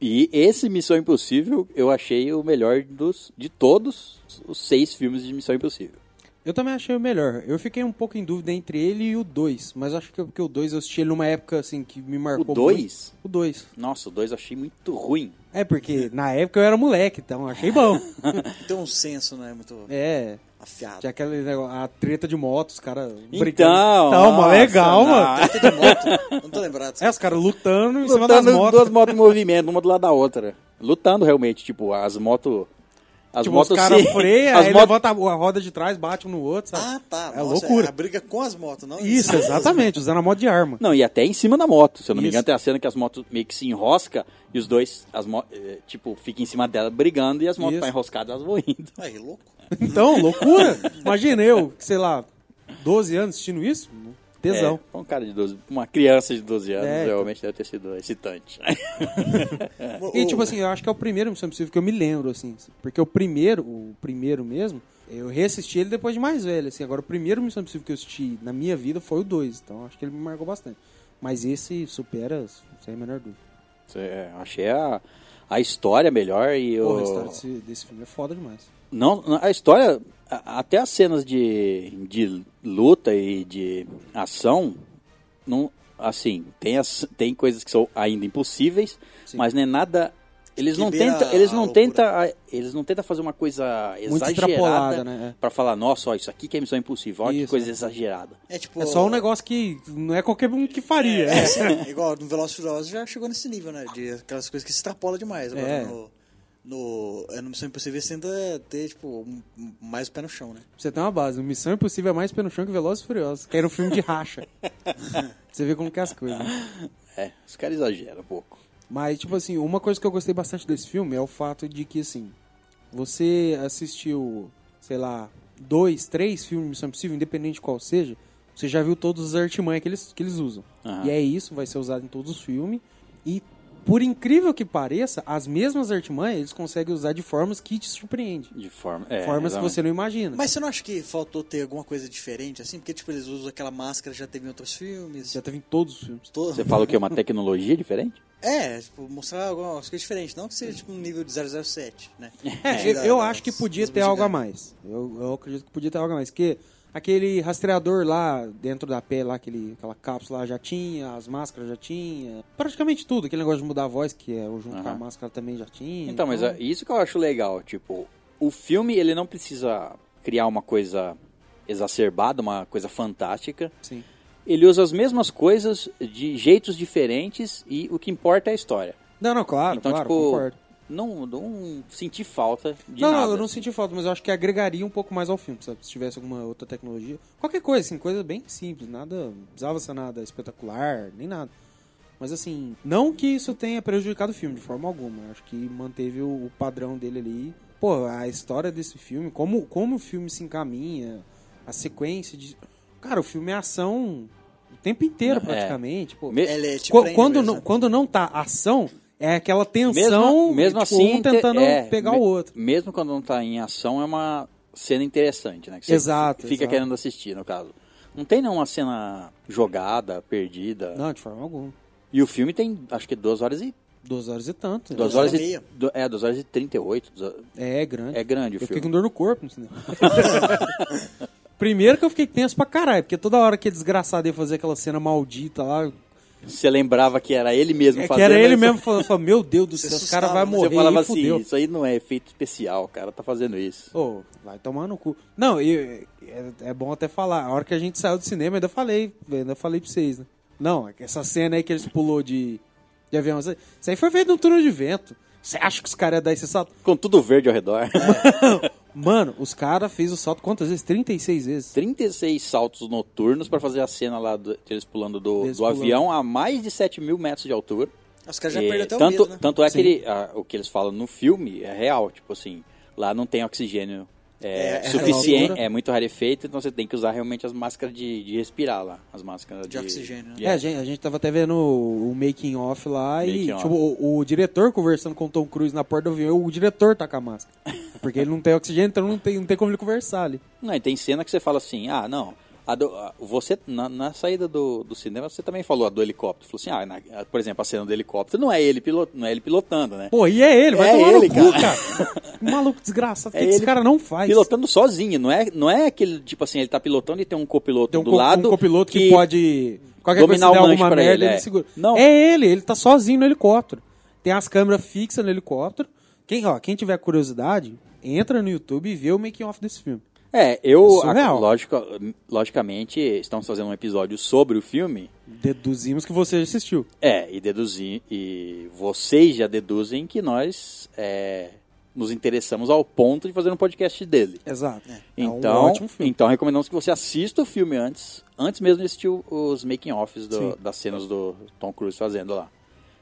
[SPEAKER 1] E esse Missão Impossível eu achei o melhor dos, de todos os seis filmes de Missão Impossível.
[SPEAKER 4] Eu também achei o melhor. Eu fiquei um pouco em dúvida entre ele e o 2. Mas acho que é porque o 2 eu assisti ele numa época assim que me
[SPEAKER 1] O
[SPEAKER 4] marcou. muito.
[SPEAKER 1] 2?
[SPEAKER 4] O 2.
[SPEAKER 1] Nossa, o 2 eu achei muito ruim.
[SPEAKER 4] É porque na época eu era moleque, então achei bom.
[SPEAKER 5] Tem um senso, né? Muito
[SPEAKER 4] é.
[SPEAKER 5] afiado.
[SPEAKER 4] Tinha aquele negócio, a treta de motos, os caras
[SPEAKER 1] Então,
[SPEAKER 4] Então, mano,
[SPEAKER 1] nossa,
[SPEAKER 4] legal,
[SPEAKER 1] não.
[SPEAKER 4] mano.
[SPEAKER 5] Até de moto. Não tô lembrado.
[SPEAKER 4] É, os caras lutando em cima das
[SPEAKER 1] Lutando
[SPEAKER 4] tá motos.
[SPEAKER 1] duas motos em movimento, uma do lado da outra. Lutando realmente, tipo, as motos. As
[SPEAKER 4] Tipo,
[SPEAKER 1] motos
[SPEAKER 4] os caras
[SPEAKER 1] se-
[SPEAKER 4] freiam,
[SPEAKER 1] as
[SPEAKER 4] aí
[SPEAKER 1] motos
[SPEAKER 4] levanta a a roda de trás, bate um no outro,
[SPEAKER 5] Ah,
[SPEAKER 4] sabe?
[SPEAKER 5] tá.
[SPEAKER 4] É
[SPEAKER 5] nossa,
[SPEAKER 4] loucura.
[SPEAKER 5] A briga com as motos, não? é
[SPEAKER 1] é
[SPEAKER 4] Isso, exatamente, usando a moto de arma.
[SPEAKER 1] Não, e até em cima da moto. Se eu não me
[SPEAKER 4] Isso.
[SPEAKER 1] engano, tem a cena que as motos meio que se enrosca e os dois, as mo- eh, tipo, ficam em cima dela brigando e as motos
[SPEAKER 4] Isso.
[SPEAKER 1] estão enroscadas elas vão indo.
[SPEAKER 5] Aí, louco.
[SPEAKER 4] Então, loucura. Imagina eu, sei lá, 12 anos assistindo isso, tesão.
[SPEAKER 1] É, um cara de 12, uma criança de 12 anos,
[SPEAKER 4] É, então.
[SPEAKER 1] realmente deve ter sido excitante.
[SPEAKER 4] E tipo assim, eu acho que é o primeiro Missão Impossível que eu me lembro, assim. Porque o primeiro, o primeiro mesmo, eu reassisti ele depois de mais velho, assim. Agora, o primeiro Missão Impossível que eu assisti na minha vida foi o 2, então acho que ele me marcou bastante. Mas esse supera, sem a menor dúvida.
[SPEAKER 1] Isso é, eu achei a, a história melhor e o.
[SPEAKER 4] Porra, a história desse, desse filme é foda demais.
[SPEAKER 1] Não, não, a história, a- até as cenas de, de luta e de ação, não, assim, tem, as, tem coisas que são ainda impossíveis,
[SPEAKER 4] Sim.
[SPEAKER 1] mas não é nada. Eles
[SPEAKER 5] Que
[SPEAKER 1] não
[SPEAKER 5] beira
[SPEAKER 1] tentam,
[SPEAKER 5] a
[SPEAKER 1] eles não
[SPEAKER 5] loucura.
[SPEAKER 1] tentam, a- eles não tentam fazer uma coisa
[SPEAKER 4] Muito
[SPEAKER 1] exagerada
[SPEAKER 4] extrapolada, né?
[SPEAKER 1] pra falar, nossa, ó, isso aqui que é missão impossível, olha que
[SPEAKER 4] Isso,
[SPEAKER 1] coisa
[SPEAKER 4] né?
[SPEAKER 1] exagerada.
[SPEAKER 5] É tipo.
[SPEAKER 4] É só um negócio que não é qualquer um que faria.
[SPEAKER 5] É, assim, igual no Velozes e Furiosos já chegou nesse nível, né? De aquelas coisas que se extrapola demais. Agora
[SPEAKER 4] É.
[SPEAKER 5] no, no, é, no Missão Impossível você tenta ter, tipo, um- um- mais o pé no chão, né?
[SPEAKER 4] Você tem uma base. o Missão Impossível é mais pé no chão que Velozes e Furiosos, que era um filme de racha. Você vê como que é as coisas.
[SPEAKER 1] É, os caras exageram um pouco.
[SPEAKER 4] Mas, tipo assim, uma coisa que eu gostei bastante desse filme é o fato de que, assim, você assistiu, sei lá, dois, três filmes de Missão Impossível, independente de qual seja, Você já viu todos os artimanhas que eles, que eles usam.
[SPEAKER 1] Aham.
[SPEAKER 4] E é isso, vai ser usado em todos os filmes. E, por incrível que pareça, as mesmas artimanhas eles conseguem usar de formas que te surpreendem.
[SPEAKER 1] De forma. É,
[SPEAKER 4] formas que
[SPEAKER 1] exatamente.
[SPEAKER 4] você não imagina.
[SPEAKER 5] Mas você não acha que faltou ter alguma coisa diferente, assim? Porque, tipo, eles usam aquela máscara, já teve em outros filmes.
[SPEAKER 4] Já teve em todos os filmes.
[SPEAKER 5] Todo-
[SPEAKER 1] Você fala que é uma tecnologia diferente?
[SPEAKER 5] É, tipo, mostrar algumas coisas diferentes. Não que seja, tipo, um nível de 007, né?
[SPEAKER 4] É, eu, eu acho que podia ter algo a mais. Eu, eu acredito que podia ter algo a mais. Porque aquele rastreador lá dentro da pele, lá, aquele, aquela cápsula lá já tinha, as máscaras já tinha. Praticamente tudo. Aquele negócio de mudar a voz, que é o junto com a
[SPEAKER 1] Aham.
[SPEAKER 4] máscara também já tinha.
[SPEAKER 1] Então, mas é isso que eu acho legal, tipo, o filme ele não precisa criar uma coisa exacerbada, uma coisa fantástica.
[SPEAKER 4] Sim.
[SPEAKER 1] Ele usa as mesmas coisas de jeitos diferentes e o que importa é a história.
[SPEAKER 4] Não, não, claro,
[SPEAKER 1] então,
[SPEAKER 4] claro,
[SPEAKER 1] tipo,
[SPEAKER 4] concordo.
[SPEAKER 1] não, não senti falta de
[SPEAKER 4] Não,
[SPEAKER 1] nada. assim.
[SPEAKER 4] não, eu não senti falta, mas eu acho que agregaria um pouco mais ao filme, sabe? Se tivesse alguma outra tecnologia. Qualquer coisa, assim, coisa bem simples, nada. não Precisava ser nada espetacular, nem nada. Mas assim, não que isso tenha prejudicado o filme de forma alguma. Eu acho que manteve o, o padrão dele ali. Pô, a história desse filme, como, como o filme se encaminha, a sequência de. Cara, o filme é ação o tempo inteiro,
[SPEAKER 1] Não, é.
[SPEAKER 4] praticamente. Pô.
[SPEAKER 1] Me-
[SPEAKER 5] Ela é, te
[SPEAKER 4] Qu-
[SPEAKER 5] prende
[SPEAKER 4] quando,
[SPEAKER 5] mesmo,
[SPEAKER 4] não,
[SPEAKER 5] né?
[SPEAKER 4] quando não tá ação, é aquela tensão,
[SPEAKER 1] mesmo mesmo
[SPEAKER 4] tipo,
[SPEAKER 1] assim,
[SPEAKER 4] um tentando
[SPEAKER 1] é,
[SPEAKER 4] pegar
[SPEAKER 1] me-
[SPEAKER 4] o outro.
[SPEAKER 1] Mesmo quando não tá em ação, é uma cena interessante, né? Que você
[SPEAKER 4] Exato,
[SPEAKER 1] Fica
[SPEAKER 4] exato.
[SPEAKER 1] querendo assistir, no caso. Não tem nenhuma cena jogada, perdida.
[SPEAKER 4] Não, de forma alguma.
[SPEAKER 1] E o filme tem, acho que duas horas e
[SPEAKER 4] Duas horas e tanto. Né?
[SPEAKER 1] Duas horas
[SPEAKER 5] Duas horas
[SPEAKER 1] e,
[SPEAKER 5] e meia.
[SPEAKER 1] du- é, duas horas e 38. duas horas-
[SPEAKER 4] É grande.
[SPEAKER 1] É grande o
[SPEAKER 4] Eu
[SPEAKER 1] filme.
[SPEAKER 4] fiquei com dor no corpo no cinema. Primeiro que eu fiquei tenso pra caralho, porque toda hora que é desgraçado ia fazer aquela cena maldita lá,
[SPEAKER 1] Você lembrava que era ele mesmo
[SPEAKER 4] é que
[SPEAKER 1] fazendo
[SPEAKER 4] era ele
[SPEAKER 1] isso?
[SPEAKER 4] mesmo falando, falando, meu Deus do
[SPEAKER 5] Você
[SPEAKER 4] céu, os cara vai
[SPEAKER 5] assustava, né?
[SPEAKER 1] Você
[SPEAKER 4] morrer,
[SPEAKER 1] falava
[SPEAKER 4] e
[SPEAKER 1] assim,
[SPEAKER 4] fudeu.
[SPEAKER 1] isso aí não é efeito especial, o cara tá fazendo isso.
[SPEAKER 4] Ô, vai tomar no cu. Não, e- é, é bom até falar. A hora que a gente saiu do cinema, eu ainda falei, eu ainda falei pra vocês, né? Não, essa cena aí que eles pulou de, de avião, isso aí foi feito num túnel de vento. Você acha que os caras iam dar esse salto?
[SPEAKER 1] Com tudo verde ao redor.
[SPEAKER 4] Mano, os caras fez o salto quantas vezes? 36 vezes.
[SPEAKER 1] 36 saltos noturnos pra fazer a cena lá do- deles pulando do,
[SPEAKER 4] Deles
[SPEAKER 1] do
[SPEAKER 4] pulando.
[SPEAKER 1] avião a mais de 7 mil metros de altura.
[SPEAKER 5] Os caras já
[SPEAKER 1] E
[SPEAKER 5] perderam até
[SPEAKER 1] tanto,
[SPEAKER 5] o medo, né?
[SPEAKER 1] tanto é
[SPEAKER 4] Sim.
[SPEAKER 1] que ele- a- o que eles falam no filme é real, tipo assim, lá não tem oxigênio é,
[SPEAKER 5] É, é
[SPEAKER 1] suficiente,
[SPEAKER 4] altura.
[SPEAKER 1] é muito rarefeito, então você tem que usar realmente as máscaras de, de respirar lá, as máscaras de,
[SPEAKER 5] De oxigênio, né?
[SPEAKER 1] de-
[SPEAKER 4] É, a gente, a gente tava até vendo o, o making off lá e
[SPEAKER 1] Making
[SPEAKER 4] tipo, o, o diretor conversando com o Tom Cruise na porta do avião, o diretor tá com a máscara. Porque ele não tem oxigênio, então não tem, não tem como ele conversar ali.
[SPEAKER 1] Não, e tem cena que você fala assim, ah, não, a do- a- você, na, na saída do, do cinema, você também falou a do helicóptero. Falou assim, ah, na- a- por exemplo, a cena do helicóptero não é ele, pilot, não é ele pilotando, né?
[SPEAKER 4] Pô, e é ele, vai
[SPEAKER 1] É
[SPEAKER 4] tomar
[SPEAKER 1] ele,
[SPEAKER 4] no cu,
[SPEAKER 1] cara.
[SPEAKER 4] cara. Que maluco desgraçado,
[SPEAKER 1] É
[SPEAKER 4] o que, que esse
[SPEAKER 1] ele
[SPEAKER 4] cara não faz?
[SPEAKER 1] Pilotando sozinho, não é, não é aquele, tipo assim, ele tá pilotando e tem um copiloto
[SPEAKER 4] Tem um,
[SPEAKER 1] do
[SPEAKER 4] co-
[SPEAKER 1] lado.
[SPEAKER 4] um copiloto que, pode. Qualquer coisa,
[SPEAKER 1] dominar
[SPEAKER 4] se der
[SPEAKER 1] o manche
[SPEAKER 4] alguma
[SPEAKER 1] pra
[SPEAKER 4] merda,
[SPEAKER 1] ele,
[SPEAKER 4] ele,
[SPEAKER 1] é.
[SPEAKER 4] segura.
[SPEAKER 1] Não.
[SPEAKER 4] É ele, ele tá sozinho no helicóptero. Tem as câmeras fixas no helicóptero. Quem, ó, quem tiver curiosidade, entra no YouTube e vê o making off desse filme.
[SPEAKER 1] É, eu,
[SPEAKER 4] É surreal.
[SPEAKER 1] a- lógica, logicamente, estamos fazendo um episódio sobre o filme.
[SPEAKER 4] Deduzimos que você já assistiu.
[SPEAKER 1] É, e deduzir, e vocês já deduzem que nós é, nos interessamos ao ponto de fazer um podcast dele.
[SPEAKER 4] Exato. É um
[SPEAKER 1] Então,
[SPEAKER 4] ótimo filme.
[SPEAKER 1] então recomendamos que você assista o filme antes, antes mesmo de assistir o- os making-offs
[SPEAKER 4] Sim.
[SPEAKER 1] das cenas do Tom Cruise fazendo lá.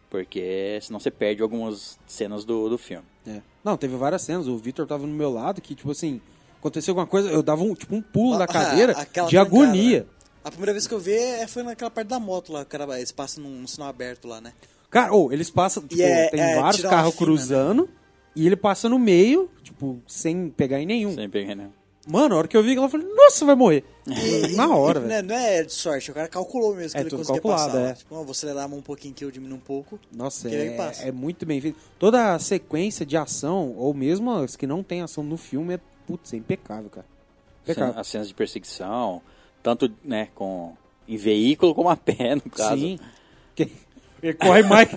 [SPEAKER 1] Porque senão você perde algumas cenas do, do filme.
[SPEAKER 4] É. Não, teve várias cenas. O Victor tava no meu lado que, tipo assim, aconteceu alguma coisa, eu dava um, tipo, um pulo da
[SPEAKER 5] Ah,
[SPEAKER 4] cadeira
[SPEAKER 5] aquela
[SPEAKER 4] de
[SPEAKER 5] trancada,
[SPEAKER 4] agonia.
[SPEAKER 5] né? A primeira vez que eu vi é- foi naquela parte da moto lá, o cara, eles passam num, num sinal aberto lá, né?
[SPEAKER 4] Cara, ou eles passam, tipo,
[SPEAKER 5] é-
[SPEAKER 4] tem
[SPEAKER 5] é
[SPEAKER 4] vários
[SPEAKER 5] tirar uma
[SPEAKER 4] carros
[SPEAKER 5] fina,
[SPEAKER 4] cruzando e ele passa no meio, tipo, sem pegar em nenhum.
[SPEAKER 1] Sem pegar, né?
[SPEAKER 4] Mano, a hora que eu vi ela eu falei, nossa, vai morrer. Na hora,
[SPEAKER 5] E
[SPEAKER 4] velho.
[SPEAKER 5] não é, não é de sorte, o cara calculou mesmo que
[SPEAKER 4] É
[SPEAKER 5] ele
[SPEAKER 4] tudo
[SPEAKER 5] conseguia
[SPEAKER 4] calculado,
[SPEAKER 5] passar.
[SPEAKER 4] é.
[SPEAKER 5] lá. Tipo, ó, vou acelerar a mão um pouquinho que eu diminuo um pouco.
[SPEAKER 4] Nossa,
[SPEAKER 5] Que ele
[SPEAKER 4] é,
[SPEAKER 5] passa.
[SPEAKER 4] é muito bem feito. Toda a sequência de ação, ou mesmo as que não tem ação no filme, é, putz, é impecável, cara.
[SPEAKER 1] Cena-
[SPEAKER 4] Impecável.
[SPEAKER 1] As cenas de perseguição, tanto né, com, em veículo como a pé, no caso.
[SPEAKER 4] Sim. Que- Ele corre mais.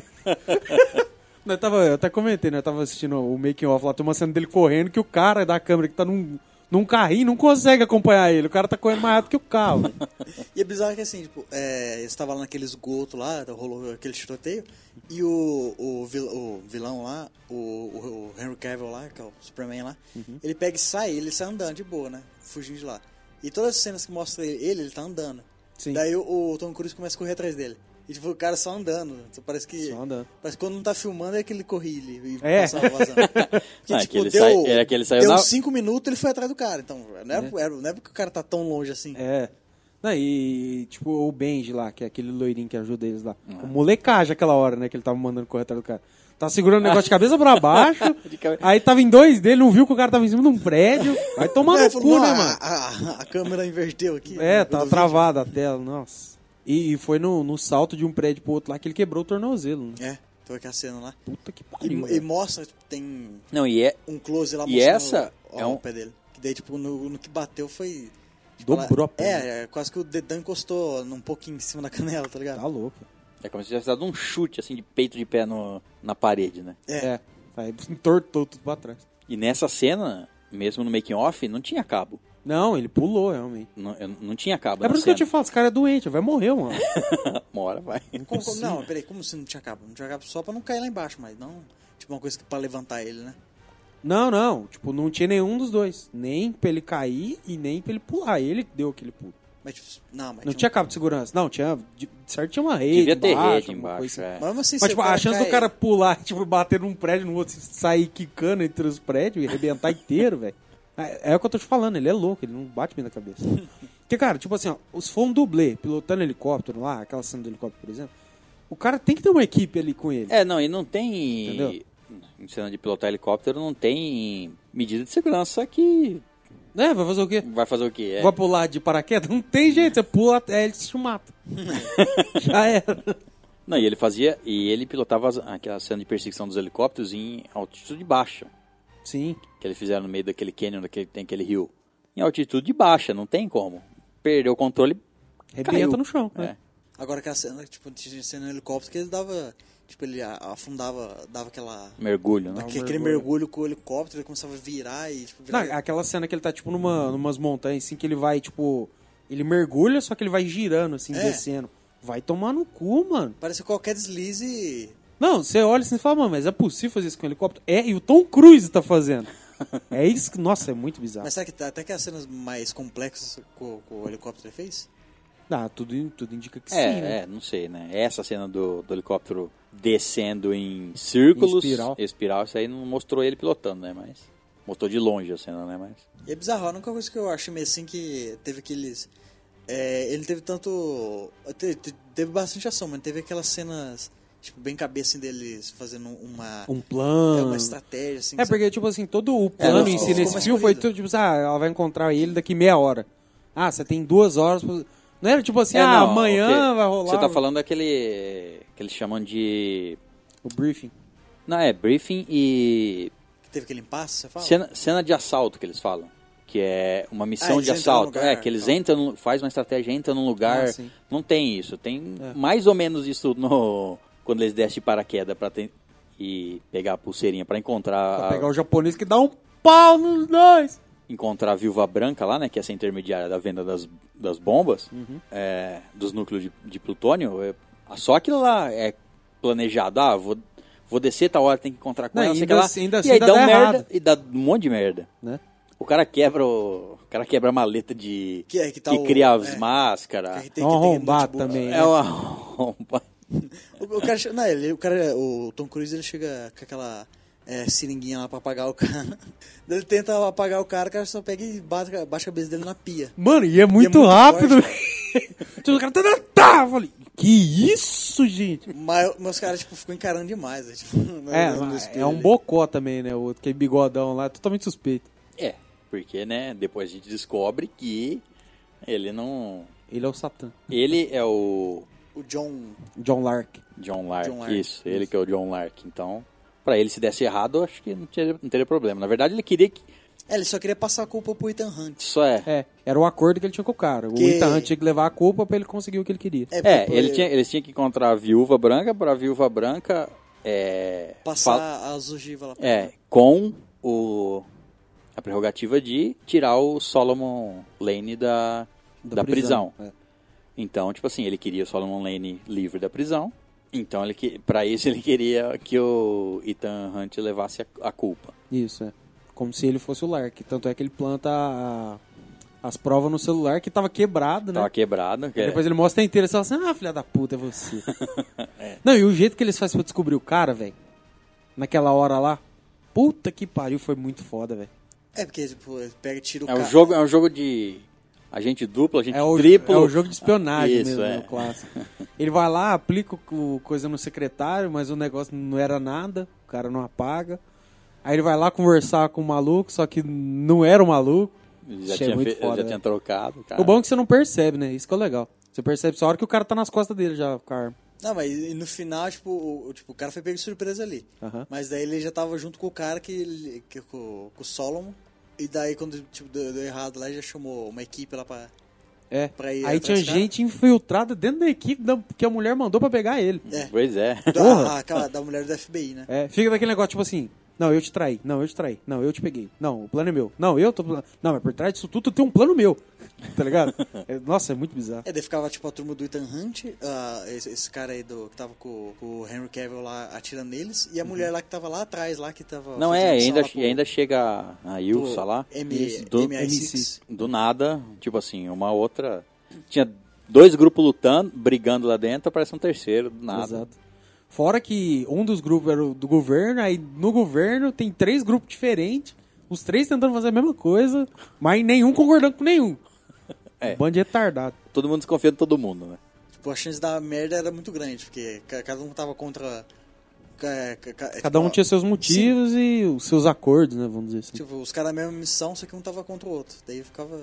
[SPEAKER 4] Nós tava, eu até comentei, né? Eu tava assistindo o making off lá, tem uma cena dele correndo que o cara da câmera que tá num, num carrinho não consegue acompanhar ele. O cara tá correndo mais rápido que o carro. velho.
[SPEAKER 5] E é bizarro que assim, tipo, é, eles estavam lá naquele esgoto lá, rolou aquele tiroteio, e o, o, vil- o vilão lá, o, o- o Henry Cavill lá, que é o Superman lá,
[SPEAKER 1] Uhum.
[SPEAKER 5] ele pega e sai, ele sai andando de boa, né? Fugindo de lá. E todas as cenas que mostra ele, ele, ele tá andando.
[SPEAKER 4] Sim.
[SPEAKER 5] Daí o, o Tom Cruise começa a correr atrás dele. E tipo, o cara só andando. né? Então, parece que.
[SPEAKER 4] Só andando.
[SPEAKER 5] Parece que quando não tá filmando é que ele corria ele e
[SPEAKER 4] É.
[SPEAKER 5] passava vazando. Porque, tipo,
[SPEAKER 1] Ah, que ele sai- era que ele saiu
[SPEAKER 5] deu
[SPEAKER 1] na-
[SPEAKER 5] é,
[SPEAKER 1] É.
[SPEAKER 5] cinco minutos ele foi atrás do cara. Então, não é, não é porque o cara tá tão longe assim.
[SPEAKER 4] É. Não, e, tipo, o Benji lá, que é aquele loirinho que ajuda eles lá.
[SPEAKER 1] É.
[SPEAKER 4] O molecagem aquela hora, né, que ele tava mandando correr atrás do cara. Tava segurando o negócio de cabeça pra baixo,
[SPEAKER 1] De cabe-
[SPEAKER 4] aí tava em dois dele, não viu que o cara tava em cima de um prédio. Vai tomar
[SPEAKER 5] É,
[SPEAKER 4] no
[SPEAKER 5] falou,
[SPEAKER 4] cu,
[SPEAKER 5] "Não,
[SPEAKER 4] né,
[SPEAKER 5] a-
[SPEAKER 4] mano?
[SPEAKER 5] A, a câmera inverteu aqui.
[SPEAKER 4] É,
[SPEAKER 5] né,
[SPEAKER 4] tá
[SPEAKER 5] do vídeo."
[SPEAKER 4] travada a tela, nossa. E, e foi no, no salto de um prédio pro outro lá que ele quebrou o tornozelo, né?
[SPEAKER 5] É, tô aqui a cena lá.
[SPEAKER 4] Puta que
[SPEAKER 5] E,
[SPEAKER 4] pariu.
[SPEAKER 5] e
[SPEAKER 4] velho.
[SPEAKER 5] mostra, tipo, tem
[SPEAKER 1] Não, e é.
[SPEAKER 5] um close lá
[SPEAKER 1] E
[SPEAKER 5] mostrando
[SPEAKER 1] essa
[SPEAKER 5] o,
[SPEAKER 1] é
[SPEAKER 5] o
[SPEAKER 1] um-
[SPEAKER 5] pé dele. Que daí, tipo, no, no que bateu foi... tipo,
[SPEAKER 4] Dobrou a
[SPEAKER 5] ela-
[SPEAKER 4] perna.
[SPEAKER 5] É, é, quase que o dedão encostou um pouquinho em cima da canela, tá ligado?
[SPEAKER 4] Tá louco.
[SPEAKER 1] É como se tivesse dado um chute, assim, de peito de pé no, na parede, né?
[SPEAKER 5] É.
[SPEAKER 4] É. Aí entortou tudo pra trás.
[SPEAKER 1] E nessa cena, mesmo no making-off, não tinha cabo.
[SPEAKER 4] Não, ele pulou, realmente.
[SPEAKER 1] Não, eu- não tinha cabo
[SPEAKER 4] É
[SPEAKER 1] na
[SPEAKER 4] por isso que eu te
[SPEAKER 1] cena.
[SPEAKER 4] falo, esse cara é doente, vai morrer, mano.
[SPEAKER 1] Uma hora vai.
[SPEAKER 4] é
[SPEAKER 5] Como- como- não, peraí, como se não tinha cabo? Não tinha cabo só pra não cair lá embaixo, mas não... Tipo, uma coisa que pra levantar ele, né?
[SPEAKER 4] Não, não. Tipo, não tinha nenhum dos dois. Nem pra ele cair e nem pra ele pular. Ele que deu aquele pulo.
[SPEAKER 5] Mas, tipo, não, mas...
[SPEAKER 4] Não
[SPEAKER 5] um-
[SPEAKER 4] tinha cabo de segurança. Não, tinha. De de certo tinha uma rede.
[SPEAKER 1] Devia ter
[SPEAKER 4] embaixo,
[SPEAKER 1] rede
[SPEAKER 4] alguma
[SPEAKER 1] embaixo,
[SPEAKER 4] coisa assim.
[SPEAKER 1] é.
[SPEAKER 5] Mas, mesmo assim, se
[SPEAKER 4] Mas, tipo,
[SPEAKER 5] o cara
[SPEAKER 4] a chance
[SPEAKER 5] cai-
[SPEAKER 4] do cara pular, tipo, bater num prédio no outro, sair quicando entre os prédios e arrebentar inteiro, velho. É, é o que eu tô te falando, ele é louco, ele não bate bem na cabeça. Porque, cara, tipo assim, ó, se for um dublê pilotando helicóptero lá, aquela cena do helicóptero, por exemplo, o cara tem que ter uma equipe ali com ele.
[SPEAKER 1] É, não, e não tem.
[SPEAKER 4] Entendeu?
[SPEAKER 1] Em cena de pilotar helicóptero, não tem medida de segurança que
[SPEAKER 4] Né? Vai fazer o quê?
[SPEAKER 1] vai fazer o quê? É.
[SPEAKER 4] Vai pular de paraquedas? Não tem jeito, você pula até ele se mata. Já era.
[SPEAKER 1] Não, e ele fazia. E ele pilotava as- aquela cena de perseguição dos helicópteros em altitude baixa.
[SPEAKER 4] Sim.
[SPEAKER 1] Que eles fizeram no meio daquele canyon, daquele, tem aquele rio. Em altitude baixa, não tem como. Perdeu o controle.
[SPEAKER 4] Arrebenta
[SPEAKER 1] Caiu.
[SPEAKER 4] no chão.
[SPEAKER 1] É.
[SPEAKER 4] né?
[SPEAKER 5] Agora aquela cena, tipo, tinha cena no helicóptero que ele dava. Tipo, ele a- afundava, dava aquela.
[SPEAKER 1] Mergulho, né?
[SPEAKER 5] aquele aquele
[SPEAKER 4] um mergulho.
[SPEAKER 5] mergulho com o helicóptero, ele começava a virar e, tipo,
[SPEAKER 4] Não,
[SPEAKER 5] virar.
[SPEAKER 4] aquela cena que ele tá, tipo, numa, numas montanhas, assim, que ele vai, tipo... Ele mergulha, só que ele vai girando, assim,
[SPEAKER 5] É.
[SPEAKER 4] descendo. Vai tomar no cu, mano.
[SPEAKER 5] Parece que qualquer deslize.
[SPEAKER 4] Não, você olha assim e fala, mano, mas é possível fazer isso com um helicóptero? É, e o Tom Cruise tá fazendo. É isso que... Nossa, é muito bizarro.
[SPEAKER 5] Mas será que tá- até que as cenas mais complexas com, com o helicóptero ele fez?
[SPEAKER 4] Ah, tudo, tudo indica que
[SPEAKER 1] É,
[SPEAKER 4] sim, né?
[SPEAKER 1] é, não sei, né? Essa cena do, do helicóptero descendo em círculos.
[SPEAKER 4] Em espiral.
[SPEAKER 1] isso aí não mostrou ele pilotando, né? Mas. Mostrou de longe a cena, né? Mas.
[SPEAKER 5] E é bizarro, a única coisa que eu acho meio assim que teve aqueles. É, ele teve tanto. te- te- Teve bastante ação, mas teve aquelas cenas, tipo, bem cabeça assim, deles fazendo uma.
[SPEAKER 4] Um
[SPEAKER 5] é,
[SPEAKER 4] plano...
[SPEAKER 5] uma estratégia, assim.
[SPEAKER 4] É,
[SPEAKER 5] sabe?
[SPEAKER 4] porque, tipo assim, todo
[SPEAKER 1] É,
[SPEAKER 4] o plano
[SPEAKER 5] não,
[SPEAKER 4] em si
[SPEAKER 5] ficou
[SPEAKER 4] nesse
[SPEAKER 5] mais
[SPEAKER 4] filme foi
[SPEAKER 5] corrido.
[SPEAKER 4] tudo, tipo assim, ah, ela vai encontrar ele daqui meia hora. Ah, você tem duas horas. pra- Não era tipo assim,
[SPEAKER 1] É,
[SPEAKER 4] ah,
[SPEAKER 1] não,
[SPEAKER 4] amanhã
[SPEAKER 1] ok.
[SPEAKER 4] vai rolar. um
[SPEAKER 1] Você tá falando daquele. que eles chamam de.
[SPEAKER 4] O briefing.
[SPEAKER 1] Não, é briefing e.
[SPEAKER 5] Teve aquele impasse, você fala?
[SPEAKER 1] Cena, cena de assalto que eles falam. Que é
[SPEAKER 4] Ah,
[SPEAKER 1] uma missão
[SPEAKER 5] eles
[SPEAKER 1] de
[SPEAKER 5] entram num
[SPEAKER 1] assalto.
[SPEAKER 5] lugar,
[SPEAKER 1] é, que eles
[SPEAKER 5] tá.
[SPEAKER 1] entram, no- faz uma estratégia, entram num lugar.
[SPEAKER 4] Ah, sim. É.
[SPEAKER 1] não tem isso. Tem mais ou menos isso no. Quando eles descem de paraquedas pra ten- e pegar a pulseirinha pra encontrar.
[SPEAKER 4] Pra
[SPEAKER 1] a-
[SPEAKER 4] pegar o japonês que dá um pau nos dois.
[SPEAKER 1] encontrar a viúva branca lá, né? Que é essa intermediária da venda das, das bombas,
[SPEAKER 4] Uhum.
[SPEAKER 1] é, dos núcleos de, de plutônio. é- só aquilo lá é planejado. Ah, vou, vou descer tal hora, tem que encontrar com
[SPEAKER 4] Não,
[SPEAKER 1] ela, não sei o
[SPEAKER 4] ainda
[SPEAKER 1] que lá.
[SPEAKER 4] assim- ainda
[SPEAKER 1] e
[SPEAKER 4] assim
[SPEAKER 1] aí
[SPEAKER 4] dá-
[SPEAKER 1] dá um
[SPEAKER 4] dá
[SPEAKER 1] merda
[SPEAKER 4] errado.
[SPEAKER 1] e dá um monte de merda.
[SPEAKER 4] Né?
[SPEAKER 1] O cara quebra o, o cara quebra a maleta de
[SPEAKER 5] Que é que tá o-
[SPEAKER 1] cria as
[SPEAKER 5] é.
[SPEAKER 1] máscaras.
[SPEAKER 5] Que né?
[SPEAKER 4] É um arrombado
[SPEAKER 5] notebook.
[SPEAKER 4] também.
[SPEAKER 1] É uma
[SPEAKER 5] O, o cara, che- não, ele, o cara, o Tom Cruise, ele chega com aquela é, seringuinha lá pra apagar o cara. Daí Ele tenta apagar o cara, o cara só pega e bate, bate a cabeça dele na pia.
[SPEAKER 4] Mano, e é muito,
[SPEAKER 5] muito
[SPEAKER 4] rápido. Tipo, o cara tá, tá, tá. Eu falei, que isso, gente?
[SPEAKER 5] Mas, mas os caras, tipo, ficam encarando demais, né? Tipo, no-
[SPEAKER 4] É,
[SPEAKER 5] no
[SPEAKER 4] é,
[SPEAKER 5] espelho
[SPEAKER 4] um
[SPEAKER 5] ali.
[SPEAKER 4] bocó também, né? O outro que é bigodão lá, totalmente suspeito.
[SPEAKER 1] É, porque né? Depois a gente descobre que ele não,
[SPEAKER 4] Ele é o Satã.
[SPEAKER 1] ele é o
[SPEAKER 5] O John...
[SPEAKER 4] John Lark.
[SPEAKER 1] John Lark.
[SPEAKER 5] John Lark,
[SPEAKER 1] Isso, ele que é o John Lark. Então, pra ele se desse errado, eu acho que não teria, não teria problema. Na verdade, ele queria que
[SPEAKER 5] É, ele só queria passar a culpa pro Ethan Hunt.
[SPEAKER 1] só é.
[SPEAKER 4] É, era o acordo que ele tinha com o cara. O
[SPEAKER 5] Que-
[SPEAKER 4] Ethan Hunt tinha que levar a culpa pra ele conseguir o que ele queria.
[SPEAKER 1] É,
[SPEAKER 5] porque
[SPEAKER 1] ele tinha, eles tinham que encontrar a viúva branca pra viúva branca é,
[SPEAKER 5] Passar
[SPEAKER 1] fa-
[SPEAKER 5] as ogivas lá pra
[SPEAKER 1] é com o a prerrogativa de tirar o Solomon Lane da da, prisão.
[SPEAKER 4] É.
[SPEAKER 1] Então, tipo assim, ele queria o Solomon Lane livre da prisão. Então, ele que, para isso ele queria que o Ethan Hunt levasse a, a culpa.
[SPEAKER 4] Isso, é. Como se ele fosse o Lark. Tanto é que ele planta a- as provas no celular que tava quebrado, né?
[SPEAKER 1] Tava quebrado, que
[SPEAKER 4] Aí
[SPEAKER 1] é-
[SPEAKER 4] Depois ele mostra inteiro e fala assim, ah, filha da puta, é você.
[SPEAKER 1] É.
[SPEAKER 4] Não, e o jeito que eles fazem pra descobrir o cara, velho, naquela hora lá, puta que pariu, foi muito foda, velho.
[SPEAKER 5] É, porque, tipo, ele pega e tira o
[SPEAKER 1] é um
[SPEAKER 5] cara.
[SPEAKER 1] jogo, é um jogo de A gente dupla, a gente
[SPEAKER 4] É o,
[SPEAKER 1] tripla.
[SPEAKER 4] é o jogo de espionagem
[SPEAKER 1] Isso,
[SPEAKER 4] mesmo,
[SPEAKER 1] é.
[SPEAKER 4] é. o clássico. Ele vai lá, aplica o, o coisa no secretário, mas o negócio não era nada, o cara não apaga. Aí ele vai lá conversar com o maluco, só que não era o maluco.
[SPEAKER 1] Já,
[SPEAKER 4] Achei
[SPEAKER 1] tinha,
[SPEAKER 4] muito
[SPEAKER 1] fe-
[SPEAKER 4] foda,
[SPEAKER 1] já
[SPEAKER 4] né?
[SPEAKER 1] tinha trocado. Cara.
[SPEAKER 4] O bom é que você não percebe, né? Isso que é o legal. Você percebe só a hora que o cara tá nas costas dele já, cara.
[SPEAKER 5] Não, mas e no final, tipo, o, o- tipo, o cara foi pego de surpresa ali.
[SPEAKER 4] Aham.
[SPEAKER 5] Mas daí ele já tava junto com o cara que. ele- que com, com o Solomon. E daí quando tipo, deu, deu errado lá, ele já chamou uma equipe lá pra.
[SPEAKER 4] É.
[SPEAKER 5] Pra ir
[SPEAKER 4] Aí
[SPEAKER 5] atrás
[SPEAKER 4] tinha
[SPEAKER 5] desse cara.
[SPEAKER 4] gente infiltrada dentro da equipe da- que a mulher mandou pra pegar ele.
[SPEAKER 5] É.
[SPEAKER 1] Pois é.
[SPEAKER 5] Da, ah, aquela- da mulher do FBI, né?
[SPEAKER 4] É, fica daquele negócio, tipo assim, não, eu te traí, não, eu te traí, não, eu te peguei, não, o plano é meu, não, eu tô... Não, mas por trás disso tudo tem um plano meu, tá ligado? É, nossa, é muito bizarro.
[SPEAKER 5] É, daí ficava tipo a turma do Ethan Hunt, ah, esse, esse cara aí do, que tava com, com o Henry Cavill lá atirando neles, e a mulher lá que tava lá atrás, lá que tava.
[SPEAKER 1] Uhum. Não é,
[SPEAKER 5] fazendo missão
[SPEAKER 1] ainda,
[SPEAKER 5] lá pro-
[SPEAKER 1] ainda chega a Ilsa
[SPEAKER 5] pro
[SPEAKER 1] lá.
[SPEAKER 5] M-
[SPEAKER 1] Isso, do,
[SPEAKER 5] MI6.
[SPEAKER 1] do nada, tipo assim, uma outra. Tinha dois grupos lutando, brigando lá dentro, aparece um terceiro, do nada.
[SPEAKER 4] Exato. Fora que um dos grupos era o do governo, aí no governo tem três grupos diferentes, os três tentando fazer a mesma coisa, mas nenhum concordando com nenhum.
[SPEAKER 1] É.
[SPEAKER 4] Um bando de retardado.
[SPEAKER 1] Todo mundo desconfia de todo mundo, né?
[SPEAKER 5] Tipo, a chance da merda era muito grande, porque ca- cada um tava contra. ca- ca- ca-
[SPEAKER 4] Cada um
[SPEAKER 5] tipo,
[SPEAKER 4] tinha seus motivos e os seus acordos, né, vamos dizer assim.
[SPEAKER 5] Tipo, os caras na mesma missão, só que um tava contra o outro. Daí ficava.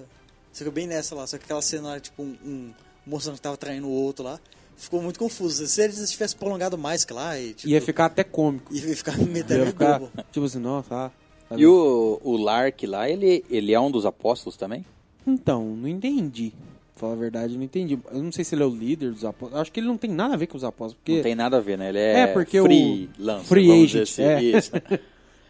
[SPEAKER 5] Ficou bem nessa lá. Só que aquela cena lá, tipo, um, um moço que tava traindo o outro lá. Ficou muito confuso. Se eles tivessem prolongado mais, que lá, e, tipo,
[SPEAKER 4] Ia ficar até cômico.
[SPEAKER 5] Ia ficar
[SPEAKER 4] Ia
[SPEAKER 5] metendo no
[SPEAKER 4] ficar,
[SPEAKER 5] globo.
[SPEAKER 4] tipo assim, nossa, ah, tá
[SPEAKER 1] E o, o Lark lá, ele, ele é um dos apóstolos também?
[SPEAKER 4] Então, não entendi. Pra Falar a verdade, não entendi. Eu não sei se ele é o líder dos apóstolos. Acho que ele não tem nada a ver com os apóstolos. Porque,
[SPEAKER 1] Não tem nada a ver, né? Ele é,
[SPEAKER 4] É, porque o-
[SPEAKER 1] freelancer,
[SPEAKER 4] free
[SPEAKER 1] vamos
[SPEAKER 4] agent,
[SPEAKER 1] dizer
[SPEAKER 4] é.
[SPEAKER 1] assim. Isso.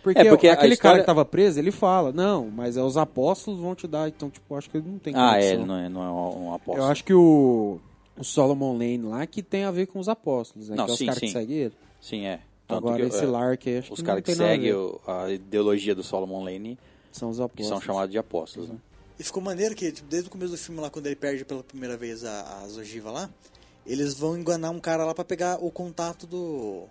[SPEAKER 4] porque,
[SPEAKER 1] É, porque a
[SPEAKER 4] aquele
[SPEAKER 1] história-
[SPEAKER 4] cara que tava preso, ele fala, não, mas é os apóstolos vão te dar. Então, tipo, acho que ele não tem
[SPEAKER 1] ah, é,
[SPEAKER 4] conexão.
[SPEAKER 1] ele não é, não é um apóstolo.
[SPEAKER 4] Eu acho que o, o Solomon Lane lá que tem a ver com os apóstolos, né?
[SPEAKER 1] Não,
[SPEAKER 4] que é os
[SPEAKER 1] sim,
[SPEAKER 4] caras que
[SPEAKER 1] sim.
[SPEAKER 4] seguem ele.
[SPEAKER 1] Sim, é.
[SPEAKER 4] Agora,
[SPEAKER 1] que,
[SPEAKER 4] esse
[SPEAKER 1] é,
[SPEAKER 4] Lark aí, acho
[SPEAKER 1] Os
[SPEAKER 4] que
[SPEAKER 1] caras
[SPEAKER 4] não
[SPEAKER 1] que
[SPEAKER 4] tem nada a
[SPEAKER 1] seguem
[SPEAKER 4] ver.
[SPEAKER 1] o- a ideologia do Solomon Lane,
[SPEAKER 4] São os
[SPEAKER 1] que
[SPEAKER 4] apóstolos.
[SPEAKER 1] são chamados de apóstolos, né?
[SPEAKER 5] E ficou maneiro que, tipo, desde o começo do filme lá, quando ele perde pela primeira vez a- as ogivas lá, eles vão enganar um cara lá pra pegar o contato do.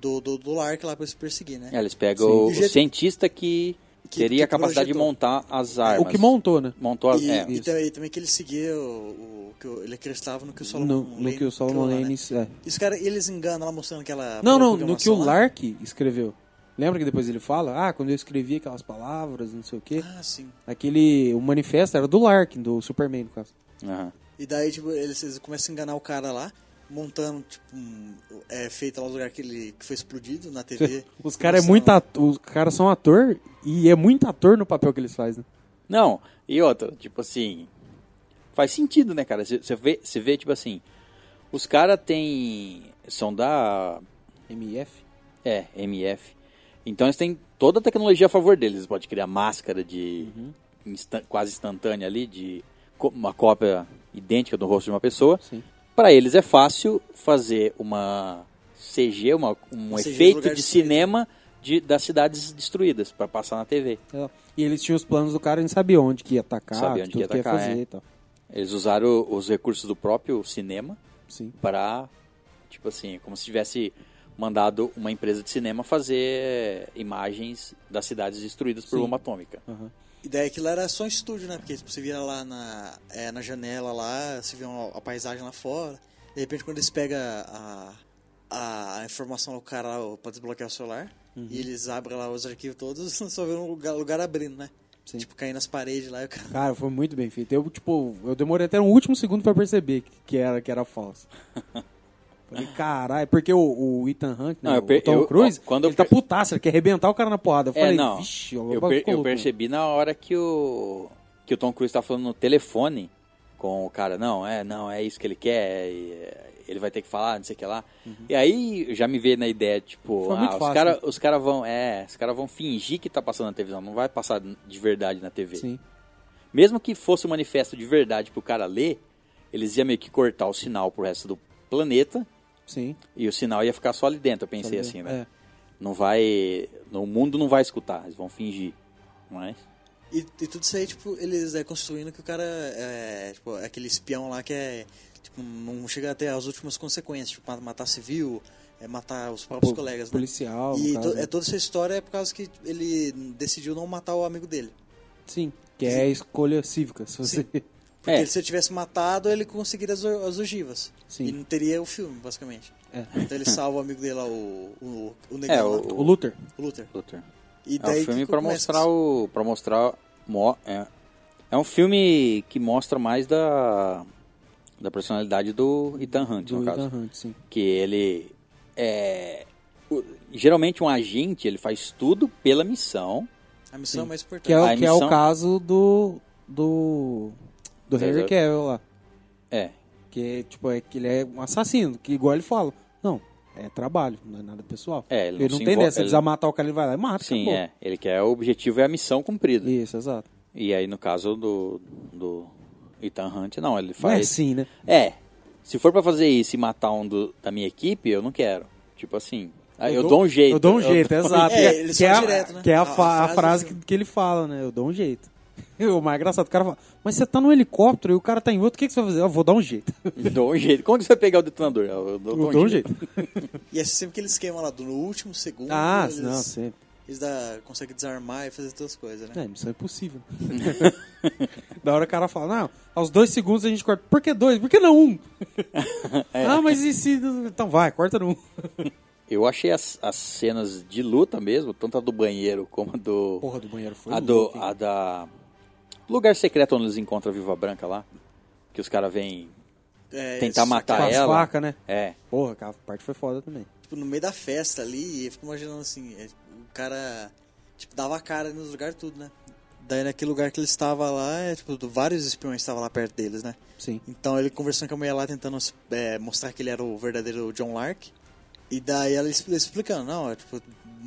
[SPEAKER 5] Do, do, do Lark lá pra se perseguir, né?
[SPEAKER 1] É, Eles pegam
[SPEAKER 4] Sim.
[SPEAKER 1] o,
[SPEAKER 5] Do
[SPEAKER 1] o
[SPEAKER 5] jeito-
[SPEAKER 1] cientista que,
[SPEAKER 5] Que-
[SPEAKER 1] teria
[SPEAKER 5] que
[SPEAKER 1] a capacidade de
[SPEAKER 5] projetou.
[SPEAKER 1] montar as
[SPEAKER 4] O
[SPEAKER 1] armas.
[SPEAKER 4] que montou, né?
[SPEAKER 1] Montou as
[SPEAKER 5] E,
[SPEAKER 1] é,
[SPEAKER 5] e, também, e também que ele seguia o, o- que o- ele acreditava no que o
[SPEAKER 4] No,
[SPEAKER 5] Solomon
[SPEAKER 4] no que o Solomon
[SPEAKER 5] criou lá,
[SPEAKER 4] Lane.
[SPEAKER 5] né?
[SPEAKER 4] é.
[SPEAKER 5] E os caras, eles enganam lá mostrando aquela.
[SPEAKER 4] Não, não, no que o
[SPEAKER 5] programação lá.
[SPEAKER 4] Lark escreveu. Lembra que depois ele fala? Ah, quando eu escrevi aquelas palavras, não sei o quê.
[SPEAKER 5] Ah, sim.
[SPEAKER 4] Aquele. O manifesto era do Lark, do Superman, no caso.
[SPEAKER 1] Aham.
[SPEAKER 5] E daí, tipo, eles, eles começam a enganar o cara lá, montando, tipo, um, é feito lá o lugar que ele que foi explodido na TV.
[SPEAKER 4] Os caras é
[SPEAKER 5] Mostrando
[SPEAKER 4] muito
[SPEAKER 5] lá.
[SPEAKER 4] ator, os caras são ator e é muito ator no papel que eles fazem. né?
[SPEAKER 1] Não, e outra, tipo assim, faz sentido, né, cara? Você vê, você vê, tipo assim, os caras têm, são da,
[SPEAKER 4] MF.
[SPEAKER 1] é, MF, então eles têm toda a tecnologia a favor deles, pode criar máscara de, instan- quase instantânea ali, de co- uma cópia idêntica do rosto de uma pessoa,
[SPEAKER 4] Sim.
[SPEAKER 1] Pra eles é fácil fazer uma CG, uma, um
[SPEAKER 5] CG no
[SPEAKER 1] efeito
[SPEAKER 5] lugar
[SPEAKER 1] de
[SPEAKER 5] destruído.
[SPEAKER 1] cinema de, das cidades destruídas pra passar na TV.
[SPEAKER 4] É. E eles tinham os planos do cara e não sabia onde que ia atacar,
[SPEAKER 1] Sabia onde
[SPEAKER 4] tudo
[SPEAKER 1] que ia
[SPEAKER 4] que ia
[SPEAKER 1] atacar,
[SPEAKER 4] fazer
[SPEAKER 1] é.
[SPEAKER 4] e tal.
[SPEAKER 1] Eles usaram os recursos do próprio cinema
[SPEAKER 4] Sim.
[SPEAKER 1] pra, tipo assim, como se tivesse mandado uma empresa de cinema fazer imagens das cidades destruídas por
[SPEAKER 4] Sim.
[SPEAKER 1] bomba atômica.
[SPEAKER 4] Aham.
[SPEAKER 5] E daí aquilo era só um estúdio, né? Porque tipo, você via lá na, é, na janela lá, você via uma- a paisagem lá fora. De repente quando eles pegam a, a, a informação do cara lá ó, pra desbloquear o celular,
[SPEAKER 4] Uhum.
[SPEAKER 5] e eles abrem lá os arquivos todos, só vê um lugar, lugar abrindo, né?
[SPEAKER 4] Sim.
[SPEAKER 5] Tipo, caindo nas paredes lá e o cara.
[SPEAKER 4] Cara, foi muito bem feito. Eu, tipo, eu demorei até um último segundo pra perceber que, que era que era falso. Falei, caralho, é porque o, o Ethan Hunt, né,
[SPEAKER 1] Não, eu per-
[SPEAKER 4] o Tom
[SPEAKER 1] eu-
[SPEAKER 4] Cruise,
[SPEAKER 1] ó, quando eu
[SPEAKER 4] ele tá
[SPEAKER 1] per-
[SPEAKER 4] putaço, ele quer arrebentar o cara na porrada. Eu
[SPEAKER 1] É,
[SPEAKER 4] falei,
[SPEAKER 1] não.
[SPEAKER 4] vixe, o
[SPEAKER 1] Eu,
[SPEAKER 4] bagulho
[SPEAKER 1] per-
[SPEAKER 4] ficou
[SPEAKER 1] eu
[SPEAKER 4] louco, né?"
[SPEAKER 1] percebi na hora que o que o Tom Cruise tá falando no telefone com o cara, não, é, não, é isso que ele quer, e, é, ele vai ter que falar, não sei o que lá. E aí já me veio na ideia, tipo,
[SPEAKER 4] Uhum. Foi
[SPEAKER 1] ah,
[SPEAKER 4] muito
[SPEAKER 1] os
[SPEAKER 4] fácil,
[SPEAKER 1] caras
[SPEAKER 4] né?
[SPEAKER 1] os cara vão, é, os cara vão fingir que tá passando na televisão, não vai passar de verdade na TV.
[SPEAKER 4] Sim.
[SPEAKER 1] Mesmo que fosse um manifesto de verdade pro cara ler, eles iam meio que cortar o sinal pro resto do planeta
[SPEAKER 4] Sim.
[SPEAKER 1] e o sinal ia ficar só ali dentro, eu pensei
[SPEAKER 4] Sabe?
[SPEAKER 1] assim, né?
[SPEAKER 4] É.
[SPEAKER 1] Não vai, o mundo não vai escutar, eles vão fingir. é? Mas
[SPEAKER 5] E, e tudo isso aí, tipo, eles é, construindo que o cara é, tipo, é aquele espião lá que é, tipo, não chega até as últimas consequências, tipo, matar civil, é, matar os próprios
[SPEAKER 4] Po-
[SPEAKER 5] colegas, né?
[SPEAKER 4] policial, no
[SPEAKER 5] E
[SPEAKER 4] caso,
[SPEAKER 5] to-
[SPEAKER 4] né?
[SPEAKER 5] é, toda essa história é por causa que ele decidiu não matar o amigo dele.
[SPEAKER 4] Sim, que é a escolha cívica. Se você
[SPEAKER 5] Porque
[SPEAKER 1] É.
[SPEAKER 5] se eu tivesse matado, ele conseguiria as, o- as ogivas.
[SPEAKER 4] Sim.
[SPEAKER 5] E não teria o filme, basicamente.
[SPEAKER 4] É.
[SPEAKER 5] Então ele salva o amigo dele lá, o, o, o negão
[SPEAKER 1] É,
[SPEAKER 5] lá,
[SPEAKER 1] o-
[SPEAKER 4] O Luther.
[SPEAKER 5] o Luther.
[SPEAKER 1] Luther.
[SPEAKER 5] E
[SPEAKER 1] É um
[SPEAKER 5] que
[SPEAKER 1] filme pra
[SPEAKER 5] começa
[SPEAKER 1] mostrar o. para mostrar. mo- é, é um filme que mostra mais da. da personalidade do Ethan Hunt,
[SPEAKER 4] Do
[SPEAKER 1] no caso.
[SPEAKER 4] Ethan Hunt, sim.
[SPEAKER 1] Que ele. É. o- geralmente um agente, ele faz tudo pela missão.
[SPEAKER 5] A missão é mais importante.
[SPEAKER 4] Que é,
[SPEAKER 1] A
[SPEAKER 4] o- que é
[SPEAKER 1] missão-
[SPEAKER 4] o caso do. do. do
[SPEAKER 1] Zero
[SPEAKER 4] Henry
[SPEAKER 1] zero.
[SPEAKER 4] Cavill lá.
[SPEAKER 1] É.
[SPEAKER 4] Que é, tipo, é que ele é um assassino, que igual ele fala. Não, é trabalho, não é nada pessoal.
[SPEAKER 1] É, ele
[SPEAKER 4] ele
[SPEAKER 1] não
[SPEAKER 4] não,
[SPEAKER 1] se
[SPEAKER 4] tem
[SPEAKER 1] envol-
[SPEAKER 4] dessa,
[SPEAKER 1] ele-
[SPEAKER 4] ele... precisa matar o cara, ele vai lá e mata.
[SPEAKER 1] Sim,
[SPEAKER 4] acabou.
[SPEAKER 1] é. Ele quer o objetivo é a missão cumprida. E,
[SPEAKER 4] Isso, exato.
[SPEAKER 1] aí, no caso do. do Ethan Hunt, não, ele
[SPEAKER 4] Não é
[SPEAKER 1] faz.
[SPEAKER 4] assim, né?
[SPEAKER 1] É. Se for pra fazer isso e matar um do- da minha equipe, eu não quero. Tipo assim. aí Eu, dou um jeito.
[SPEAKER 4] Eu dou um jeito, exato.
[SPEAKER 5] É,
[SPEAKER 4] que,
[SPEAKER 5] eles
[SPEAKER 4] que é
[SPEAKER 5] falam
[SPEAKER 4] a,
[SPEAKER 5] direto, né?
[SPEAKER 4] que é a,
[SPEAKER 5] A-
[SPEAKER 4] fa-
[SPEAKER 5] a
[SPEAKER 4] a
[SPEAKER 5] frase assim.
[SPEAKER 4] frase
[SPEAKER 5] do
[SPEAKER 4] que,
[SPEAKER 5] filme.
[SPEAKER 4] que ele fala, né? Eu dou um jeito. O mais engraçado, o cara fala, mas você tá num helicóptero e o cara tá em outro, o que, que você vai fazer? Eu vou dar um jeito.
[SPEAKER 1] Eu dou um jeito. Como que você vai pegar o detonador? Eu, eu dou,
[SPEAKER 4] Eu dou um jeito.
[SPEAKER 5] E é sempre aquele esquema lá do no último segundo.
[SPEAKER 4] ah,
[SPEAKER 5] eles,
[SPEAKER 4] não, sempre.
[SPEAKER 5] eles dá, conseguem desarmar e fazer todas as coisas, né?
[SPEAKER 4] É, missão impossível. da hora o cara fala, não, aos dois segundos a gente corta. Por que dois? Por que não um?
[SPEAKER 1] É.
[SPEAKER 4] Ah, mas e se... Então vai, corta no um.
[SPEAKER 1] Eu achei as, as cenas de luta mesmo, tanto a do banheiro como a do.
[SPEAKER 4] Porra, do banheiro foi um
[SPEAKER 1] a, do a da. Lugar secreto onde eles encontram a Viva Branca lá. Que os caras vêm
[SPEAKER 5] É,
[SPEAKER 1] tentar
[SPEAKER 5] isso,
[SPEAKER 1] matar
[SPEAKER 4] com as
[SPEAKER 1] ela.
[SPEAKER 4] facas, né?
[SPEAKER 1] É.
[SPEAKER 4] Porra, cara, a parte foi foda também.
[SPEAKER 5] tipo, no meio da festa ali, e eu fico imaginando assim, é, o cara, tipo, dava a cara nos lugares tudo, né? Daí naquele lugar que ele estava lá, é, tipo, do- vários espiões estavam lá perto deles, né?
[SPEAKER 4] Sim.
[SPEAKER 5] Então ele conversando com a mulher lá, tentando é, mostrar que ele era o verdadeiro John Lark. E daí ela expli- explicando, não, é, tipo,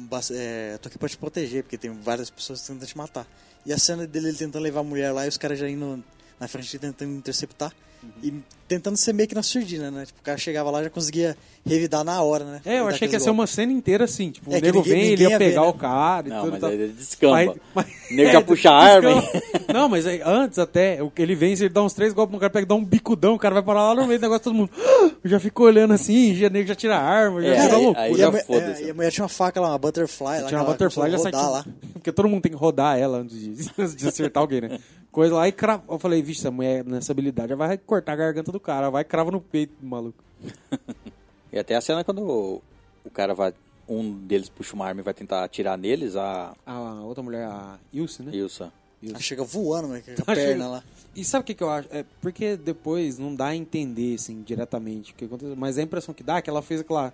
[SPEAKER 5] bas- é, eu tô aqui pra te proteger, porque tem várias pessoas tentando te matar. E a cena dele ele tentando levar a mulher lá e os caras já indo na frente tentando interceptar.
[SPEAKER 1] Uhum.
[SPEAKER 5] E tentando ser meio que na surdina, né? Tipo, o cara chegava lá e já conseguia revidar na hora, né?
[SPEAKER 4] É, eu
[SPEAKER 5] Dar
[SPEAKER 4] achei que ia
[SPEAKER 5] aqueles
[SPEAKER 4] ser
[SPEAKER 5] golpes.
[SPEAKER 4] uma cena inteira assim, tipo,
[SPEAKER 5] É,
[SPEAKER 4] o
[SPEAKER 5] que
[SPEAKER 4] nego
[SPEAKER 5] ninguém-
[SPEAKER 4] vem, ele
[SPEAKER 5] ninguém
[SPEAKER 4] ia
[SPEAKER 5] ia ver,
[SPEAKER 4] pegar
[SPEAKER 5] né?
[SPEAKER 4] o cara e
[SPEAKER 1] Não,
[SPEAKER 4] tudo.
[SPEAKER 1] mas
[SPEAKER 4] tal.
[SPEAKER 1] aí ele descamba. O nego
[SPEAKER 4] É,
[SPEAKER 1] já puxa a arma, hein?
[SPEAKER 4] descamba. Não, mas aí, antes até, o- ele vem, ele dá uns três golpes no cara, pega, dá um bicudão, o cara vai parar lá no meio do negócio, todo mundo "Ah!" já fica olhando assim, já, o nego já tira a arma, já
[SPEAKER 1] É,
[SPEAKER 4] vira
[SPEAKER 1] aí-
[SPEAKER 4] loucura.
[SPEAKER 1] aí
[SPEAKER 5] e,
[SPEAKER 1] já
[SPEAKER 5] a, mu-
[SPEAKER 1] foda-se. né?
[SPEAKER 5] é, e a mulher tinha uma faca lá, uma butterfly. lá,
[SPEAKER 4] Tira a
[SPEAKER 5] que ela
[SPEAKER 4] butterfly já
[SPEAKER 5] começou
[SPEAKER 4] sai
[SPEAKER 5] a rodar lá.
[SPEAKER 4] tudo. Porque todo mundo tem que rodar ela antes de, antes de acertar alguém, né? Coisa lá e crava. Eu falei, vixe, essa mulher nessa habilidade já vai cortar a garganta do cara, vai e crava no peito, do maluco.
[SPEAKER 1] E até a cena quando o, o cara vai. Um deles puxa uma arma e vai tentar atirar neles, a
[SPEAKER 4] A outra mulher, a Ilse, né?
[SPEAKER 1] Ilsa.
[SPEAKER 5] Ela chega voando né, com a
[SPEAKER 4] Tá
[SPEAKER 5] perna
[SPEAKER 4] chegando.
[SPEAKER 5] lá.
[SPEAKER 4] E sabe o que, que eu acho? É porque depois não dá a entender, assim, diretamente o que aconteceu. Mas a impressão que dá é que ela fez aquela.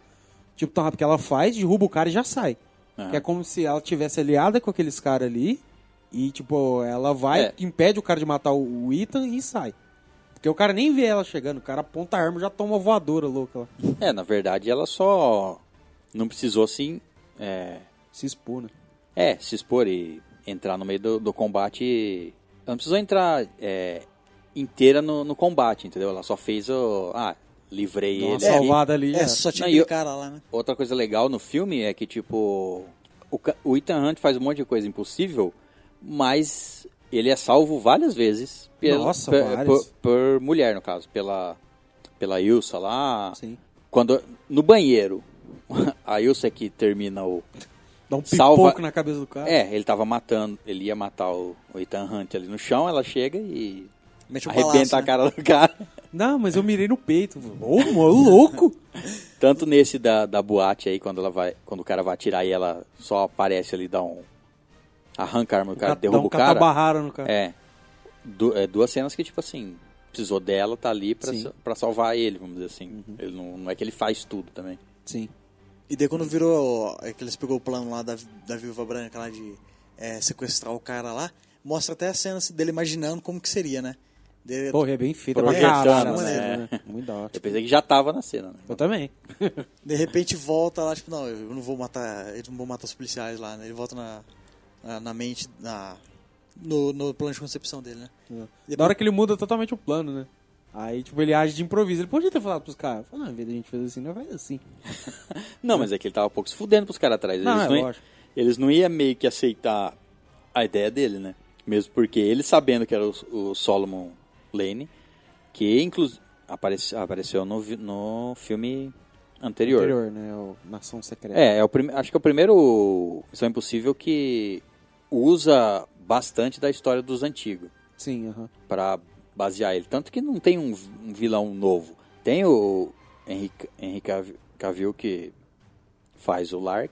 [SPEAKER 4] Tipo, tão rápido que ela faz, derruba o cara e já sai.
[SPEAKER 1] Aham.
[SPEAKER 4] Que é como se ela tivesse aliada com aqueles caras ali. E, tipo, ela vai,
[SPEAKER 1] É.
[SPEAKER 4] impede o cara de matar o o Ethan e sai. Porque o cara nem vê ela chegando, o cara aponta a arma e já toma uma voadora louca lá.
[SPEAKER 1] É, na verdade ela só. Não precisou assim. É,
[SPEAKER 4] Se expor, né?
[SPEAKER 1] É, se expor e entrar no meio do, do combate. Ela não precisou entrar é, inteira no, no combate, entendeu? Ela só fez o. Ah, livrei
[SPEAKER 4] Dá uma
[SPEAKER 1] ele. aqui.
[SPEAKER 4] salvada ali.
[SPEAKER 5] É,
[SPEAKER 4] já.
[SPEAKER 5] só tinha
[SPEAKER 1] Não,
[SPEAKER 5] aquele
[SPEAKER 1] e eu-
[SPEAKER 5] cara lá, né?
[SPEAKER 1] Outra coisa legal no filme é que, tipo, o, ca- o Ethan Hunt faz um monte de coisa impossível, mas ele é salvo várias vezes pela,
[SPEAKER 4] Nossa,
[SPEAKER 1] pe-
[SPEAKER 4] várias.
[SPEAKER 1] por, por mulher, no caso, pela, pela Ilsa lá.
[SPEAKER 4] Sim.
[SPEAKER 1] Quando, no banheiro, a Ilsa é que termina o,
[SPEAKER 4] Dá um pipoco
[SPEAKER 1] Salva-
[SPEAKER 4] na cabeça do cara.
[SPEAKER 1] é, ele tava matando, ele ia matar o, o Ethan Hunt ali no chão, ela chega e
[SPEAKER 5] Mete um
[SPEAKER 1] arrebenta
[SPEAKER 5] balaço,
[SPEAKER 1] a
[SPEAKER 5] né?
[SPEAKER 1] cara do cara.
[SPEAKER 4] Não, mas eu mirei no peito. Ô, mano, louco!
[SPEAKER 1] Tanto nesse da, da boate aí, quando ela vai. Quando o cara vai atirar e ela só aparece ali, dá um. Arranca a arma do cara,
[SPEAKER 4] Dá
[SPEAKER 1] derruba
[SPEAKER 4] um
[SPEAKER 1] o cara.
[SPEAKER 4] catabarrara no cara.
[SPEAKER 1] É, Du- é, Duas cenas que, tipo assim, precisou dela, tá ali pra,
[SPEAKER 4] Sim. Uhum.
[SPEAKER 1] sa- pra salvar ele, vamos dizer assim. Ele não, não é que ele faz tudo também.
[SPEAKER 4] Sim.
[SPEAKER 5] E daí quando virou. É que eles pegou o plano lá da, da Viúva Branca lá de é, sequestrar o cara lá, mostra até a cena assim, dele imaginando como que seria, né? Dele-
[SPEAKER 4] Porra, é bem feita pra
[SPEAKER 1] Projetando,
[SPEAKER 4] caralho.
[SPEAKER 5] né?
[SPEAKER 4] assim, né? Muito da hora.
[SPEAKER 1] Eu pensei que já tava na cena, né?
[SPEAKER 4] Eu também.
[SPEAKER 5] De repente volta lá, tipo, não, eu não vou matar. Eu não vou matar os policiais lá, né? Ele volta na, na, na mente, na, no, no plano de concepção dele, né?
[SPEAKER 4] Da hora que ele muda totalmente o plano, né? Aí, tipo, ele age de improviso. Ele podia ter falado pros caras. Falou, na vida a gente fez assim, não faz assim.
[SPEAKER 1] Não, mas é que ele tava um pouco se fudendo pros caras atrás. Eles
[SPEAKER 4] né? Não,
[SPEAKER 1] não,
[SPEAKER 4] é
[SPEAKER 1] iam-
[SPEAKER 4] lógico.
[SPEAKER 1] eles não iam meio que aceitar a ideia dele, né? Mesmo porque ele sabendo que era o, o Solomon Lane, que inclusive apareceu no, vi- no filme anterior.
[SPEAKER 4] Anterior, né? O Nação Secreta.
[SPEAKER 1] É, é o prime- acho que é o primeiro Missão Impossível que usa bastante da história dos antigos
[SPEAKER 4] Sim, aham.
[SPEAKER 1] para basear ele. Tanto que não tem um, um vilão novo. Tem o Henry, Henry Cav- Cavill que faz o Lark.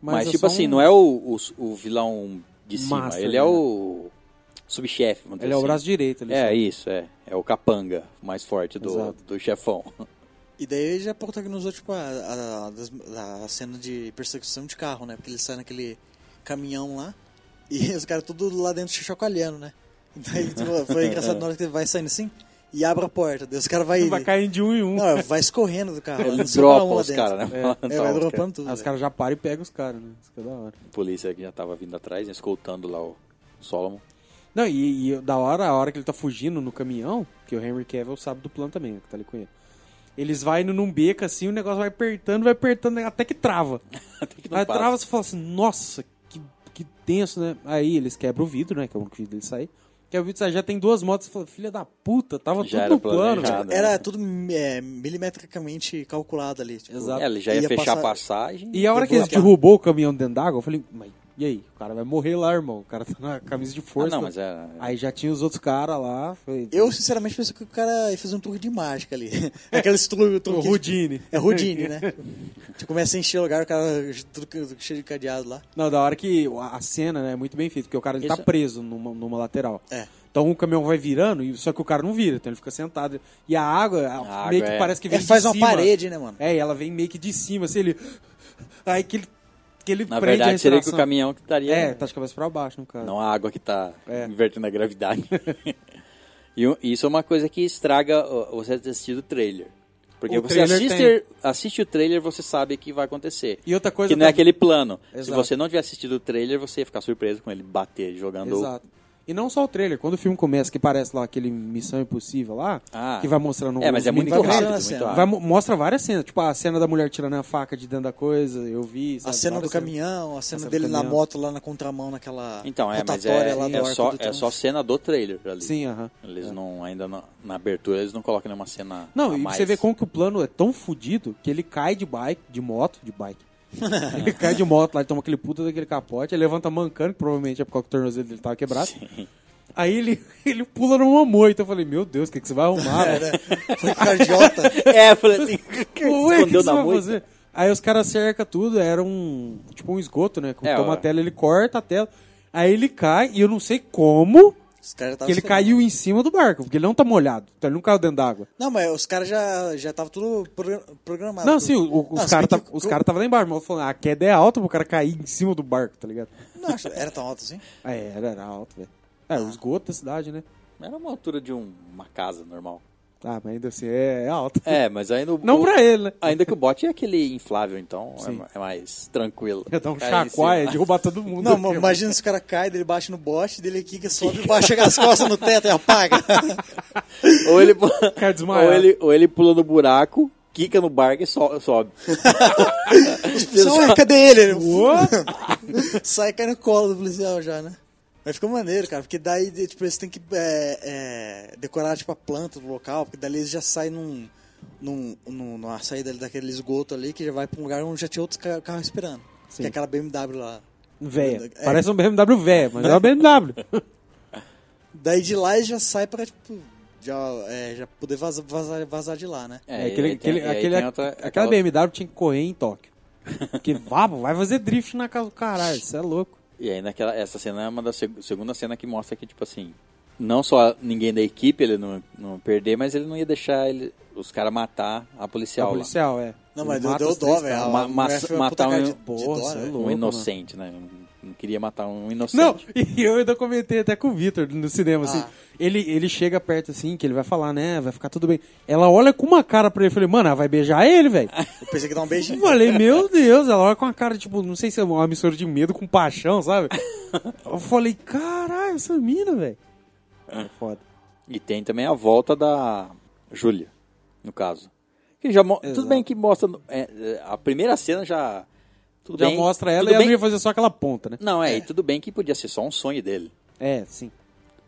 [SPEAKER 1] Mas,
[SPEAKER 4] é
[SPEAKER 1] tipo
[SPEAKER 4] só
[SPEAKER 1] assim,
[SPEAKER 4] um-
[SPEAKER 1] não é o, o, o vilão de cima.
[SPEAKER 4] Master,
[SPEAKER 1] ele é
[SPEAKER 4] né?
[SPEAKER 1] o subchefe. vamos dizer
[SPEAKER 4] Ele é o
[SPEAKER 1] assim.
[SPEAKER 4] braço direito ali.
[SPEAKER 1] É,
[SPEAKER 4] só.
[SPEAKER 1] isso, é. É o capanga mais forte do,
[SPEAKER 4] Exato.
[SPEAKER 1] do chefão.
[SPEAKER 5] E daí ele já protagonizou, tipo, a, a, a das- a cena de perseguição de carro, né? Porque ele sai naquele caminhão lá e os caras tudo lá dentro chocalhando, né? E daí tipo, foi engraçado na hora que ele vai saindo assim e abre a porta. Daí os caras vai...
[SPEAKER 4] Vai caindo de um em um.
[SPEAKER 5] Não, vai escorrendo do
[SPEAKER 4] É,
[SPEAKER 5] carro.
[SPEAKER 1] Ele
[SPEAKER 5] não sobra
[SPEAKER 1] dropa
[SPEAKER 5] um lá
[SPEAKER 1] os
[SPEAKER 5] dentro.
[SPEAKER 1] caras, né?
[SPEAKER 5] É,
[SPEAKER 1] Tá,
[SPEAKER 5] vai
[SPEAKER 1] os
[SPEAKER 5] dropando tudo.
[SPEAKER 4] Aí os
[SPEAKER 5] velho.
[SPEAKER 4] caras já param e pegam os caras, né? Isso que é da hora.
[SPEAKER 1] A polícia que já tava vindo atrás, né, escoltando lá o Solomon.
[SPEAKER 4] Não, e, e da hora, a hora que ele tá fugindo no caminhão, que o Henry Cavill sabe do plano também, né, que tá ali com ele. Eles vai indo num beco assim, o negócio vai apertando, vai apertando, até que trava.
[SPEAKER 1] Até que um não
[SPEAKER 4] Aí
[SPEAKER 1] passa.
[SPEAKER 4] trava, você fala assim, nossa, que, que tenso, né? Aí eles quebram o vidro, né? Que é o que ele sai. Quebra o vidro, sai, já tem duas motos, você fala, filha da puta, tava
[SPEAKER 1] Já
[SPEAKER 4] tudo
[SPEAKER 1] era
[SPEAKER 4] no plano.
[SPEAKER 1] planejado.
[SPEAKER 4] velho."
[SPEAKER 5] Era tudo é, milimetricamente calculado ali. Tipo,
[SPEAKER 4] Exato.
[SPEAKER 1] É, ele já ia,
[SPEAKER 5] Ia
[SPEAKER 1] fechar
[SPEAKER 5] passar-
[SPEAKER 1] a passagem.
[SPEAKER 4] E a hora que eles
[SPEAKER 5] Bloqueado.
[SPEAKER 4] derrubou o caminhão dentro d'água, eu falei, mas e aí? O cara vai morrer lá, irmão. O cara tá na camisa de
[SPEAKER 1] Ah,
[SPEAKER 4] força.
[SPEAKER 1] não, mas era.
[SPEAKER 4] Aí já tinha os outros caras lá. Foi...
[SPEAKER 5] Eu, sinceramente, pensei que o cara fez um truque de mágica ali. Aqueles truques...
[SPEAKER 4] O Rudine.
[SPEAKER 5] É Rudine, né? Você começa a encher o lugar, o cara tudo tudo cheio de cadeado lá.
[SPEAKER 4] Não, da hora que a a cena né, é muito bem feita, porque o cara ele tá
[SPEAKER 1] Isso-
[SPEAKER 4] preso numa, numa lateral.
[SPEAKER 5] É.
[SPEAKER 4] Então o caminhão vai virando, e- só que o cara não vira, então ele fica sentado. E a água, a-
[SPEAKER 1] água,
[SPEAKER 4] meio que
[SPEAKER 1] é.
[SPEAKER 4] parece que vem
[SPEAKER 5] Ele faz
[SPEAKER 4] de
[SPEAKER 5] uma
[SPEAKER 4] cima.
[SPEAKER 5] parede, né, mano?
[SPEAKER 4] É, e ela vem meio que de cima, assim, ele... Aí que ele, que ele
[SPEAKER 1] Na
[SPEAKER 4] prende a
[SPEAKER 1] verdade, seria que o
[SPEAKER 4] respiração.
[SPEAKER 1] caminhão que estaria.
[SPEAKER 4] É, tá de cabeça pra baixo, no caso.
[SPEAKER 1] Não a água que tá
[SPEAKER 4] É.
[SPEAKER 1] invertendo a gravidade. e o- isso é uma coisa que estraga ó, você assistir o trailer. Porque
[SPEAKER 4] O
[SPEAKER 1] você
[SPEAKER 4] trailer
[SPEAKER 1] assiste, assiste o trailer, você sabe que vai acontecer.
[SPEAKER 4] E outra coisa
[SPEAKER 1] Que não é
[SPEAKER 4] também-
[SPEAKER 1] aquele plano. Se
[SPEAKER 4] Exato.
[SPEAKER 1] você não tiver assistido o trailer, você ia ficar surpreso com ele bater jogando. o-
[SPEAKER 4] Exato. E não só o trailer, quando o filme começa, que parece lá aquele Missão Impossível lá,
[SPEAKER 1] Ah.
[SPEAKER 4] que vai mostrando...
[SPEAKER 1] É, mas
[SPEAKER 4] os
[SPEAKER 1] é muito
[SPEAKER 4] meninos, vai-
[SPEAKER 1] rápido,
[SPEAKER 5] mostrando
[SPEAKER 1] muito
[SPEAKER 5] a cena.
[SPEAKER 1] rápido.
[SPEAKER 4] Vai, mo- mostra várias cenas, tipo a cena da mulher tirando a faca de dentro da coisa, eu vi.
[SPEAKER 5] A
[SPEAKER 4] sabe,
[SPEAKER 5] cena do
[SPEAKER 4] várias cenas.
[SPEAKER 5] caminhão, a cena
[SPEAKER 4] cena do
[SPEAKER 5] dele na
[SPEAKER 4] caminhão.
[SPEAKER 5] moto lá na contramão, naquela
[SPEAKER 1] Então, é, mas
[SPEAKER 5] rotatória
[SPEAKER 1] é,
[SPEAKER 5] lá do
[SPEAKER 1] é
[SPEAKER 5] arco
[SPEAKER 1] só,
[SPEAKER 5] do
[SPEAKER 1] é
[SPEAKER 5] triunfo.
[SPEAKER 1] só cena do trailer ali.
[SPEAKER 4] Sim, aham.
[SPEAKER 1] Eles
[SPEAKER 4] É.
[SPEAKER 1] não, ainda não- na abertura, eles não colocam nenhuma cena
[SPEAKER 4] Não,
[SPEAKER 1] a
[SPEAKER 4] e
[SPEAKER 1] Tá mais.
[SPEAKER 4] você vê como que o plano é tão fodido que ele cai de bike, de moto, de bike. ele cai de moto lá, ele toma aquele puta daquele capote, ele levanta mancando, que provavelmente é por causa que o tornozelo dele tava quebrado. Aí ele, ele pula numa moita. Eu falei, meu Deus, o que, que você vai arrumar? velho?
[SPEAKER 5] né? Foi cardiota.
[SPEAKER 1] É, eu falei assim,
[SPEAKER 4] Ué, o é que
[SPEAKER 1] escondeu
[SPEAKER 4] você
[SPEAKER 1] na
[SPEAKER 4] vai
[SPEAKER 1] moita.
[SPEAKER 4] fazer? Aí os caras cercam tudo, era um. Tipo um esgoto, né?
[SPEAKER 1] É,
[SPEAKER 4] toma
[SPEAKER 1] ó.
[SPEAKER 4] uma tela, ele corta a tela. Aí ele cai, e eu não sei como que
[SPEAKER 5] Os caras já
[SPEAKER 1] Tá
[SPEAKER 5] tavam
[SPEAKER 4] ele
[SPEAKER 5] esperando.
[SPEAKER 4] caiu em cima do barco, porque ele não tá molhado. Então ele não caiu dentro d'água.
[SPEAKER 5] Não, mas os caras já já tava tudo pro- programado.
[SPEAKER 4] Não,
[SPEAKER 5] Ah, tudo.
[SPEAKER 4] sim, o- o-
[SPEAKER 5] Não,
[SPEAKER 4] os
[SPEAKER 5] se bem
[SPEAKER 4] caras
[SPEAKER 5] que
[SPEAKER 4] tá, os cara tava lá embaixo, mas eu falando, a queda é alta pro cara cair em cima do barco, tá ligado?
[SPEAKER 5] Não, acho- era tão alto assim.
[SPEAKER 4] Ah, É, era, era alto, velho. É,
[SPEAKER 5] Ah.
[SPEAKER 4] o esgoto da cidade, né?
[SPEAKER 1] Era uma altura de um- uma casa normal.
[SPEAKER 4] Ah, mas ainda assim, é, é alto.
[SPEAKER 1] É, mas ainda o...
[SPEAKER 4] Não
[SPEAKER 1] o-
[SPEAKER 4] pra ele, né?
[SPEAKER 1] Ainda que o bot é aquele inflável, então é
[SPEAKER 4] Sim.
[SPEAKER 1] ma- é, mais tranquilo.
[SPEAKER 4] Ia dar um
[SPEAKER 1] Cai em
[SPEAKER 4] chacoalha,
[SPEAKER 1] cima.
[SPEAKER 4] derrubar todo mundo.
[SPEAKER 5] É, Não, mas imagina se o cara cai, dele bate no bote, dele quica, sobe, baixa as costas no teto e apaga.
[SPEAKER 1] Ou ele,
[SPEAKER 4] Cara desmaiado.
[SPEAKER 1] ou, ele, ou ele pula no buraco, quica no barco e so- sobe.
[SPEAKER 5] Só, ué, cadê ele? Ele,
[SPEAKER 4] Uou!
[SPEAKER 5] Sai e cai no colo do policial já, né? Mas ficou maneiro, cara, porque daí de- tipo, eles têm que é, é, decorar tipo, a planta do local, porque dali eles já saem num, num, num- numa saída ali daquele esgoto ali que já vai pra um lugar onde já tinha outros ca- carros esperando. Que é aquela BMW lá.
[SPEAKER 4] Véia.
[SPEAKER 5] É.
[SPEAKER 4] Parece um BMW véia, mas é uma BMW.
[SPEAKER 5] Daí de lá eles já saem pra tipo, já, é, já poder vazar, vazar, vazar de lá, né?
[SPEAKER 1] e
[SPEAKER 4] É,
[SPEAKER 1] aí
[SPEAKER 4] aquele,
[SPEAKER 1] tem-
[SPEAKER 4] aquele,
[SPEAKER 1] e aí
[SPEAKER 4] aquele,
[SPEAKER 1] tem outra-
[SPEAKER 4] aquela BMW tinha que correr em Tóquio. Porque vapo, vai fazer drift na casa do caralho, isso é louco.
[SPEAKER 1] E aí naquela essa cena é uma da seg- segunda cena que mostra que tipo assim, não só ninguém da equipe ele não, não perder, mas ele não ia deixar ele- os caras matar a
[SPEAKER 4] É
[SPEAKER 1] policial,
[SPEAKER 4] o
[SPEAKER 1] lá.
[SPEAKER 4] policial, é.
[SPEAKER 5] Não,
[SPEAKER 4] Ele
[SPEAKER 5] mas deu-
[SPEAKER 4] mata
[SPEAKER 5] deu
[SPEAKER 4] os
[SPEAKER 5] dó,
[SPEAKER 4] três
[SPEAKER 5] velho.
[SPEAKER 4] caras.
[SPEAKER 5] Ah,
[SPEAKER 1] Ma-
[SPEAKER 5] a mulher
[SPEAKER 1] ma-
[SPEAKER 5] foi uma
[SPEAKER 1] matar
[SPEAKER 5] puta
[SPEAKER 1] um-
[SPEAKER 5] cara de- de
[SPEAKER 4] Porra,
[SPEAKER 5] dó,
[SPEAKER 4] cê é
[SPEAKER 5] velho.
[SPEAKER 1] um
[SPEAKER 4] louco, mano.
[SPEAKER 1] inocente, né? Não queria matar um
[SPEAKER 4] Não,
[SPEAKER 1] inocente.
[SPEAKER 4] e eu ainda comentei até com o Vitor no cinema, assim.
[SPEAKER 5] Ah.
[SPEAKER 4] Ele, ele chega perto assim, que ele vai falar, né? Vai ficar tudo bem. Ela olha com uma cara pra ele, eu falei, mano, ela vai beijar ele, velho.
[SPEAKER 5] Eu pensei que dá um
[SPEAKER 4] Eu
[SPEAKER 5] beijinho.
[SPEAKER 4] falei, meu Deus, ela olha com uma cara, tipo, não sei se é uma mistura de medo com paixão, sabe? Eu falei, caralho, essa mina, velho. É foda.
[SPEAKER 1] E tem também a volta da Júlia, no caso. Que já mo- Tudo
[SPEAKER 4] Exato.
[SPEAKER 1] bem que mostra. no- é, é, a primeira cena já. Tudo
[SPEAKER 4] Já
[SPEAKER 1] bem-
[SPEAKER 4] mostra ela
[SPEAKER 1] tudo
[SPEAKER 4] e ela
[SPEAKER 1] bem-
[SPEAKER 4] não ia fazer só aquela ponta, né?
[SPEAKER 1] Não, é, e tudo bem que podia ser só um sonho dele.
[SPEAKER 4] É, sim.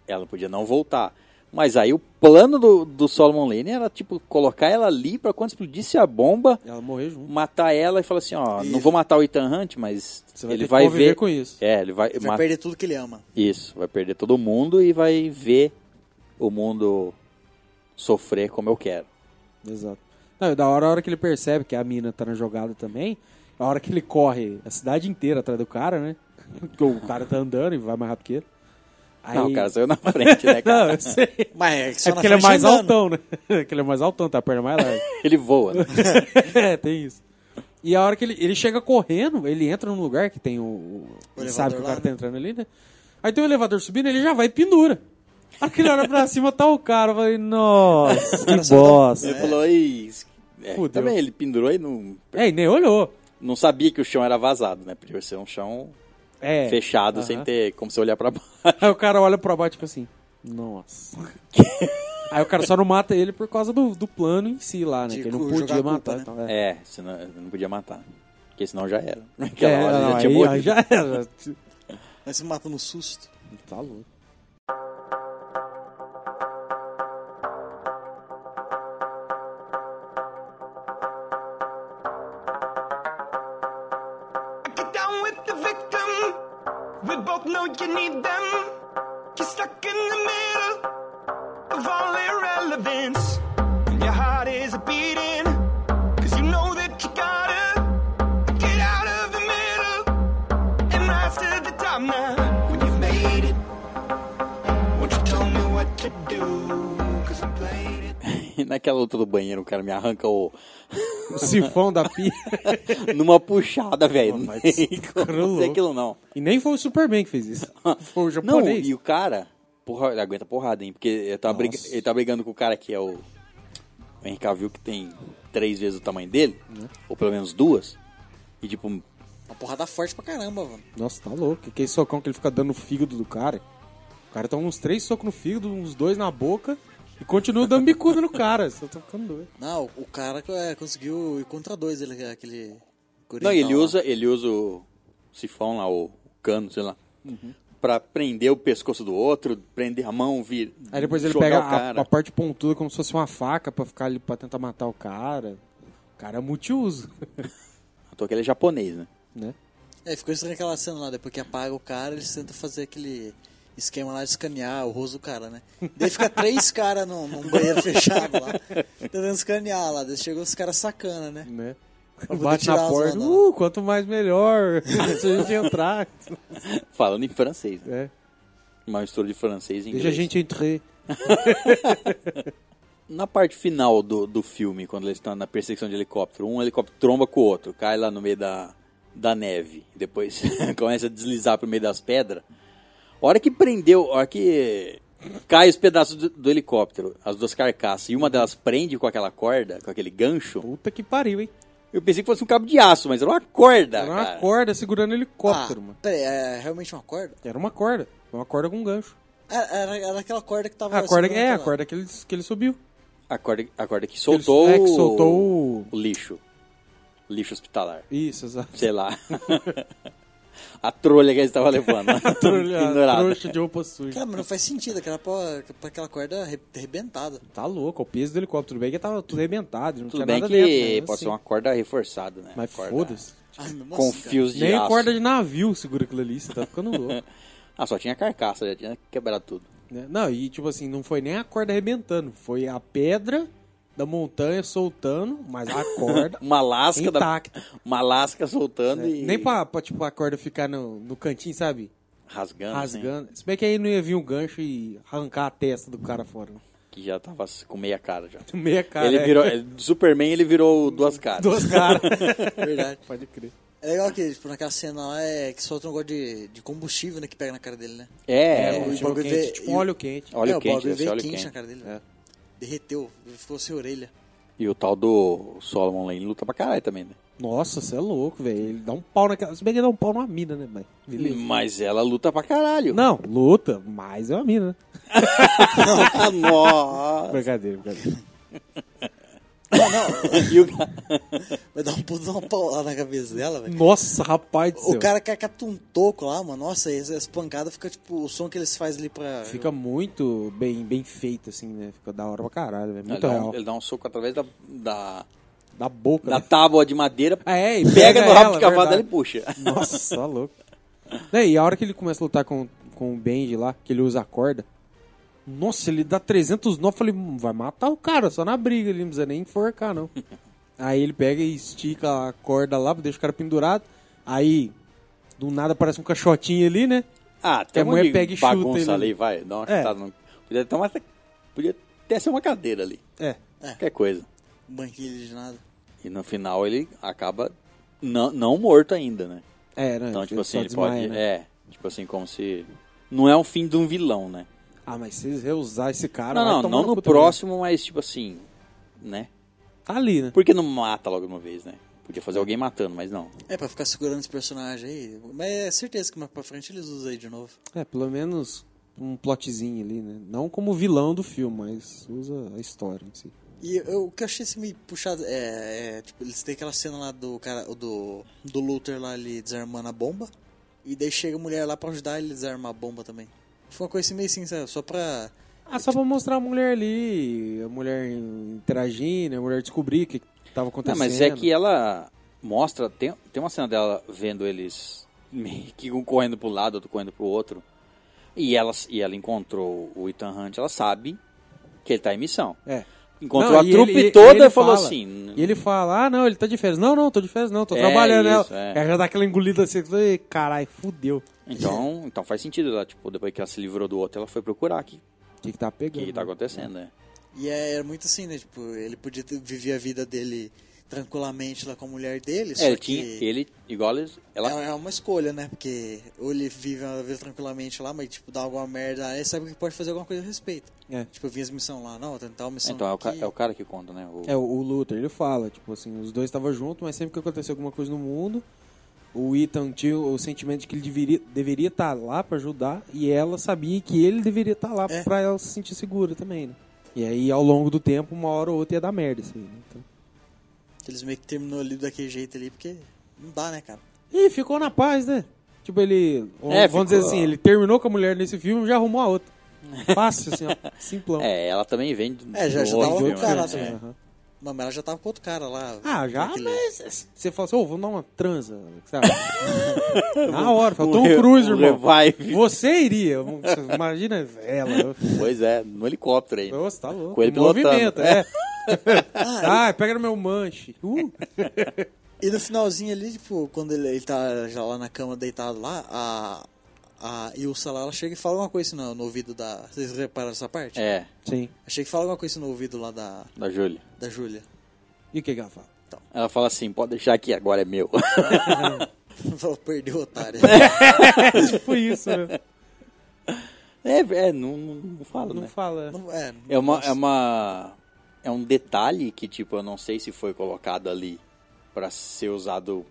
[SPEAKER 1] Ela podia não voltar. Mas aí o plano do, do Solomon Lane era, tipo, colocar ela ali pra quando explodisse a bomba,
[SPEAKER 4] Ela morreu junto.
[SPEAKER 1] matar ela e falar assim, ó,
[SPEAKER 5] Isso.
[SPEAKER 1] não vou matar o Ethan Hunt, mas
[SPEAKER 4] Você vai
[SPEAKER 1] ele
[SPEAKER 4] ter que
[SPEAKER 1] vai
[SPEAKER 4] conviver
[SPEAKER 1] ver...
[SPEAKER 4] com isso.
[SPEAKER 1] É, ele vai...
[SPEAKER 5] Ele vai
[SPEAKER 1] ma-
[SPEAKER 5] perder tudo que ele ama.
[SPEAKER 1] Isso, vai perder todo mundo e vai ver o mundo sofrer como eu quero.
[SPEAKER 4] Exato. Não, e da hora, a hora que ele percebe que a mina tá na jogada também, a hora que ele corre a cidade inteira atrás do cara, né? Porque o cara tá andando e vai mais rápido que ele. Aí...
[SPEAKER 1] Não, o cara saiu na frente, né, cara?
[SPEAKER 4] Não, eu sei.
[SPEAKER 5] Mas é, que só
[SPEAKER 4] É
[SPEAKER 5] na
[SPEAKER 4] porque ele é
[SPEAKER 5] frente
[SPEAKER 4] mais
[SPEAKER 5] andando.
[SPEAKER 4] altão, né? É que ele é mais altão, tá a perna mais larga.
[SPEAKER 1] Ele voa, né?
[SPEAKER 4] é, tem isso. E a hora que ele, ele chega correndo, ele entra num lugar que tem o. o-
[SPEAKER 5] O
[SPEAKER 4] ele sabe que
[SPEAKER 5] elevador
[SPEAKER 4] o
[SPEAKER 5] lá,
[SPEAKER 4] cara
[SPEAKER 5] né?
[SPEAKER 4] tá entrando ali, né? Aí tem o elevador subindo, ele já vai e pendura. Aquele hora pra cima tá o cara. Eu falei, nossa, que
[SPEAKER 1] Ele
[SPEAKER 4] bosta.
[SPEAKER 1] falou, ei. É,
[SPEAKER 4] Fudeu.
[SPEAKER 1] também ele pendurou e não,
[SPEAKER 4] É, e nem olhou.
[SPEAKER 1] não sabia que o chão era vazado, né? Podia ser um chão
[SPEAKER 4] É.
[SPEAKER 1] fechado,
[SPEAKER 4] Aham.
[SPEAKER 1] sem ter como você olhar pra baixo.
[SPEAKER 4] Aí o cara olha pra baixo, tipo assim, nossa. Aí o cara só não mata ele por causa do, do plano em si lá, né?
[SPEAKER 5] De
[SPEAKER 4] que ele não
[SPEAKER 5] cu-
[SPEAKER 4] podia
[SPEAKER 5] jogar a culpa,
[SPEAKER 4] matar.
[SPEAKER 5] né?
[SPEAKER 4] e tal, é.
[SPEAKER 1] É, senão não podia matar. Porque senão já era. Naquela
[SPEAKER 4] É,
[SPEAKER 1] hora
[SPEAKER 4] não,
[SPEAKER 1] já tinha
[SPEAKER 4] aí-
[SPEAKER 1] morrido.
[SPEAKER 4] aí já era.
[SPEAKER 5] Mas se mata no susto.
[SPEAKER 4] Tá louco.
[SPEAKER 7] Get down with the victim. We both know you need them. You're stuck in the middle of all irrelevance. And your heart is beating. Cause you know that you gotta get out of the middle and rise to the top now. When you've made it, won't you tell me what to do? Cause I'm playing it.
[SPEAKER 1] E naquela luta do banheiro, o cara me arranca o.
[SPEAKER 4] O sifão da pia.
[SPEAKER 1] numa puxada, velho. Não
[SPEAKER 4] Mas
[SPEAKER 1] tem
[SPEAKER 4] esse cara é
[SPEAKER 1] como ser
[SPEAKER 4] louco.
[SPEAKER 1] aquilo, não.
[SPEAKER 4] E nem foi o Superman que fez isso. Foi o
[SPEAKER 1] Não,
[SPEAKER 4] japonês.
[SPEAKER 1] e o cara. Porra, ele aguenta porrada, hein? Porque ele tá, briga-
[SPEAKER 4] Nossa.
[SPEAKER 1] ele tá brigando com o cara que é o. O Henrique Cavill, que tem três vezes o tamanho dele.
[SPEAKER 4] Uhum.
[SPEAKER 1] Ou pelo menos duas. E tipo.
[SPEAKER 5] Uma porrada forte pra caramba, mano.
[SPEAKER 4] Nossa, tá louco. Aquele socão que ele fica dando no fígado do cara. O cara toma uns três socos no fígado, uns dois na boca e continua dando bicuda no cara. Só tá ficando doido.
[SPEAKER 5] Não, o cara é, conseguiu ir contra dois, ele, aquele.
[SPEAKER 1] Não,
[SPEAKER 5] oriental
[SPEAKER 1] ele
[SPEAKER 5] lá.
[SPEAKER 1] usa, ele usa o sifão lá, o cano, sei lá.
[SPEAKER 4] Uhum.
[SPEAKER 1] Pra prender o pescoço do outro, prender a mão, vir.
[SPEAKER 4] Aí depois ele
[SPEAKER 1] jogar
[SPEAKER 4] pega
[SPEAKER 1] o
[SPEAKER 4] a,
[SPEAKER 1] cara.
[SPEAKER 4] a parte pontuda como se fosse uma faca pra ficar ali pra tentar matar o cara. O cara é multiuso,
[SPEAKER 1] À toa que ele é japonês, né?
[SPEAKER 4] né?
[SPEAKER 5] É, ficou estranho aquela cena lá, depois que apaga o cara, eles tentam fazer aquele esquema lá de escanear o rosto do cara, né? Daí fica três caras num, num banheiro fechado lá, tentando escanear lá, daí chegou os caras sacana, né?
[SPEAKER 4] né?
[SPEAKER 5] Pra poder
[SPEAKER 4] Bate
[SPEAKER 5] tirar
[SPEAKER 4] na
[SPEAKER 5] as
[SPEAKER 4] porta.
[SPEAKER 5] ondas,
[SPEAKER 4] Uh, quanto mais melhor. Deixa a gente entrar.
[SPEAKER 1] Falando em francês, né?
[SPEAKER 4] É.
[SPEAKER 1] Uma mistura de francês e inglês.
[SPEAKER 4] Deixa a gente entrar.
[SPEAKER 1] Na parte final do, do filme, quando eles estão na perseguição de helicóptero, um helicóptero tromba com o outro, cai lá no meio da, da neve, depois começa a deslizar pro meio das pedras. A hora que prendeu, a hora que cai os pedaços do, do helicóptero, as duas carcaças, e uma delas prende com aquela corda, com aquele gancho,
[SPEAKER 4] Puta que pariu, hein?
[SPEAKER 1] eu pensei que fosse um cabo de aço, mas era uma corda,
[SPEAKER 4] Era uma
[SPEAKER 1] Ah, cara.
[SPEAKER 4] corda segurando o Um helicóptero,
[SPEAKER 5] Ah,
[SPEAKER 4] mano.
[SPEAKER 5] peraí, é realmente uma corda?
[SPEAKER 4] Era uma corda. Uma corda com gancho.
[SPEAKER 5] Era, era, era aquela corda que tava...
[SPEAKER 4] A corda,
[SPEAKER 5] segurando
[SPEAKER 4] é, a
[SPEAKER 5] aquela-
[SPEAKER 4] corda que ele, que ele subiu.
[SPEAKER 1] A corda, a corda que soltou,
[SPEAKER 4] Ele- é, que
[SPEAKER 1] o-
[SPEAKER 4] soltou o-
[SPEAKER 1] o lixo. Lixo hospitalar.
[SPEAKER 4] Isso, exato.
[SPEAKER 1] sei lá. a trolha que eles estavam levando.
[SPEAKER 4] Trolha-
[SPEAKER 1] Pendurada.
[SPEAKER 4] Trouxa de roupa suja.
[SPEAKER 5] Cara, mas não faz sentido, aquela, pra, pra aquela corda arre- arrebentada.
[SPEAKER 4] Tá louco, o peso do helicóptero. Tudo bem que tava tudo arrebentado, não
[SPEAKER 1] Tudo
[SPEAKER 4] tinha
[SPEAKER 1] bem que
[SPEAKER 4] nada dentro. né?
[SPEAKER 1] pode
[SPEAKER 4] Assim.
[SPEAKER 1] ser uma corda reforçada, né?
[SPEAKER 4] Mas
[SPEAKER 1] Corda
[SPEAKER 4] foda-se.
[SPEAKER 5] Ah, nossa,
[SPEAKER 1] Com
[SPEAKER 5] cara.
[SPEAKER 1] fios de
[SPEAKER 4] Nem
[SPEAKER 1] aço.
[SPEAKER 4] corda de navio segura aquilo ali, você tá ficando louco.
[SPEAKER 1] Ah, só tinha carcaça, já tinha quebrado tudo.
[SPEAKER 4] né? Não, e tipo assim, não foi nem a corda arrebentando, foi a pedra da montanha soltando, mas a corda
[SPEAKER 1] Uma lasca da...
[SPEAKER 4] intacta. É,
[SPEAKER 1] Uma lasca soltando e...
[SPEAKER 4] Nem pra, pra, tipo, a corda ficar no, no cantinho, sabe?
[SPEAKER 1] Rasgando, assim, Rasgando.
[SPEAKER 4] Rasgando. Se bem que aí não ia vir um gancho e arrancar a testa do cara fora. né?
[SPEAKER 1] Que já tava com meia cara já.
[SPEAKER 4] Meia cara.
[SPEAKER 1] ele
[SPEAKER 4] é.
[SPEAKER 1] virou... ele- Superman, ele virou duas caras.
[SPEAKER 4] Duas caras.
[SPEAKER 5] Verdade.
[SPEAKER 4] Pode crer.
[SPEAKER 5] É legal que, tipo, naquela cena lá, é que solta um negócio de, de combustível, né, que pega na cara dele, né?
[SPEAKER 1] É,
[SPEAKER 4] É,
[SPEAKER 5] o
[SPEAKER 4] um tipo
[SPEAKER 5] bagulho
[SPEAKER 4] quente,
[SPEAKER 5] veio-
[SPEAKER 4] tipo
[SPEAKER 5] e
[SPEAKER 4] um
[SPEAKER 5] o-
[SPEAKER 4] óleo quente.
[SPEAKER 1] óleo
[SPEAKER 5] é, o
[SPEAKER 1] quente,
[SPEAKER 5] bagulho
[SPEAKER 1] esse
[SPEAKER 5] veio
[SPEAKER 1] óleo
[SPEAKER 5] quente,
[SPEAKER 1] quente.
[SPEAKER 5] na cara dele. né?
[SPEAKER 4] É.
[SPEAKER 5] Derreteu, ficou sem orelha.
[SPEAKER 1] E o tal do Solomon Lane luta pra caralho também, né?
[SPEAKER 4] Nossa, você é louco, velho. Ele dá um pau naquela. Se bem que ele dá um pau numa mina, né, mas beleza.
[SPEAKER 1] Mas ela luta pra caralho.
[SPEAKER 4] Não, luta, mas é uma mina, né?
[SPEAKER 1] Ah, Nossa.
[SPEAKER 4] Brincadeira, brincadeira.
[SPEAKER 1] E o cara-
[SPEAKER 5] Vai dar um puto dar uma paulada na cabeça dela, velho.
[SPEAKER 4] Nossa, rapaz do
[SPEAKER 5] O
[SPEAKER 4] céu.
[SPEAKER 5] cara cai cata um toco lá, mano. Nossa, essa essa pancada fica tipo o som que eles fazem ali pra.
[SPEAKER 4] Fica muito bem, bem feito, assim, né? Fica da hora pra caralho, velho.
[SPEAKER 1] Ele
[SPEAKER 4] Muito
[SPEAKER 1] dá,
[SPEAKER 4] real.
[SPEAKER 1] um, ele dá um soco através da, da,
[SPEAKER 4] Da boca.
[SPEAKER 1] da
[SPEAKER 4] né?
[SPEAKER 1] tábua de madeira,
[SPEAKER 4] Ah, é, e
[SPEAKER 1] pega no rabo
[SPEAKER 4] ela,
[SPEAKER 1] de cavalo dela e
[SPEAKER 4] verdade.
[SPEAKER 1] puxa.
[SPEAKER 4] Nossa, tá louco. Né, e a hora que ele começa a lutar com, com o Benji lá, que ele usa a corda. Nossa, ele dá 300 nós. Falei, "Hum, vai matar o cara só na briga. Ele não precisa nem enforcar, não. aí ele pega e estica a corda lá, deixa o cara pendurado. Aí, do nada, aparece um caixotinho ali, né?
[SPEAKER 1] Ah, tem
[SPEAKER 4] a
[SPEAKER 1] um
[SPEAKER 4] mulher
[SPEAKER 1] monte de
[SPEAKER 4] pega e chuta
[SPEAKER 1] bagunça
[SPEAKER 4] ele.
[SPEAKER 1] ali, vai. Dá uma
[SPEAKER 4] É.
[SPEAKER 1] chutada no... Podia até, uma... Podia até ser uma cadeira ali.
[SPEAKER 4] É.
[SPEAKER 1] Qualquer coisa.
[SPEAKER 5] Banquilha de nada.
[SPEAKER 1] E no final ele acaba não, não morto ainda, né?
[SPEAKER 4] É, né?
[SPEAKER 1] Então, tipo
[SPEAKER 4] Ele
[SPEAKER 1] assim,
[SPEAKER 4] só
[SPEAKER 1] ele pode.
[SPEAKER 4] desmaia, né?
[SPEAKER 1] É, tipo assim, como se. Não é o fim de um vilão, né?
[SPEAKER 4] Ah, mas se eles reusar esse cara. vai
[SPEAKER 1] não, não,
[SPEAKER 4] tomar
[SPEAKER 1] não
[SPEAKER 4] no
[SPEAKER 1] no
[SPEAKER 4] cu também.
[SPEAKER 1] próximo, mas tipo assim. Né?
[SPEAKER 4] Tá ali, né?
[SPEAKER 1] Por que não mata logo de uma vez, né? Podia fazer alguém matando, mas não.
[SPEAKER 5] É, pra ficar segurando esse personagem aí. Mas é certeza que mais pra frente eles usam aí de novo.
[SPEAKER 4] É, pelo menos um plotzinho ali, né? Não como vilão do filme, mas usa a história em si.
[SPEAKER 5] E eu- o que eu achei assim meio puxado é, é, tipo, eles têm aquela cena lá do cara, do, do Luther lá ele desarmando a bomba. E daí chega a mulher lá pra ajudar ele a desarmar a bomba também. Foi uma coisa assim meio assim, sabe? Só pra.
[SPEAKER 4] Ah, só pra mostrar a mulher ali, a mulher interagindo, a mulher descobrir o que que tava
[SPEAKER 1] Não,
[SPEAKER 4] acontecendo.
[SPEAKER 1] mas é que ela mostra. Tem, tem uma cena dela vendo eles meio que um correndo pro lado, outro correndo pro outro. E ela, e ela encontrou o Ethan Hunt, ela sabe que ele tá em missão.
[SPEAKER 4] É.
[SPEAKER 1] Encontrou
[SPEAKER 4] Não,
[SPEAKER 1] a
[SPEAKER 4] e
[SPEAKER 1] trupe
[SPEAKER 4] ele- e-
[SPEAKER 1] toda
[SPEAKER 4] e
[SPEAKER 1] e,
[SPEAKER 4] ele
[SPEAKER 1] falou
[SPEAKER 4] fala-
[SPEAKER 1] assim.
[SPEAKER 4] E ele fala, ah, não, ele tá de férias. Não, não, tô de férias não, tô
[SPEAKER 1] É,
[SPEAKER 4] trabalhando.
[SPEAKER 1] isso,
[SPEAKER 4] ela,
[SPEAKER 1] é.
[SPEAKER 4] ela já dá aquela engolida assim, "Ei, caralho, fudeu.
[SPEAKER 1] Então, então faz sentido. Ela, tipo, depois que ela se livrou do outro, ela foi procurar o que,
[SPEAKER 4] O que que tá pegando?
[SPEAKER 1] que tá acontecendo, né?
[SPEAKER 5] E é, era muito assim, né? Tipo, ele podia ter, viver a vida dele tranquilamente lá com a mulher dele.
[SPEAKER 1] É,
[SPEAKER 5] só
[SPEAKER 1] ele
[SPEAKER 5] que
[SPEAKER 1] tinha. Ele, igual eles- ela.
[SPEAKER 5] É, é uma escolha, né? Porque ou ele vive a vida tranquilamente lá, mas tipo, dá alguma merda, aí sabe que pode fazer alguma coisa a respeito.
[SPEAKER 4] É.
[SPEAKER 5] Tipo, eu vi as missões lá, não, tentar uma missão
[SPEAKER 1] Então é o, ca-
[SPEAKER 5] aqui.
[SPEAKER 1] é o cara que conta, né? O-
[SPEAKER 4] É, o- o Luther, ele fala, tipo assim, os dois estavam juntos, mas sempre que aconteceu alguma coisa no mundo, o Ethan tinha o sentimento de que ele deveria estar deveria tá lá pra ajudar, e ela sabia que ele deveria estar lá
[SPEAKER 5] É.
[SPEAKER 4] pra ela se sentir segura também, né? E aí, ao longo do tempo, uma hora ou outra ia dar merda isso aí, né? Então...
[SPEAKER 5] Eles meio que terminou ali daquele jeito ali, porque não dá, né, cara?
[SPEAKER 4] E ficou na paz, né? Tipo, ele.
[SPEAKER 1] É,
[SPEAKER 4] vamos
[SPEAKER 1] ficou-
[SPEAKER 4] dizer assim, ele terminou com a mulher nesse filme e já arrumou a outra. Fácil, assim, ó. Simplão.
[SPEAKER 1] É, ela também vem do.
[SPEAKER 5] É, já
[SPEAKER 1] do
[SPEAKER 5] ajudava
[SPEAKER 1] outro
[SPEAKER 5] o
[SPEAKER 1] filme,
[SPEAKER 5] cara
[SPEAKER 1] né?
[SPEAKER 5] também.
[SPEAKER 4] Aham.
[SPEAKER 5] Não, mas ela já tava com outro cara lá.
[SPEAKER 4] Ah, já,
[SPEAKER 5] Aquele-
[SPEAKER 4] mas você fala assim, ô, vamos dar uma transa, sabe? Na hora, fala, Tom
[SPEAKER 1] re-
[SPEAKER 4] Cruise,
[SPEAKER 1] um
[SPEAKER 4] irmão.
[SPEAKER 1] revive.
[SPEAKER 4] Você iria, você imagina ela.
[SPEAKER 1] Pois é, no helicóptero aí.
[SPEAKER 4] Nossa, tá louco.
[SPEAKER 1] Com ele
[SPEAKER 4] O
[SPEAKER 1] pilotando.
[SPEAKER 4] Movimento, é.
[SPEAKER 5] Ah,
[SPEAKER 4] Ah, pega no meu manche. Uh.
[SPEAKER 5] e, e no finalzinho ali, tipo, quando ele, ele tá já lá na cama deitado lá, a. A Ilsa lá, ela chega e fala alguma coisa assim no, no ouvido da. Vocês repararam essa parte?
[SPEAKER 1] É,
[SPEAKER 4] Sim.
[SPEAKER 5] Achei que fala alguma coisa no ouvido lá da,
[SPEAKER 1] da Júlia.
[SPEAKER 5] da Júlia.
[SPEAKER 4] E o que que ela fala?
[SPEAKER 1] Ela fala assim: pode deixar aqui, agora é meu.
[SPEAKER 5] Falou, perdeu, otário.
[SPEAKER 4] Tipo isso, né?
[SPEAKER 1] é, é, não, não, não fala,
[SPEAKER 4] Não
[SPEAKER 1] né?
[SPEAKER 4] fala.
[SPEAKER 5] Não- é,
[SPEAKER 1] É uma, é uma. É um detalhe que, tipo, eu não sei se foi colocado ali pra ser usado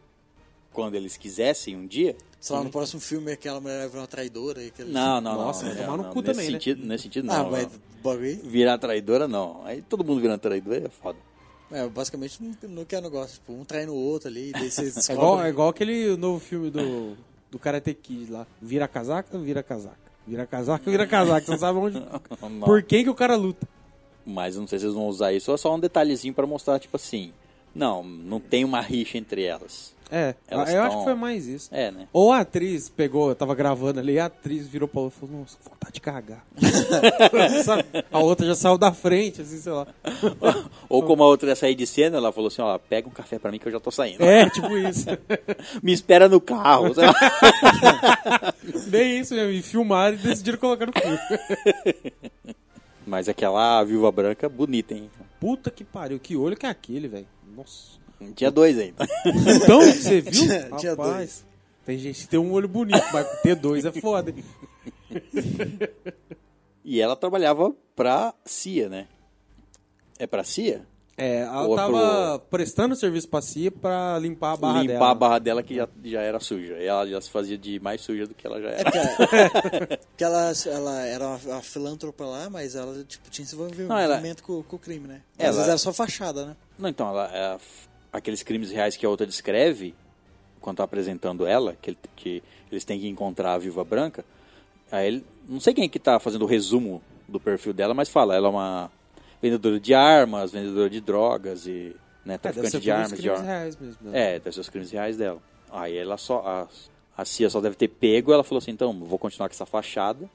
[SPEAKER 1] quando eles quisessem um dia.
[SPEAKER 5] Sei lá, no próximo filme aquela mulher vai virar uma traidora. e Aquele...
[SPEAKER 1] Não, não,
[SPEAKER 4] Nossa,
[SPEAKER 1] não.
[SPEAKER 4] vai
[SPEAKER 1] não,
[SPEAKER 4] tomar no
[SPEAKER 1] não,
[SPEAKER 4] cu
[SPEAKER 1] nesse
[SPEAKER 4] também, né?
[SPEAKER 1] sentido, Nesse sentido, não.
[SPEAKER 5] Ah,
[SPEAKER 1] não.
[SPEAKER 5] mas bagulho.
[SPEAKER 1] Virar traidora, não. Aí todo mundo virando traidora é foda.
[SPEAKER 5] É, basicamente não, não quer negócio. Tipo, um trai no outro ali, e daí vocês
[SPEAKER 4] É
[SPEAKER 5] descobrem.
[SPEAKER 4] igual, é igual aquele novo filme do, do Karate Kid lá. Vira casaca, vira casaca. Vira casaca, vira casaca. Você não sabe onde.
[SPEAKER 1] Não.
[SPEAKER 4] Por quem que o cara luta.
[SPEAKER 1] Mas eu não sei se eles vão usar isso. É só um detalhezinho pra mostrar, tipo assim. Não, não tem uma rixa entre elas.
[SPEAKER 4] É,
[SPEAKER 1] Elas
[SPEAKER 4] eu acho
[SPEAKER 1] tão-
[SPEAKER 4] que foi mais isso.
[SPEAKER 1] É, né?
[SPEAKER 4] Ou a atriz pegou, tava gravando ali, a atriz virou pra outra e falou, nossa, que vontade de cagar. Sabe? A outra já saiu da frente, assim, sei lá.
[SPEAKER 1] Ou como a outra ia sair de cena, ela falou assim, ó, pega um café pra mim que eu já tô saindo.
[SPEAKER 4] É, tipo isso.
[SPEAKER 1] Me espera no carro. sei lá.
[SPEAKER 4] Bem isso mesmo, e filmaram e decidiram colocar no filme.
[SPEAKER 1] Mas aquela viúva branca bonita, hein?
[SPEAKER 4] Puta que pariu, que olho que é aquele, velho. Nossa.
[SPEAKER 1] Tinha dois ainda.
[SPEAKER 4] Então, você viu?
[SPEAKER 5] Tinha- tinha
[SPEAKER 4] Rapaz, tem gente que tem um olho bonito, mas ter dois é foda. hein?
[SPEAKER 1] E ela trabalhava pra CIA, né? É pra CIA?
[SPEAKER 4] É, ela
[SPEAKER 1] Ou é
[SPEAKER 4] tava prestando serviço pra si pra limpar a barra
[SPEAKER 1] Limpar
[SPEAKER 4] dela.
[SPEAKER 1] a barra dela que já, já era suja. E ela já se fazia de mais suja do que ela já
[SPEAKER 4] É
[SPEAKER 1] era.
[SPEAKER 5] Porque ela, ela era uma, uma filantropa lá, mas ela tipo, tinha envolvimento
[SPEAKER 1] Não, ela-
[SPEAKER 5] com, com o crime, né?
[SPEAKER 1] Ela-
[SPEAKER 5] Às vezes era só fachada, né?
[SPEAKER 1] Não, então, ela, ela f- aqueles crimes reais que a outra descreve, quando tá apresentando ela, que, ele- que eles têm que encontrar a Viva Branca, aí ele, não sei quem que tá fazendo o resumo do perfil dela, mas fala, ela é uma vendedora de armas, vendedora de drogas e né,
[SPEAKER 4] É, deve
[SPEAKER 1] traficante
[SPEAKER 4] ser
[SPEAKER 1] de
[SPEAKER 4] pelos
[SPEAKER 1] armas. De
[SPEAKER 4] crimes
[SPEAKER 1] armas.
[SPEAKER 4] reais mesmo. né?
[SPEAKER 1] É, deve ser os crimes reais dela. Aí ela só, a, a CIA só deve ter pego, ela falou assim, então, vou continuar com essa fachada,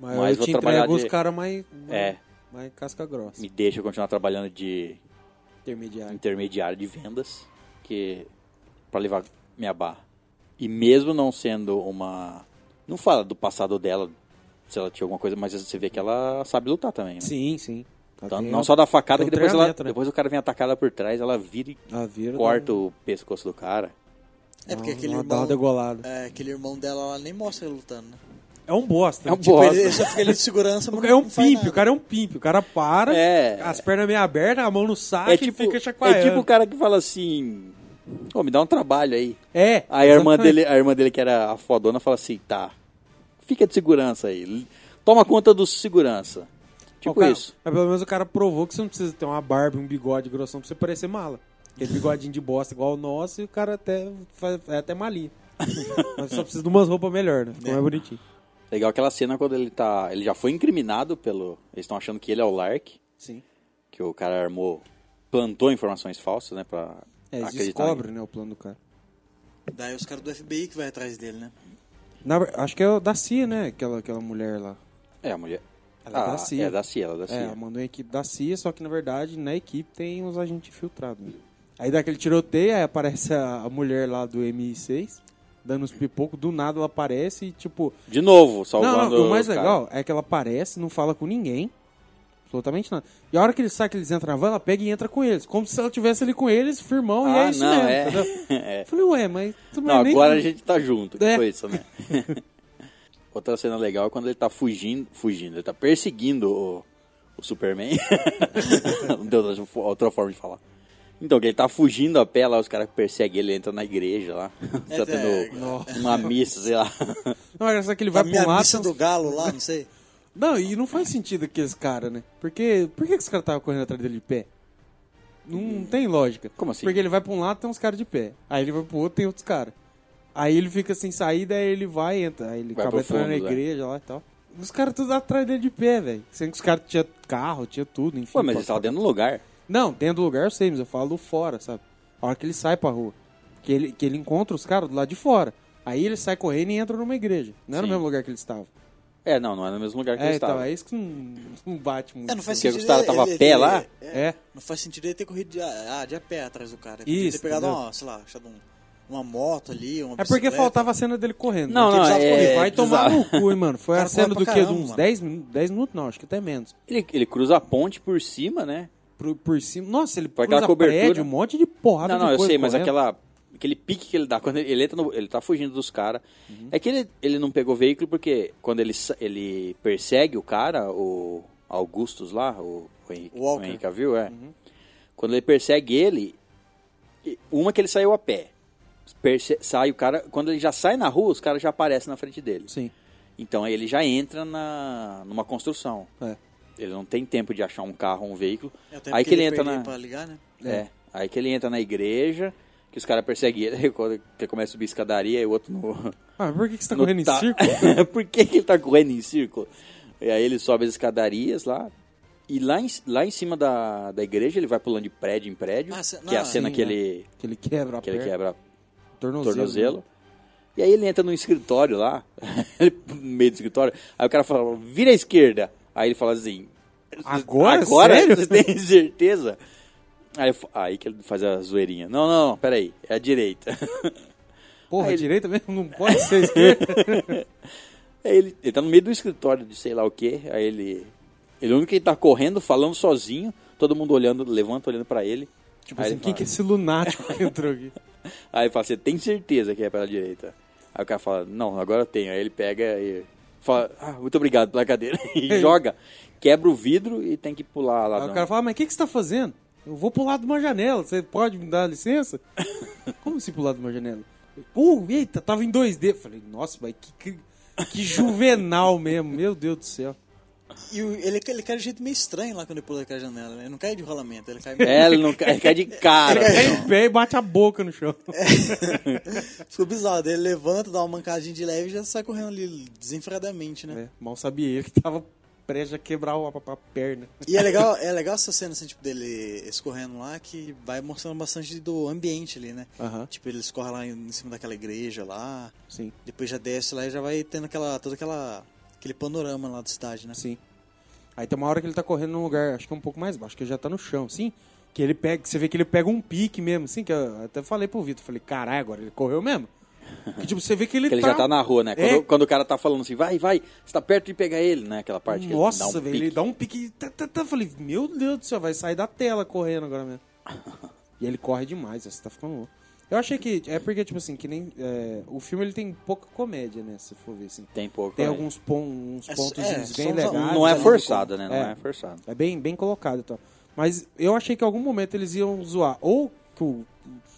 [SPEAKER 4] Mas,
[SPEAKER 1] Mas
[SPEAKER 4] eu
[SPEAKER 1] vou
[SPEAKER 4] te
[SPEAKER 1] trabalhar
[SPEAKER 4] entrego os
[SPEAKER 1] de-
[SPEAKER 4] caras mais, mais,
[SPEAKER 1] É.
[SPEAKER 4] mais casca grossa.
[SPEAKER 1] Me deixa eu continuar trabalhando de
[SPEAKER 4] Intermediário.
[SPEAKER 1] intermediário de vendas, que para levar minha barra. E mesmo não sendo uma. Não fala do passado dela, se ela tinha alguma coisa, mas você vê que ela sabe lutar também. Né?
[SPEAKER 4] Sim, sim. Tá Ela
[SPEAKER 1] Tanto-
[SPEAKER 4] tem
[SPEAKER 1] Então, não
[SPEAKER 4] a-
[SPEAKER 1] só da facada,
[SPEAKER 4] tem
[SPEAKER 1] que
[SPEAKER 4] um
[SPEAKER 1] depois, ela,
[SPEAKER 4] treinamento, né?
[SPEAKER 1] depois o cara vem atacar ela por trás, ela vira e
[SPEAKER 4] a vira
[SPEAKER 1] corta o pescoço do cara.
[SPEAKER 5] É porque
[SPEAKER 4] Ela
[SPEAKER 5] aquele
[SPEAKER 4] Tá dá uma
[SPEAKER 5] irmão.
[SPEAKER 4] degolada.
[SPEAKER 5] É, aquele irmão dela lá nem mostra ele lutando, né?
[SPEAKER 4] É um bosta.
[SPEAKER 1] É um
[SPEAKER 4] né?
[SPEAKER 1] bosta.
[SPEAKER 5] Ele ele só fica ali de segurança, mas
[SPEAKER 4] É um
[SPEAKER 5] não faz
[SPEAKER 4] pimp,
[SPEAKER 5] nada.
[SPEAKER 4] o cara é um pimp. O cara para,
[SPEAKER 1] É.
[SPEAKER 4] as pernas meio abertas, a mão no saco
[SPEAKER 1] É
[SPEAKER 4] e
[SPEAKER 1] tipo,
[SPEAKER 4] Ah, fica
[SPEAKER 1] é
[SPEAKER 4] chacoalhando.
[SPEAKER 1] tipo o cara que fala assim: Ô, me dá um trabalho aí.
[SPEAKER 4] É,
[SPEAKER 1] Aí a irmã,
[SPEAKER 4] exatamente.
[SPEAKER 1] dele, a irmã dele, que era a fodona, fala assim: tá, fica de segurança aí. Toma conta do segurança.
[SPEAKER 4] O
[SPEAKER 1] Tipo
[SPEAKER 4] cara-
[SPEAKER 1] isso.
[SPEAKER 4] Mas pelo menos o cara provou que você não precisa ter uma barba e um bigode grossão pra você parecer mala. Aquele bigodinho de bosta igual o nosso e o cara até faz, é até malinho. Mas só precisa de umas roupas melhor, né? Ficou
[SPEAKER 1] É.
[SPEAKER 4] mais bonitinho.
[SPEAKER 1] Legal aquela cena quando ele tá. Ele já foi incriminado pelo. Eles estão achando que ele é o Lark,
[SPEAKER 4] Sim.
[SPEAKER 1] que o cara armou. plantou informações falsas, né? Pra
[SPEAKER 4] É, eles
[SPEAKER 1] acreditar. em-
[SPEAKER 4] descobrem, né, o plano do cara.
[SPEAKER 5] Daí os caras do FBI que vai atrás dele, né?
[SPEAKER 4] Na ver- acho que é o da CIA, né? Aquela, aquela mulher lá.
[SPEAKER 1] É, a mulher.
[SPEAKER 4] Ela é da CIA.
[SPEAKER 1] É, da CIA, ela é da CIA.
[SPEAKER 4] É, ela mandou a equipe da CIA, só que na verdade na equipe tem uns agentes infiltrados. né? Aí daquele tiroteio, aí aparece a, a mulher lá do MI6, dando uns pipocos, do nada ela aparece e tipo.
[SPEAKER 1] De novo,
[SPEAKER 4] Não,
[SPEAKER 1] salvando.
[SPEAKER 4] não, o mais
[SPEAKER 1] cara.
[SPEAKER 4] legal é que ela aparece, não fala com ninguém. Absolutamente nada. E a hora que eles saem, que eles entram na van, ela pega e entra com eles. Como se ela estivesse ali com eles, firmão, e
[SPEAKER 1] Ah,
[SPEAKER 4] é isso
[SPEAKER 1] não,
[SPEAKER 4] mesmo,
[SPEAKER 1] é.
[SPEAKER 4] entendeu?
[SPEAKER 1] É.
[SPEAKER 4] Eu falei, ué, mas tudo
[SPEAKER 1] Não,
[SPEAKER 4] bem,
[SPEAKER 1] agora a
[SPEAKER 4] é nem...
[SPEAKER 1] gente tá junto. que
[SPEAKER 4] É.
[SPEAKER 1] Foi isso, né? Outra cena legal é quando ele tá fugindo, fugindo, ele tá perseguindo o, o Superman. Não deu outra, outra forma de falar. Então, que ele tá fugindo a pé lá, os caras perseguem ele, entra na igreja lá. tá tendo
[SPEAKER 4] É, Nossa.
[SPEAKER 1] uma missa, sei lá.
[SPEAKER 4] Não, era só que ele
[SPEAKER 1] tá
[SPEAKER 4] vai
[SPEAKER 5] A
[SPEAKER 4] pra
[SPEAKER 5] minha
[SPEAKER 4] um lado.
[SPEAKER 5] missa do galo lá, não sei.
[SPEAKER 4] Não, e não faz sentido aqueles caras, né? Porque por que que os caras estavam correndo atrás dele de pé? Não, não tem lógica.
[SPEAKER 1] Como assim?
[SPEAKER 4] Porque ele vai pra um lado, tem uns caras de pé. Aí ele vai pro outro, tem outros caras. Aí ele fica sem saída, aí ele vai e entra. Aí ele
[SPEAKER 1] Vai
[SPEAKER 4] acaba
[SPEAKER 1] pro
[SPEAKER 4] entrando na
[SPEAKER 1] fundo, né?
[SPEAKER 4] igreja lá e tal. Os caras tudo atrás dele de pé, velho. Sendo que os caras tinham carro, tinha tudo, enfim.
[SPEAKER 1] Pô, mas ele
[SPEAKER 4] pode-
[SPEAKER 1] tava dentro do lugar.
[SPEAKER 4] Não, dentro do lugar eu sei, mas eu falo do fora, sabe? A hora que ele sai pra rua. Que ele, que ele encontra os caras do lado de fora. Aí ele sai correndo e entra numa igreja. Não era
[SPEAKER 1] Sim.
[SPEAKER 4] no mesmo lugar que ele estava.
[SPEAKER 1] É, não, não é no mesmo lugar que
[SPEAKER 4] É,
[SPEAKER 1] ele
[SPEAKER 4] então,
[SPEAKER 1] estava.
[SPEAKER 4] é isso que não, não bate muito.
[SPEAKER 5] É, não faz
[SPEAKER 1] Porque
[SPEAKER 5] sentido.
[SPEAKER 1] os caras
[SPEAKER 5] ele-
[SPEAKER 1] tava a
[SPEAKER 5] ele-
[SPEAKER 1] pé
[SPEAKER 5] ele-
[SPEAKER 1] lá?
[SPEAKER 5] é,
[SPEAKER 4] É.
[SPEAKER 5] Não faz sentido ele ter corrido de, ah, de a pé atrás do cara. Ele podia
[SPEAKER 4] Isso,
[SPEAKER 5] ter pegado
[SPEAKER 4] entendeu?
[SPEAKER 5] uma, sei lá, achado um- uma moto ali, uma
[SPEAKER 4] É porque
[SPEAKER 5] bicicleta.
[SPEAKER 4] faltava a cena dele correndo.
[SPEAKER 1] Não,
[SPEAKER 4] né?
[SPEAKER 1] não,
[SPEAKER 4] Que ele precisava
[SPEAKER 1] é-
[SPEAKER 4] correr. Vai tomar no cu, hein, mano. Foi a
[SPEAKER 5] Cara,
[SPEAKER 4] cena
[SPEAKER 5] corre
[SPEAKER 4] do
[SPEAKER 5] pra
[SPEAKER 4] quê? De
[SPEAKER 5] caramba,
[SPEAKER 4] uns
[SPEAKER 5] mano.
[SPEAKER 4] 10 minutos? 10 minutos não, acho que até menos.
[SPEAKER 1] Ele, ele cruza a ponte por cima, né?
[SPEAKER 4] Por, por cima. Nossa, ele
[SPEAKER 1] Por aquela
[SPEAKER 4] cruza
[SPEAKER 1] cobertura.
[SPEAKER 4] prédio, um monte de porrada
[SPEAKER 1] Não, não,
[SPEAKER 4] de
[SPEAKER 1] eu
[SPEAKER 4] coisa
[SPEAKER 1] sei, mas
[SPEAKER 4] correndo.
[SPEAKER 1] aquela, aquele pique que ele dá, quando ele, ele, entra no- ele tá fugindo dos caras. É que ele, ele não pegou veículo porque quando ele, sa- ele persegue o cara, o Augustus lá, o, o Henrique, o
[SPEAKER 5] Walker.
[SPEAKER 1] Henrique Cavill, é. Quando ele persegue ele, e- uma que ele saiu a pé. Perse- sai o cara, quando ele já sai na rua, os caras já aparecem na frente dele.
[SPEAKER 4] Sim.
[SPEAKER 1] Então aí ele já entra na, numa construção.
[SPEAKER 4] É.
[SPEAKER 1] Ele não tem tempo de achar um carro, um veículo.
[SPEAKER 5] É, até
[SPEAKER 1] Aí
[SPEAKER 5] porque
[SPEAKER 1] que ele entra
[SPEAKER 5] perdeu
[SPEAKER 1] na.
[SPEAKER 5] Pra ligar, né?
[SPEAKER 1] É. Aí que ele entra na igreja, que os caras perseguem ele, quando ele começa a subir escadaria e o outro no.
[SPEAKER 4] Ah, mas por que, que você tá
[SPEAKER 1] no
[SPEAKER 4] correndo
[SPEAKER 1] ta-
[SPEAKER 4] em círculo?
[SPEAKER 1] Por que, que ele tá correndo em círculo? E aí ele sobe as escadarias lá. E lá em, lá em cima da, da igreja ele vai pulando de prédio em prédio,
[SPEAKER 5] Ah, cê-
[SPEAKER 1] que é a
[SPEAKER 5] não,
[SPEAKER 1] cena
[SPEAKER 4] sim,
[SPEAKER 1] que
[SPEAKER 4] né?
[SPEAKER 1] ele,
[SPEAKER 4] Que ele quebra a
[SPEAKER 1] que ele
[SPEAKER 4] perna,
[SPEAKER 1] quebra
[SPEAKER 4] tornozelo.
[SPEAKER 1] tornozelo. E aí ele entra no escritório lá, ele- no meio do escritório, aí o cara fala, vira à esquerda. Aí ele fala assim,
[SPEAKER 4] Agora?
[SPEAKER 1] agora
[SPEAKER 4] Sério?
[SPEAKER 1] você tem certeza? Aí, eu fa- aí que ele faz a zoeirinha. Não, não, não, peraí, é a direita.
[SPEAKER 4] Porra,
[SPEAKER 1] Aí
[SPEAKER 4] a
[SPEAKER 1] ele-
[SPEAKER 4] direita mesmo não pode ser Tipo esquerda.
[SPEAKER 1] Aí ele, ele tá no meio do escritório de sei lá o que, aí ele... Ele é o único que tá correndo, falando sozinho, todo mundo olhando, levanta, olhando pra ele.
[SPEAKER 4] tipo
[SPEAKER 1] Aí
[SPEAKER 4] assim,
[SPEAKER 1] ele
[SPEAKER 4] quem
[SPEAKER 1] fala-
[SPEAKER 4] que é esse lunático que entrou aqui?
[SPEAKER 1] Aí ele fala, você tem certeza que é pela direita? Aí o cara fala, não, agora eu tenho. Aí ele pega e fala, ah, muito obrigado pela cadeira. E joga, quebra o vidro e tem que pular lá.
[SPEAKER 4] Aí
[SPEAKER 1] não.
[SPEAKER 4] o cara fala, mas o que, que você tá fazendo? Eu vou pular de uma janela, você pode me dar licença? Como se pular de uma janela? Uh, eita, tava em 2D. Falei, nossa, mas que, que, que juvenal mesmo, meu Deus do céu.
[SPEAKER 5] E o- ele, ele cai de um jeito meio estranho lá quando ele pula daquela janela, né? Ele não cai de rolamento, ele cai
[SPEAKER 1] É, ele, não, cai- ele cai de cara.
[SPEAKER 4] Ele cai
[SPEAKER 1] não.
[SPEAKER 4] em pé e bate a boca no chão.
[SPEAKER 5] Ficou bizarro. Daí ele levanta, dá uma mancadinha de leve e já sai correndo ali desenfreadamente, né?
[SPEAKER 4] É, mal sabia ele que tava prestes a quebrar o- a, a perna.
[SPEAKER 5] E é legal, é legal essa cena assim, tipo, dele escorrendo lá, que vai mostrando bastante do ambiente ali, né?
[SPEAKER 4] Aham.
[SPEAKER 5] Tipo, ele escorre lá em, em cima daquela igreja lá,
[SPEAKER 4] Sim.
[SPEAKER 5] depois já desce lá e já vai tendo aquela, toda aquela Aquele panorama lá da cidade, né?
[SPEAKER 4] Sim. Assim. Aí tem uma hora que ele tá correndo num lugar, acho que é um pouco mais baixo, que ele já tá no chão, assim. Que ele pega, você vê que ele pega um pique mesmo, assim, que eu até falei pro Vitor, falei, caralho, agora ele correu mesmo. Que, tipo, você vê que ele,
[SPEAKER 1] Que ele
[SPEAKER 4] tá...
[SPEAKER 1] já tá na rua, né? Quando,
[SPEAKER 4] É.
[SPEAKER 1] quando o cara tá falando assim, vai, vai, você tá perto de pegar ele, né? Aquela parte que
[SPEAKER 4] Nossa,
[SPEAKER 1] ele dá um
[SPEAKER 4] velho, ele
[SPEAKER 1] pique.
[SPEAKER 4] dá um pique. Tá, tá, tá. Falei, meu Deus do céu, vai sair da tela correndo agora mesmo. e ele corre demais, você tá ficando louco. Eu achei que. É porque, tipo assim, que nem. é, o filme ele tem pouca comédia, né? Se for ver assim.
[SPEAKER 1] Tem pouco.
[SPEAKER 4] Tem
[SPEAKER 1] né?
[SPEAKER 4] alguns pon, uns
[SPEAKER 5] É,
[SPEAKER 4] pontos
[SPEAKER 5] é,
[SPEAKER 4] bem
[SPEAKER 5] são- são-
[SPEAKER 4] legais.
[SPEAKER 1] Não é
[SPEAKER 5] Ah,
[SPEAKER 4] né?
[SPEAKER 1] forçado, né? Não
[SPEAKER 4] É.
[SPEAKER 1] é forçado.
[SPEAKER 4] É bem, bem colocado e tal. Mas eu achei que em algum momento eles iam zoar ou com-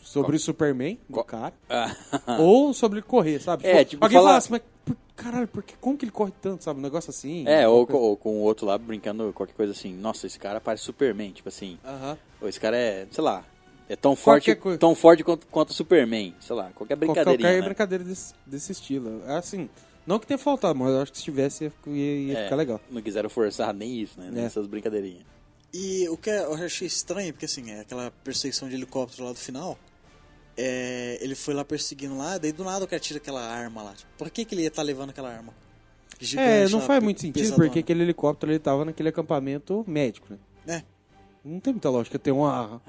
[SPEAKER 4] sobre o Superman, do
[SPEAKER 1] Qual?
[SPEAKER 4] cara, ou sobre ele correr, sabe?
[SPEAKER 1] Ah. É, tipo,
[SPEAKER 4] alguém
[SPEAKER 1] falar-
[SPEAKER 4] falasse, mas por- caralho, por que, como que ele corre tanto, sabe? Um negócio assim.
[SPEAKER 1] É, ou,
[SPEAKER 4] alguma
[SPEAKER 1] co-
[SPEAKER 4] coisa-
[SPEAKER 1] ou com o outro lá brincando qualquer coisa assim. Nossa, esse cara parece Superman, tipo assim.
[SPEAKER 4] Aham.
[SPEAKER 1] Ou esse cara é, sei lá, é tão forte,
[SPEAKER 4] Qualquer coisa.
[SPEAKER 1] tão forte quanto, quanto o Superman. Sei lá, qualquer brincadeirinha,
[SPEAKER 4] Qualquer
[SPEAKER 1] né?
[SPEAKER 4] brincadeira desse, desse estilo. É Assim, não que tenha faltado, mas eu acho que se tivesse ia, ficar- ia- ia
[SPEAKER 1] É,
[SPEAKER 4] ficar legal.
[SPEAKER 1] Não quiseram forçar nem isso, né?
[SPEAKER 4] É.
[SPEAKER 1] Nem Essas brincadeirinhas.
[SPEAKER 5] E o que é, eu achei estranho, porque assim, é aquela perseguição de helicóptero lá do final. é, ele foi lá perseguindo lá, daí do nada o cara tira aquela arma lá. Tipo, Por que, que ele ia estar levando aquela arma?
[SPEAKER 4] É,
[SPEAKER 5] Gigante
[SPEAKER 4] não
[SPEAKER 5] lá,
[SPEAKER 4] faz
[SPEAKER 5] pe-
[SPEAKER 4] muito sentido,
[SPEAKER 5] pesadona.
[SPEAKER 4] porque aquele helicóptero ele tava naquele acampamento médico, né?
[SPEAKER 5] É.
[SPEAKER 4] Não tem muita lógica ter uma,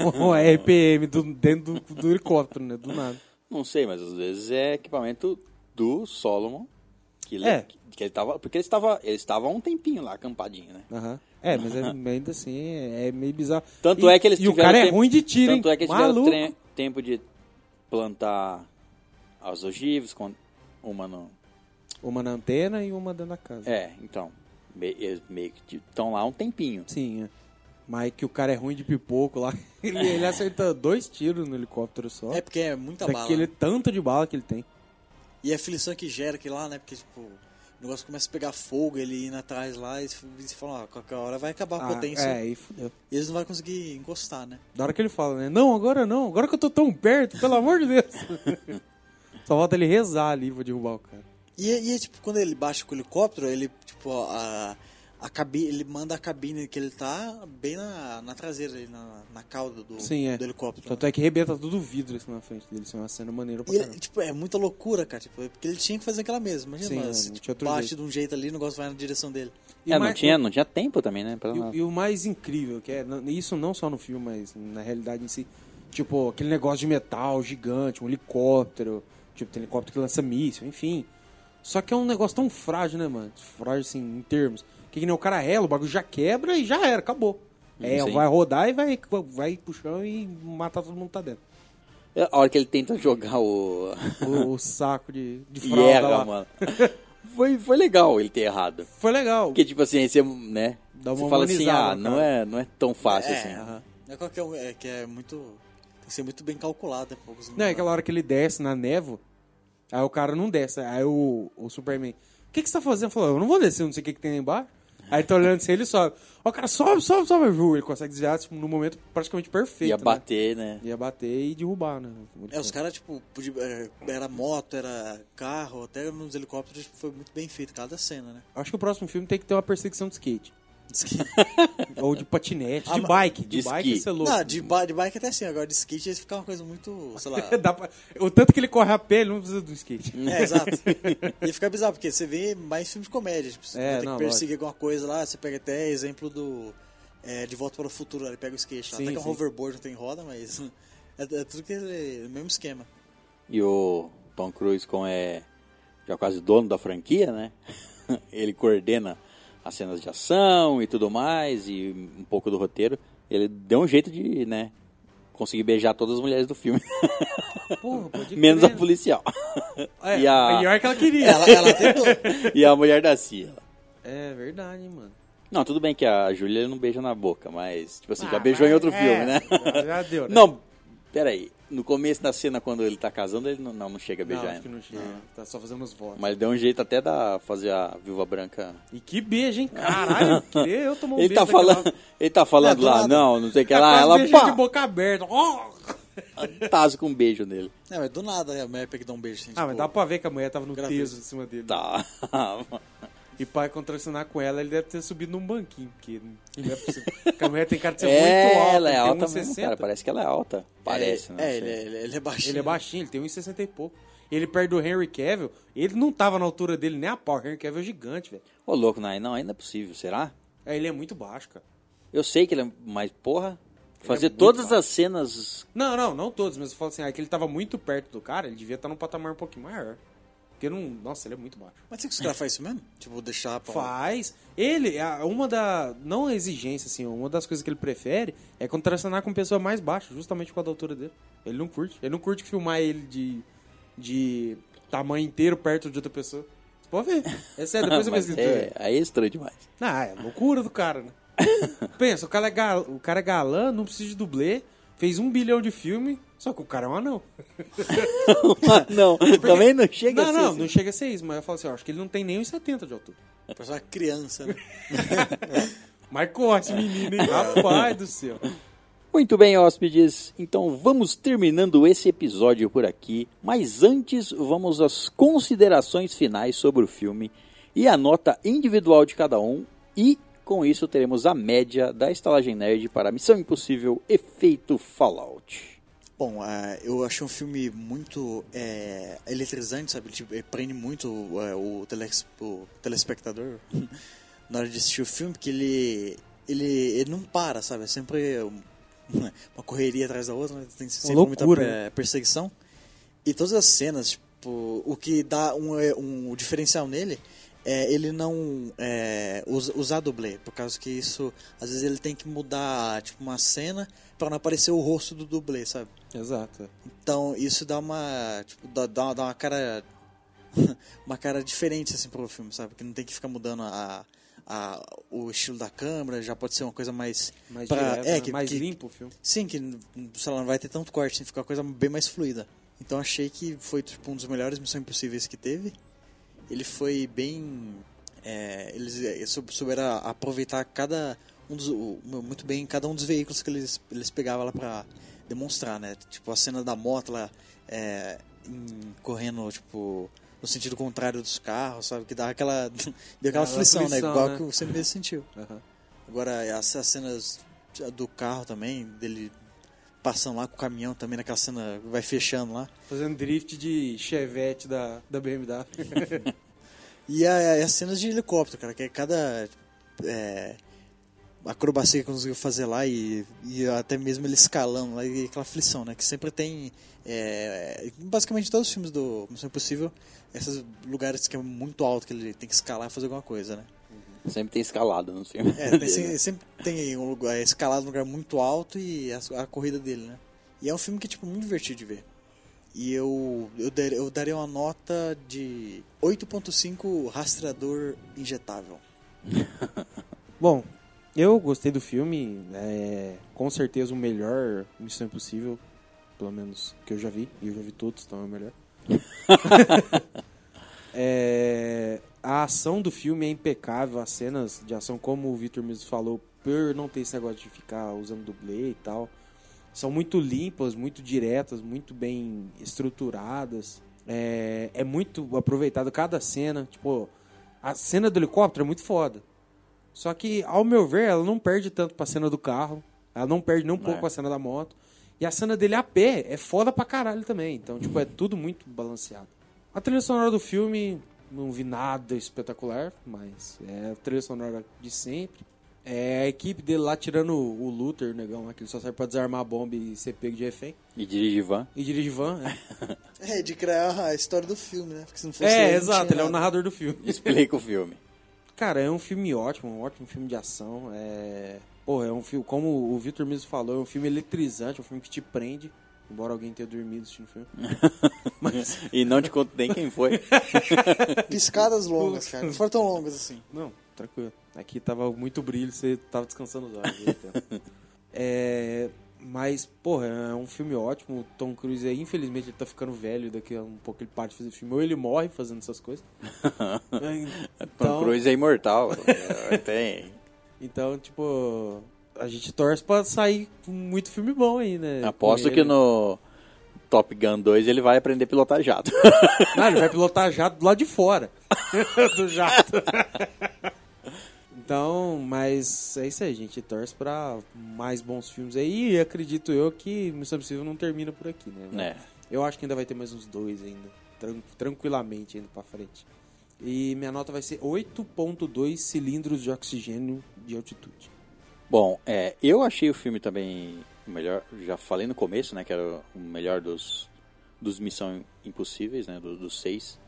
[SPEAKER 4] uma RPM do- dentro do, do helicóptero, né? Do nada.
[SPEAKER 1] Não sei, mas às vezes é equipamento do Solomon. Que ele,
[SPEAKER 4] É.
[SPEAKER 1] que, que ele tava. Porque ele estava, ele estava há um tempinho lá, acampadinho, né?
[SPEAKER 4] Aham. É, mas é, ainda assim é, é meio bizarro.
[SPEAKER 1] Tanto
[SPEAKER 4] E-
[SPEAKER 1] é que eles
[SPEAKER 4] E o
[SPEAKER 1] tiveram
[SPEAKER 4] cara é
[SPEAKER 1] tempo-
[SPEAKER 4] ruim de tiro,
[SPEAKER 1] Tanto
[SPEAKER 4] hein?
[SPEAKER 1] é que eles tiveram
[SPEAKER 4] Maluco.
[SPEAKER 1] tre- tempo de plantar as ogivas, com uma no.
[SPEAKER 4] Uma na antena e uma dentro da casa.
[SPEAKER 1] É, então. me- eles meio que estão lá há um tempinho.
[SPEAKER 4] Sim, é. Mas que o cara é ruim de pipoco lá. Ele, ele acerta dois tiros no helicóptero só.
[SPEAKER 5] É porque é muita bala.
[SPEAKER 4] daquele
[SPEAKER 5] né?
[SPEAKER 4] tanto de bala que ele tem.
[SPEAKER 5] E a aflição que gera aquilo lá, né? Porque, tipo, o negócio começa a pegar fogo, ele indo atrás lá, e eles falam, ó, qualquer hora vai acabar a
[SPEAKER 4] Ah,
[SPEAKER 5] potência.
[SPEAKER 4] É, aí fudeu.
[SPEAKER 5] E eles não vão conseguir encostar, né?
[SPEAKER 4] Da hora que ele fala, né? Não, agora não. Agora que eu tô tão perto, pelo amor de Deus. Só falta ele rezar ali pra derrubar o cara.
[SPEAKER 5] E, é- e é, tipo, quando ele baixa com o helicóptero, ele, tipo, a, a cabine, ele manda a cabine que ele tá bem na, na traseira, ali, na, na cauda do,
[SPEAKER 4] Sim, é.
[SPEAKER 5] do helicóptero.
[SPEAKER 4] Tanto é que rebenta tudo o vidro assim na frente dele. Isso é uma cena maneira pra
[SPEAKER 5] E ele,
[SPEAKER 4] caramba.
[SPEAKER 5] tipo, é muita loucura, cara. Tipo, porque ele tinha que fazer aquela mesma. Imagina,
[SPEAKER 4] Sim,
[SPEAKER 5] mano,
[SPEAKER 4] é,
[SPEAKER 5] se
[SPEAKER 4] não
[SPEAKER 5] tipo,
[SPEAKER 4] tinha outro
[SPEAKER 5] bate
[SPEAKER 4] jeito.
[SPEAKER 5] de um jeito ali, o negócio vai na direção dele.
[SPEAKER 4] E
[SPEAKER 1] é,
[SPEAKER 4] mais-
[SPEAKER 1] não, tinha, não tinha tempo também, né? Pra
[SPEAKER 4] E,
[SPEAKER 1] nada.
[SPEAKER 4] o- e o mais incrível, que é, n- isso não só no filme, mas na realidade em si, tipo, aquele negócio de metal gigante, um helicóptero, tipo, tem helicóptero que lança míssil, enfim. Só que é um negócio tão frágil, né, mano? Frágil, assim, em termos. Que, que nem o cara rela, o bagulho já quebra e já era, acabou. É,
[SPEAKER 1] Sim.
[SPEAKER 4] vai rodar e vai, vai pro chão e matar todo mundo que tá dentro.
[SPEAKER 1] É, A hora que ele tenta jogar o.
[SPEAKER 4] O, o saco de, de
[SPEAKER 1] e
[SPEAKER 4] fralda
[SPEAKER 1] erra,
[SPEAKER 4] lá.
[SPEAKER 1] mano. Foi, foi legal ele ter errado.
[SPEAKER 4] Foi legal.
[SPEAKER 1] Porque, tipo assim, aí você, né?
[SPEAKER 4] Dá uma
[SPEAKER 1] você fala assim,
[SPEAKER 4] humanizada,
[SPEAKER 1] ah, não
[SPEAKER 4] cara.
[SPEAKER 1] é, não é tão fácil
[SPEAKER 5] é,
[SPEAKER 1] assim.
[SPEAKER 5] aham. Não é qualquer um, é que é muito. Tem que ser muito bem calculado, é poucos
[SPEAKER 4] Não, é aquela hora que ele desce na névoa, aí o cara não desce. Aí o, o Superman, o que, que você tá fazendo? Falou, eu não vou descer, eu não sei o que, que tem lá embaixo. Aí ele tá olhando assim, ele sobe. Ó, o cara sobe, sobe, sobe. Viu? Ele consegue desviar tipo, no momento praticamente perfeito.
[SPEAKER 1] Ia
[SPEAKER 4] né?
[SPEAKER 1] bater, né?
[SPEAKER 4] Ia bater e derrubar, né?
[SPEAKER 5] É, os caras, tipo, podia- é, era moto, era carro, até nos helicópteros tipo, foi muito bem feito cada cena, né?
[SPEAKER 4] Acho que o próximo filme tem que ter uma perseguição de skate. Ou de patinete, de
[SPEAKER 5] Ah,
[SPEAKER 4] bike. De,
[SPEAKER 1] de
[SPEAKER 4] bike
[SPEAKER 1] esqui.
[SPEAKER 4] isso é louco.
[SPEAKER 5] Não, de, ba de bike até assim, agora de skate ia ficar uma coisa muito, sei lá.
[SPEAKER 4] Dá pra- O tanto que ele corre a pé, ele não precisa do skate.
[SPEAKER 5] é, exato. Ia ficar bizarro, porque você vê mais filmes de comédia, tipo, você
[SPEAKER 4] É,
[SPEAKER 5] vai ter
[SPEAKER 4] não,
[SPEAKER 5] que perseguir alguma coisa lá, você pega até exemplo do é, De Volta para o Futuro, ele pega o skate lá,
[SPEAKER 4] Sim,
[SPEAKER 5] até que é um
[SPEAKER 4] sim.
[SPEAKER 5] hoverboard, não tem roda, mas é, é tudo que ele, é o mesmo esquema.
[SPEAKER 1] E o Tom Cruise com é já quase dono da franquia, né? Ele coordena as cenas de ação e tudo mais e um pouco do roteiro. Ele deu um jeito de, né, conseguir beijar todas as mulheres do filme,
[SPEAKER 4] Porra, pode
[SPEAKER 1] menos a
[SPEAKER 4] crer.
[SPEAKER 1] policial.
[SPEAKER 4] É,
[SPEAKER 1] e a-
[SPEAKER 4] Melhor que ela queria.
[SPEAKER 5] Ela, ela tentou.
[SPEAKER 1] e a mulher da CIA.
[SPEAKER 4] É verdade, mano.
[SPEAKER 1] Não, tudo bem que a Júlia ele não beija na boca, mas tipo assim, já
[SPEAKER 4] Ah,
[SPEAKER 1] beijou em
[SPEAKER 4] mas-
[SPEAKER 1] outro
[SPEAKER 4] é,
[SPEAKER 1] filme, né?
[SPEAKER 4] já- já deu, né?
[SPEAKER 1] Não, peraí. No começo da cena quando ele tá casando, ele não, não, não chega a
[SPEAKER 4] Não,
[SPEAKER 1] beijar É.
[SPEAKER 4] acho que
[SPEAKER 1] ainda.
[SPEAKER 4] não chega. Tá só fazendo os votos.
[SPEAKER 1] Mas ele deu um jeito até da fazer a Viúva Branca
[SPEAKER 4] E que beijo, hein? Caralho, que eu tomou um
[SPEAKER 1] Ele
[SPEAKER 4] beijo
[SPEAKER 1] tá,
[SPEAKER 4] daquela-
[SPEAKER 1] falando, ele tá falando
[SPEAKER 5] É, do
[SPEAKER 1] lá,
[SPEAKER 5] nada.
[SPEAKER 1] não, não sei o que
[SPEAKER 4] Tá
[SPEAKER 1] lá.
[SPEAKER 4] quase
[SPEAKER 1] Ela,
[SPEAKER 4] beijando de
[SPEAKER 1] pá,
[SPEAKER 4] boca aberta. Oh! Ó!
[SPEAKER 1] tazo com um beijo nele.
[SPEAKER 5] Não, mas do nada a mulher pega e dá um beijo. Assim,
[SPEAKER 4] Ah, mas
[SPEAKER 5] tipo,
[SPEAKER 4] dá pra ver que a mulher tava no
[SPEAKER 5] Gravei.
[SPEAKER 4] peso em cima dele.
[SPEAKER 1] Tá.
[SPEAKER 4] E E pra contracionar com ela, ele deve ter subido num banquinho, porque não é possível. Porque a mulher tem cara de ser muito
[SPEAKER 1] É,
[SPEAKER 4] alta,
[SPEAKER 1] ela é
[SPEAKER 4] ele
[SPEAKER 1] alta
[SPEAKER 4] tem
[SPEAKER 1] mesmo,
[SPEAKER 4] 1,60.
[SPEAKER 1] cara. Parece que ela é alta. Parece,
[SPEAKER 5] é,
[SPEAKER 1] né?
[SPEAKER 5] É,
[SPEAKER 1] Não
[SPEAKER 5] ele,
[SPEAKER 1] sei.
[SPEAKER 5] ele, ele é baixinho.
[SPEAKER 4] Ele é baixinho, ele tem 1,60 e pouco. Ele perde do Henry Cavill, ele não tava na altura dele nem a pau. O Henry Cavill é gigante, velho.
[SPEAKER 1] Ô, louco, não, não, ainda é possível, será?
[SPEAKER 4] É, ele é muito baixo, cara.
[SPEAKER 1] Eu sei que ele é. Mas, porra.
[SPEAKER 4] é
[SPEAKER 1] Fazer
[SPEAKER 4] muito
[SPEAKER 1] todas
[SPEAKER 4] alto.
[SPEAKER 1] as cenas.
[SPEAKER 4] Não, não, não todos, mas eu falo assim, ah, é que ele tava muito perto do cara, ele devia estar num patamar um pouquinho maior. Porque não. Nossa, ele é muito baixo.
[SPEAKER 5] Mas será que os caras fazem isso mesmo? Tipo, deixar pra...
[SPEAKER 4] Faz. Ele, a- uma da. Não a exigência, assim, uma das coisas que ele prefere é contracionar com pessoa mais baixa, justamente por causa da altura dele. Ele não curte. Ele não curte filmar ele de. de tamanho inteiro perto de outra pessoa. Você pode ver. É sério, depois eu
[SPEAKER 1] Mas
[SPEAKER 4] pesquiso. pra você ver.
[SPEAKER 1] é, aí é estranho demais.
[SPEAKER 4] Ah, é loucura do cara, né? Pensa, o cara, é gal- o cara é galã, não precisa de dublê, fez um bilhão de filme, só que o cara é um anão.
[SPEAKER 1] não, também não chega
[SPEAKER 4] não,
[SPEAKER 1] a ser
[SPEAKER 4] não,
[SPEAKER 1] assim.
[SPEAKER 4] não chega a ser isso, mas eu falo assim, ó, acho que ele não tem nem uns 70 de altura.
[SPEAKER 5] Parece uma criança, né?
[SPEAKER 4] Mas corte, menino, hein? Rapaz do céu.
[SPEAKER 1] Muito bem, hóspedes. Então vamos terminando esse episódio por aqui. Mas antes, vamos às considerações finais sobre o filme e a nota individual de cada um. E com isso, teremos a média da Estalagem Nerd para Missão Impossível Efeito Fallout.
[SPEAKER 5] Bom, ah, eu achei um filme muito é, eletrizante, sabe? Ele, tipo, ele prende muito é, o, telex, o telespectador na hora de assistir o filme, porque ele, ele, ele não para, sabe? É sempre um- uma correria atrás da outra, né? tem sempre
[SPEAKER 4] loucura,
[SPEAKER 5] muita per- perseguição. E todas as cenas, tipo, o que dá um, é, um diferencial nele é ele não é, usa- usar dublê, por causa que isso, às vezes ele tem que mudar, tipo, uma cena para não aparecer o rosto do dublê, sabe?
[SPEAKER 4] Exato.
[SPEAKER 5] Então isso dá uma. Tipo, dá, dá, dá uma cara. uma cara diferente assim pro filme, sabe? Que não tem que ficar mudando a, a, o estilo da câmera, já pode ser uma coisa mais.
[SPEAKER 4] Mais
[SPEAKER 5] pra-
[SPEAKER 4] direto,
[SPEAKER 5] é,
[SPEAKER 4] né?
[SPEAKER 5] que-
[SPEAKER 4] mais
[SPEAKER 5] que-
[SPEAKER 4] limpo o filme.
[SPEAKER 5] Sim, que sei lá, não vai ter tanto corte, assim, fica uma coisa bem mais fluida. Então achei que foi tipo, um dos melhores Missão Impossíveis que teve. Ele foi bem. é, eles é, sou- souberam aproveitar cada um dos, o- muito bem cada um dos veículos que eles, eles pegavam lá pra demonstrar, né? Tipo a cena da moto lá é, em- correndo tipo no sentido contrário dos carros, sabe? Que dá aquela deu aquela
[SPEAKER 4] Aquela
[SPEAKER 5] aflição, né?
[SPEAKER 4] aflição,
[SPEAKER 5] Igual
[SPEAKER 4] né?
[SPEAKER 5] que você mesmo sentiu.
[SPEAKER 4] Aham.
[SPEAKER 5] Agora, essas cenas do carro também, dele passando lá com o caminhão também, naquela cena que vai fechando lá.
[SPEAKER 4] Fazendo drift de chevette da, da BMW.
[SPEAKER 5] E a- as cenas de helicóptero, cara, que é cada é, acrobacia que conseguiu fazer lá e, e até mesmo ele escalando lá e aquela aflição, né? Que sempre tem, é, basicamente em todos os filmes do Missão Impossível, esses lugares que é muito alto, que ele tem que escalar e fazer alguma coisa, né?
[SPEAKER 1] Sempre tem escalada no filme.
[SPEAKER 5] É, tem, se- sempre tem um lugar é escalado num lugar muito alto e a, su- a corrida dele, né? E é um filme que é tipo, muito divertido de ver. E eu, eu, dar- eu daria uma nota de 8.5 rastreador injetável.
[SPEAKER 4] Bom, eu gostei do filme. É com certeza o melhor Missão Impossível. Pelo menos que eu já vi. E eu já vi todos, então é o melhor. É, a ação do filme é impecável. As cenas de ação, como o Victor mesmo falou, por não ter esse negócio de ficar usando dublê e tal, são muito limpas, muito diretas, muito bem estruturadas. É, é muito aproveitado cada cena. Tipo, a cena do helicóptero é muito foda. Só que, ao meu ver, ela não perde tanto pra cena do carro. Ela não perde nem um pouco pra cena da moto. E a cena dele a pé é foda pra caralho também. Então, tipo, é tudo muito balanceado. A trilha sonora do filme, não vi nada espetacular, mas é a trilha sonora de sempre. É a equipe dele lá tirando o Luther, o negão, lá, que ele só serve pra desarmar a bomba e ser pego de refém.
[SPEAKER 1] E dirige van.
[SPEAKER 4] E dirige van, né?
[SPEAKER 5] É, de criar a história do filme, né? Porque se não fosse
[SPEAKER 4] é, exato, ele é
[SPEAKER 5] né?
[SPEAKER 4] o narrador do filme.
[SPEAKER 1] Explica o filme.
[SPEAKER 4] Cara, é um filme ótimo, um ótimo filme de ação. É. Porra, é um filme, como o Victor mesmo falou, é um filme eletrizante, é um filme que te prende. Embora alguém tenha dormido assistindo o filme. Mas,
[SPEAKER 1] E não te conto nem quem foi.
[SPEAKER 5] Piscadas longas, cara. Não foram tão longas assim.
[SPEAKER 4] não, tranquilo. Aqui tava muito brilho, você tava descansando os olhos. eu entendo. é. Mas, porra, é um filme ótimo. O Tom Cruise, aí, infelizmente, ele tá ficando velho. Daqui a um pouco ele para de fazer filme. Ou ele morre fazendo essas coisas.
[SPEAKER 1] Tom Cruise é imortal. É, Tem.
[SPEAKER 4] Então, tipo, a gente torce pra sair com muito filme bom aí, né?
[SPEAKER 1] Aposto que no
[SPEAKER 4] não
[SPEAKER 1] Top Gun 2 ele vai aprender a pilotar jato.
[SPEAKER 4] Não, ele vai pilotar jato do lado de fora do jato. então, mas é isso aí, gente. Torce pra mais bons filmes aí. E acredito eu que Missão Impossível não termina por aqui, né?
[SPEAKER 1] É.
[SPEAKER 4] Eu acho que ainda vai ter mais uns dois ainda. tran- tranquilamente ainda pra frente. E minha nota vai ser 8.2 cilindros de oxigênio de altitude.
[SPEAKER 1] Bom, é, eu achei o filme também o melhor. Já falei no começo, né? Que era o melhor dos, dos Missão Impossíveis, né? do- dos seis.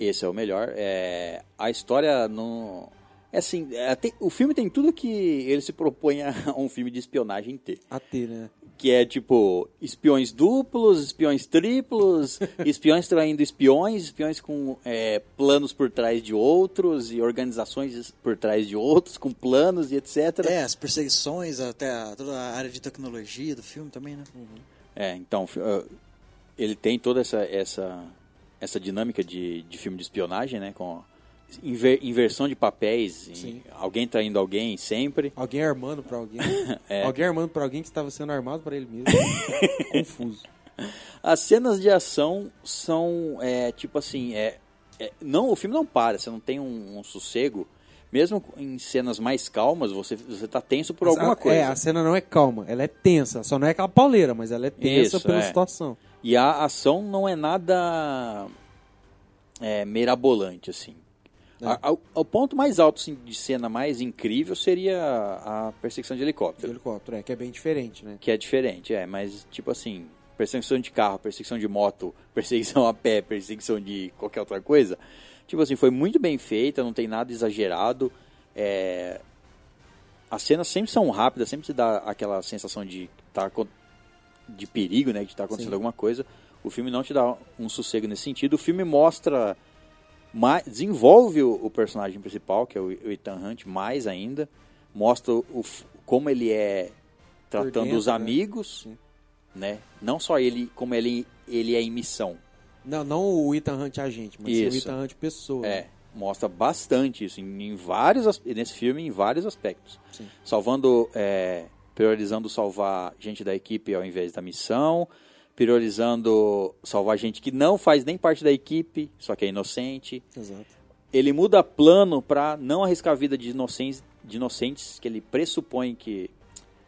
[SPEAKER 1] Esse é o melhor. É, a história não. É assim, é, tem- o filme tem tudo que ele se propõe a um filme de espionagem ter.
[SPEAKER 4] A ter, né?
[SPEAKER 1] Que é tipo, espiões duplos, espiões triplos, espiões traindo espiões, espiões com é, planos por trás de outros e organizações por trás de outros, com planos e etc.
[SPEAKER 5] É, as perseguições, até a- toda a área de tecnologia do filme também, né?
[SPEAKER 1] É, então, fi- ah, ele tem toda essa essa, essa dinâmica de, de filme de espionagem, né? Com inver- inversão de papéis, em-
[SPEAKER 4] Sim.
[SPEAKER 1] alguém traindo alguém sempre.
[SPEAKER 4] Alguém armando pra alguém. Alguém armando pra alguém que estava sendo armado pra ele mesmo. Confuso.
[SPEAKER 1] As cenas de ação são, é, tipo assim, é, é- não, o filme não para, você não tem um, um sossego. Mesmo em cenas mais calmas, você, você tá tenso por
[SPEAKER 4] Mas
[SPEAKER 1] alguma
[SPEAKER 4] a-
[SPEAKER 1] coisa.
[SPEAKER 4] É, a cena não é calma, ela é tensa. Só não é aquela pauleira, mas ela é tensa
[SPEAKER 1] Isso,
[SPEAKER 4] pela
[SPEAKER 1] é.
[SPEAKER 4] situação.
[SPEAKER 1] E a ação não é nada é, mirabolante, assim. A- ao- o ponto mais alto assim, de cena mais incrível seria a, a perseguição de
[SPEAKER 4] Do
[SPEAKER 1] helicóptero,
[SPEAKER 4] helicóptero, é, que é bem diferente, né?
[SPEAKER 1] que é diferente, é, mas tipo assim, perseguição de carro, perseguição de moto, perseguição a pé, perseguição de qualquer outra coisa, tipo assim, foi muito bem feita, não tem nada exagerado, é, as cenas sempre são rápidas, sempre te dá aquela sensação de tá acon- de perigo, né, de tá acontecendo
[SPEAKER 4] Sim.
[SPEAKER 1] alguma coisa. O filme não te dá um sossego nesse sentido. O filme mostra mais, desenvolve o, o personagem principal, que é o, o Ethan Hunt, mais ainda, mostra o, f- como ele é tratando
[SPEAKER 4] dentro,
[SPEAKER 1] os
[SPEAKER 4] né?
[SPEAKER 1] amigos,
[SPEAKER 4] Sim.
[SPEAKER 1] né? Não só ele, como ele ele é em missão.
[SPEAKER 4] Não, não o Ethan Hunt agente, mas sim o
[SPEAKER 1] Isso.
[SPEAKER 4] Ethan Hunt pessoa.
[SPEAKER 1] É,
[SPEAKER 4] né?
[SPEAKER 1] mostra bastante isso em, em vários as- nesse filme em vários aspectos.
[SPEAKER 4] Sim.
[SPEAKER 1] Salvando, é, priorizando salvar gente da equipe ao invés da missão, priorizando salvar gente que não faz nem parte da equipe, só que é inocente.
[SPEAKER 4] Exato.
[SPEAKER 1] Ele muda plano para não arriscar a vida de inocentes, de inocentes que ele pressupõe que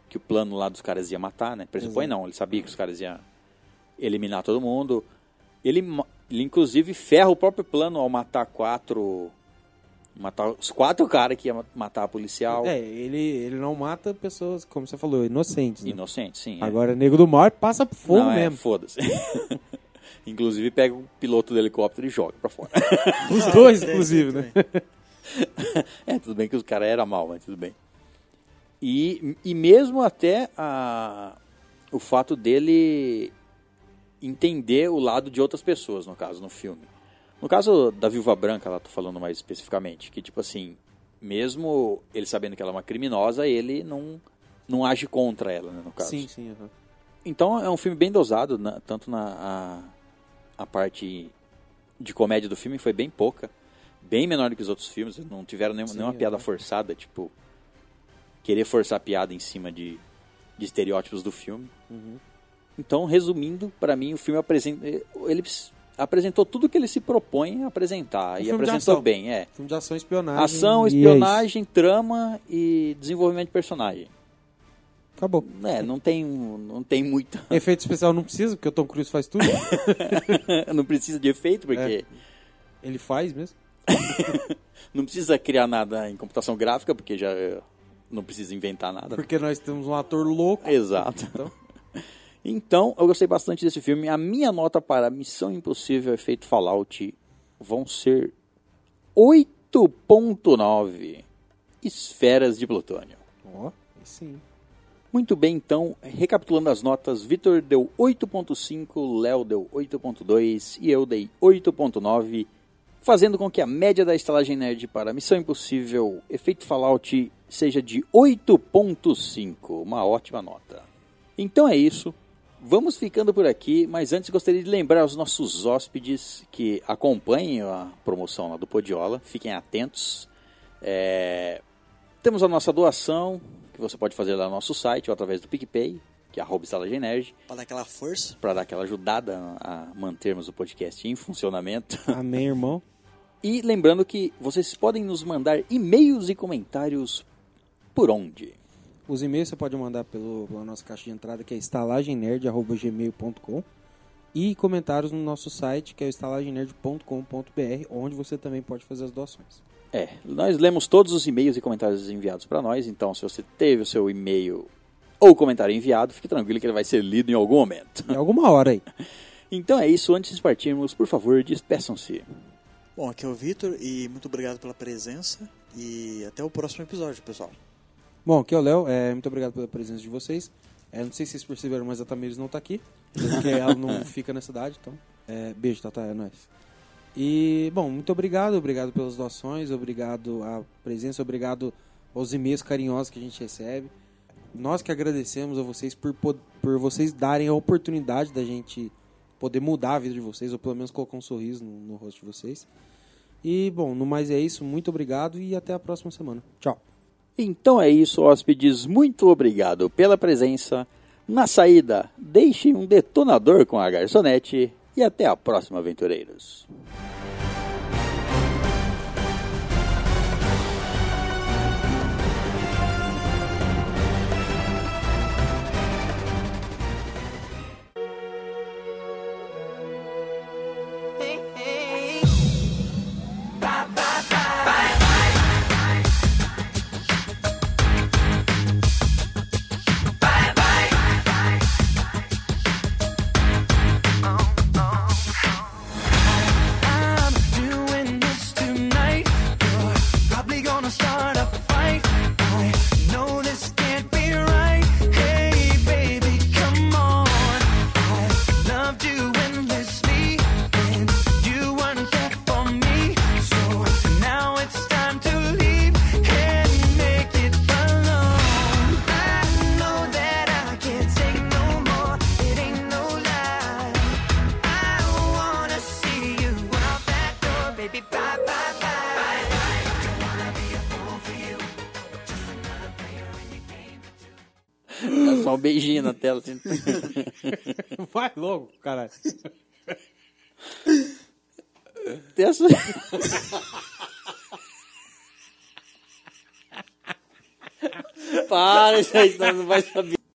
[SPEAKER 1] que o plano lá dos caras ia matar, né? Pressupõe
[SPEAKER 4] Exato.
[SPEAKER 1] não, ele sabia que os caras iam eliminar todo mundo. Ele, ma- ele inclusive ferra o próprio plano ao matar quatro. Matar os quatro caras que ia ma- matar a policial.
[SPEAKER 4] É, ele, ele não mata pessoas, como você falou, inocentes. Né?
[SPEAKER 1] Inocente, sim. é.
[SPEAKER 4] Agora, Nego do Mar passa por fogo
[SPEAKER 1] Não, é,
[SPEAKER 4] mesmo.
[SPEAKER 1] Foda-se. inclusive pega o piloto do helicóptero e joga pra fora.
[SPEAKER 4] Os dois,
[SPEAKER 5] É,
[SPEAKER 4] inclusive, né?
[SPEAKER 1] É, tudo bem que os cara era mal, mas tudo bem. E, e mesmo até a, o fato dele entender o lado de outras pessoas, no caso, no filme. No caso da Viúva Branca, lá tô falando mais especificamente, que tipo assim, mesmo ele sabendo que ela é uma criminosa, ele não, não age contra ela, né, no caso.
[SPEAKER 4] Sim, sim. aham.
[SPEAKER 1] Então é um filme bem dosado, na- tanto na a, a parte de comédia do filme foi bem pouca, bem menor do que os outros filmes, não tiveram nenhum- nenhuma
[SPEAKER 4] é.
[SPEAKER 1] piada forçada, tipo querer forçar piada em cima de, de estereótipos do filme.
[SPEAKER 4] Uhum.
[SPEAKER 1] Então, resumindo, pra mim o filme apresenta ele s- apresentou tudo que ele se propõe a apresentar
[SPEAKER 4] Um
[SPEAKER 1] e
[SPEAKER 4] filme de
[SPEAKER 1] apresentou
[SPEAKER 4] ação.
[SPEAKER 1] bem, é.
[SPEAKER 4] Filme de ação e espionagem.
[SPEAKER 1] Ação,
[SPEAKER 4] e é isso.
[SPEAKER 1] espionagem, trama e desenvolvimento de personagem.
[SPEAKER 4] Acabou.
[SPEAKER 1] É, não tem não tem muita
[SPEAKER 4] Efeito especial não precisa, porque o Tom Cruise faz tudo.
[SPEAKER 1] não precisa de efeito,
[SPEAKER 4] É.
[SPEAKER 1] porque
[SPEAKER 4] ele faz mesmo.
[SPEAKER 1] não precisa criar nada em computação gráfica, porque já eh, não precisa inventar nada.
[SPEAKER 4] Porque nós temos um ator louco.
[SPEAKER 1] Exato.
[SPEAKER 4] Então,
[SPEAKER 1] Então, eu gostei bastante desse filme. A minha nota para Missão Impossível Efeito Fallout vão ser 8.9 esferas de plutônio.
[SPEAKER 4] ó, aí sim.
[SPEAKER 1] Muito bem, então, recapitulando as notas, Vitor deu 8.5, Léo deu 8.2 e eu dei 8.9, fazendo com que a média da estalagem nerd para Missão Impossível Efeito Fallout seja de 8.5, uma ótima nota. Então é isso. Vamos ficando por aqui, mas antes gostaria de lembrar aos nossos hóspedes que acompanhem a promoção lá do Podiola, fiquem atentos. É, temos a nossa doação, que você pode fazer lá no nosso site ou através do PicPay, que é arroba estalagem nerd,
[SPEAKER 5] Pra dar aquela força.
[SPEAKER 1] para dar aquela ajudada a mantermos o podcast em funcionamento.
[SPEAKER 4] Amém, irmão.
[SPEAKER 1] E lembrando que vocês podem nos mandar e-mails e comentários por onde?
[SPEAKER 4] Os e-mails você pode mandar pelo, pela nossa caixa de entrada, que é estalagemnerd.gmail.com e comentários no nosso site, que é o estalagemnerd.com.br, onde você também pode fazer as doações.
[SPEAKER 1] É, nós lemos todos os e-mails e comentários enviados para nós, então se você teve o seu e-mail ou comentário enviado, fique tranquilo que ele vai ser lido em algum momento.
[SPEAKER 4] Em alguma hora aí.
[SPEAKER 1] Então é isso, antes de partirmos, por favor, despeçam-se.
[SPEAKER 5] Bom, aqui é o Vitor e muito obrigado pela presença. E até o próximo episódio, pessoal.
[SPEAKER 4] Bom, aqui é o Léo, é, muito obrigado pela presença de vocês. É, não sei se vocês perceberam, mas a Tamires não tá aqui, porque ela não fica na cidade, então... é, beijo, Tata, é nóis. E, bom, muito obrigado, obrigado pelas doações, obrigado à presença, obrigado aos e-mails carinhosos que a gente recebe. Nós que agradecemos a vocês por, po- por vocês darem a oportunidade da gente poder mudar a vida de vocês, ou pelo menos colocar um sorriso no, no rosto de vocês. E, bom, no mais é isso, muito obrigado e até a próxima semana. Tchau.
[SPEAKER 1] Então é isso, hóspedes, muito obrigado pela presença. Na saída, deixe um detonador com a garçonete e até a próxima, aventureiros.
[SPEAKER 7] I'm doing this tonight. You're probably gonna start a fight. I know this can't be right. Hey, baby, come on. I loved you endlessly, and you weren't there for me. So now it's time to leave and make it alone. I know that I can't take no more. It ain't no lie. I wanna see you out that door, baby. Bye, bye, bye. Don't wanna be a fool for you. Just another player in your game.
[SPEAKER 1] Dá só um beijinho na tela. assim.
[SPEAKER 4] Vai logo, caralho.
[SPEAKER 1] Essa- Para, isso aí senão não vai saber.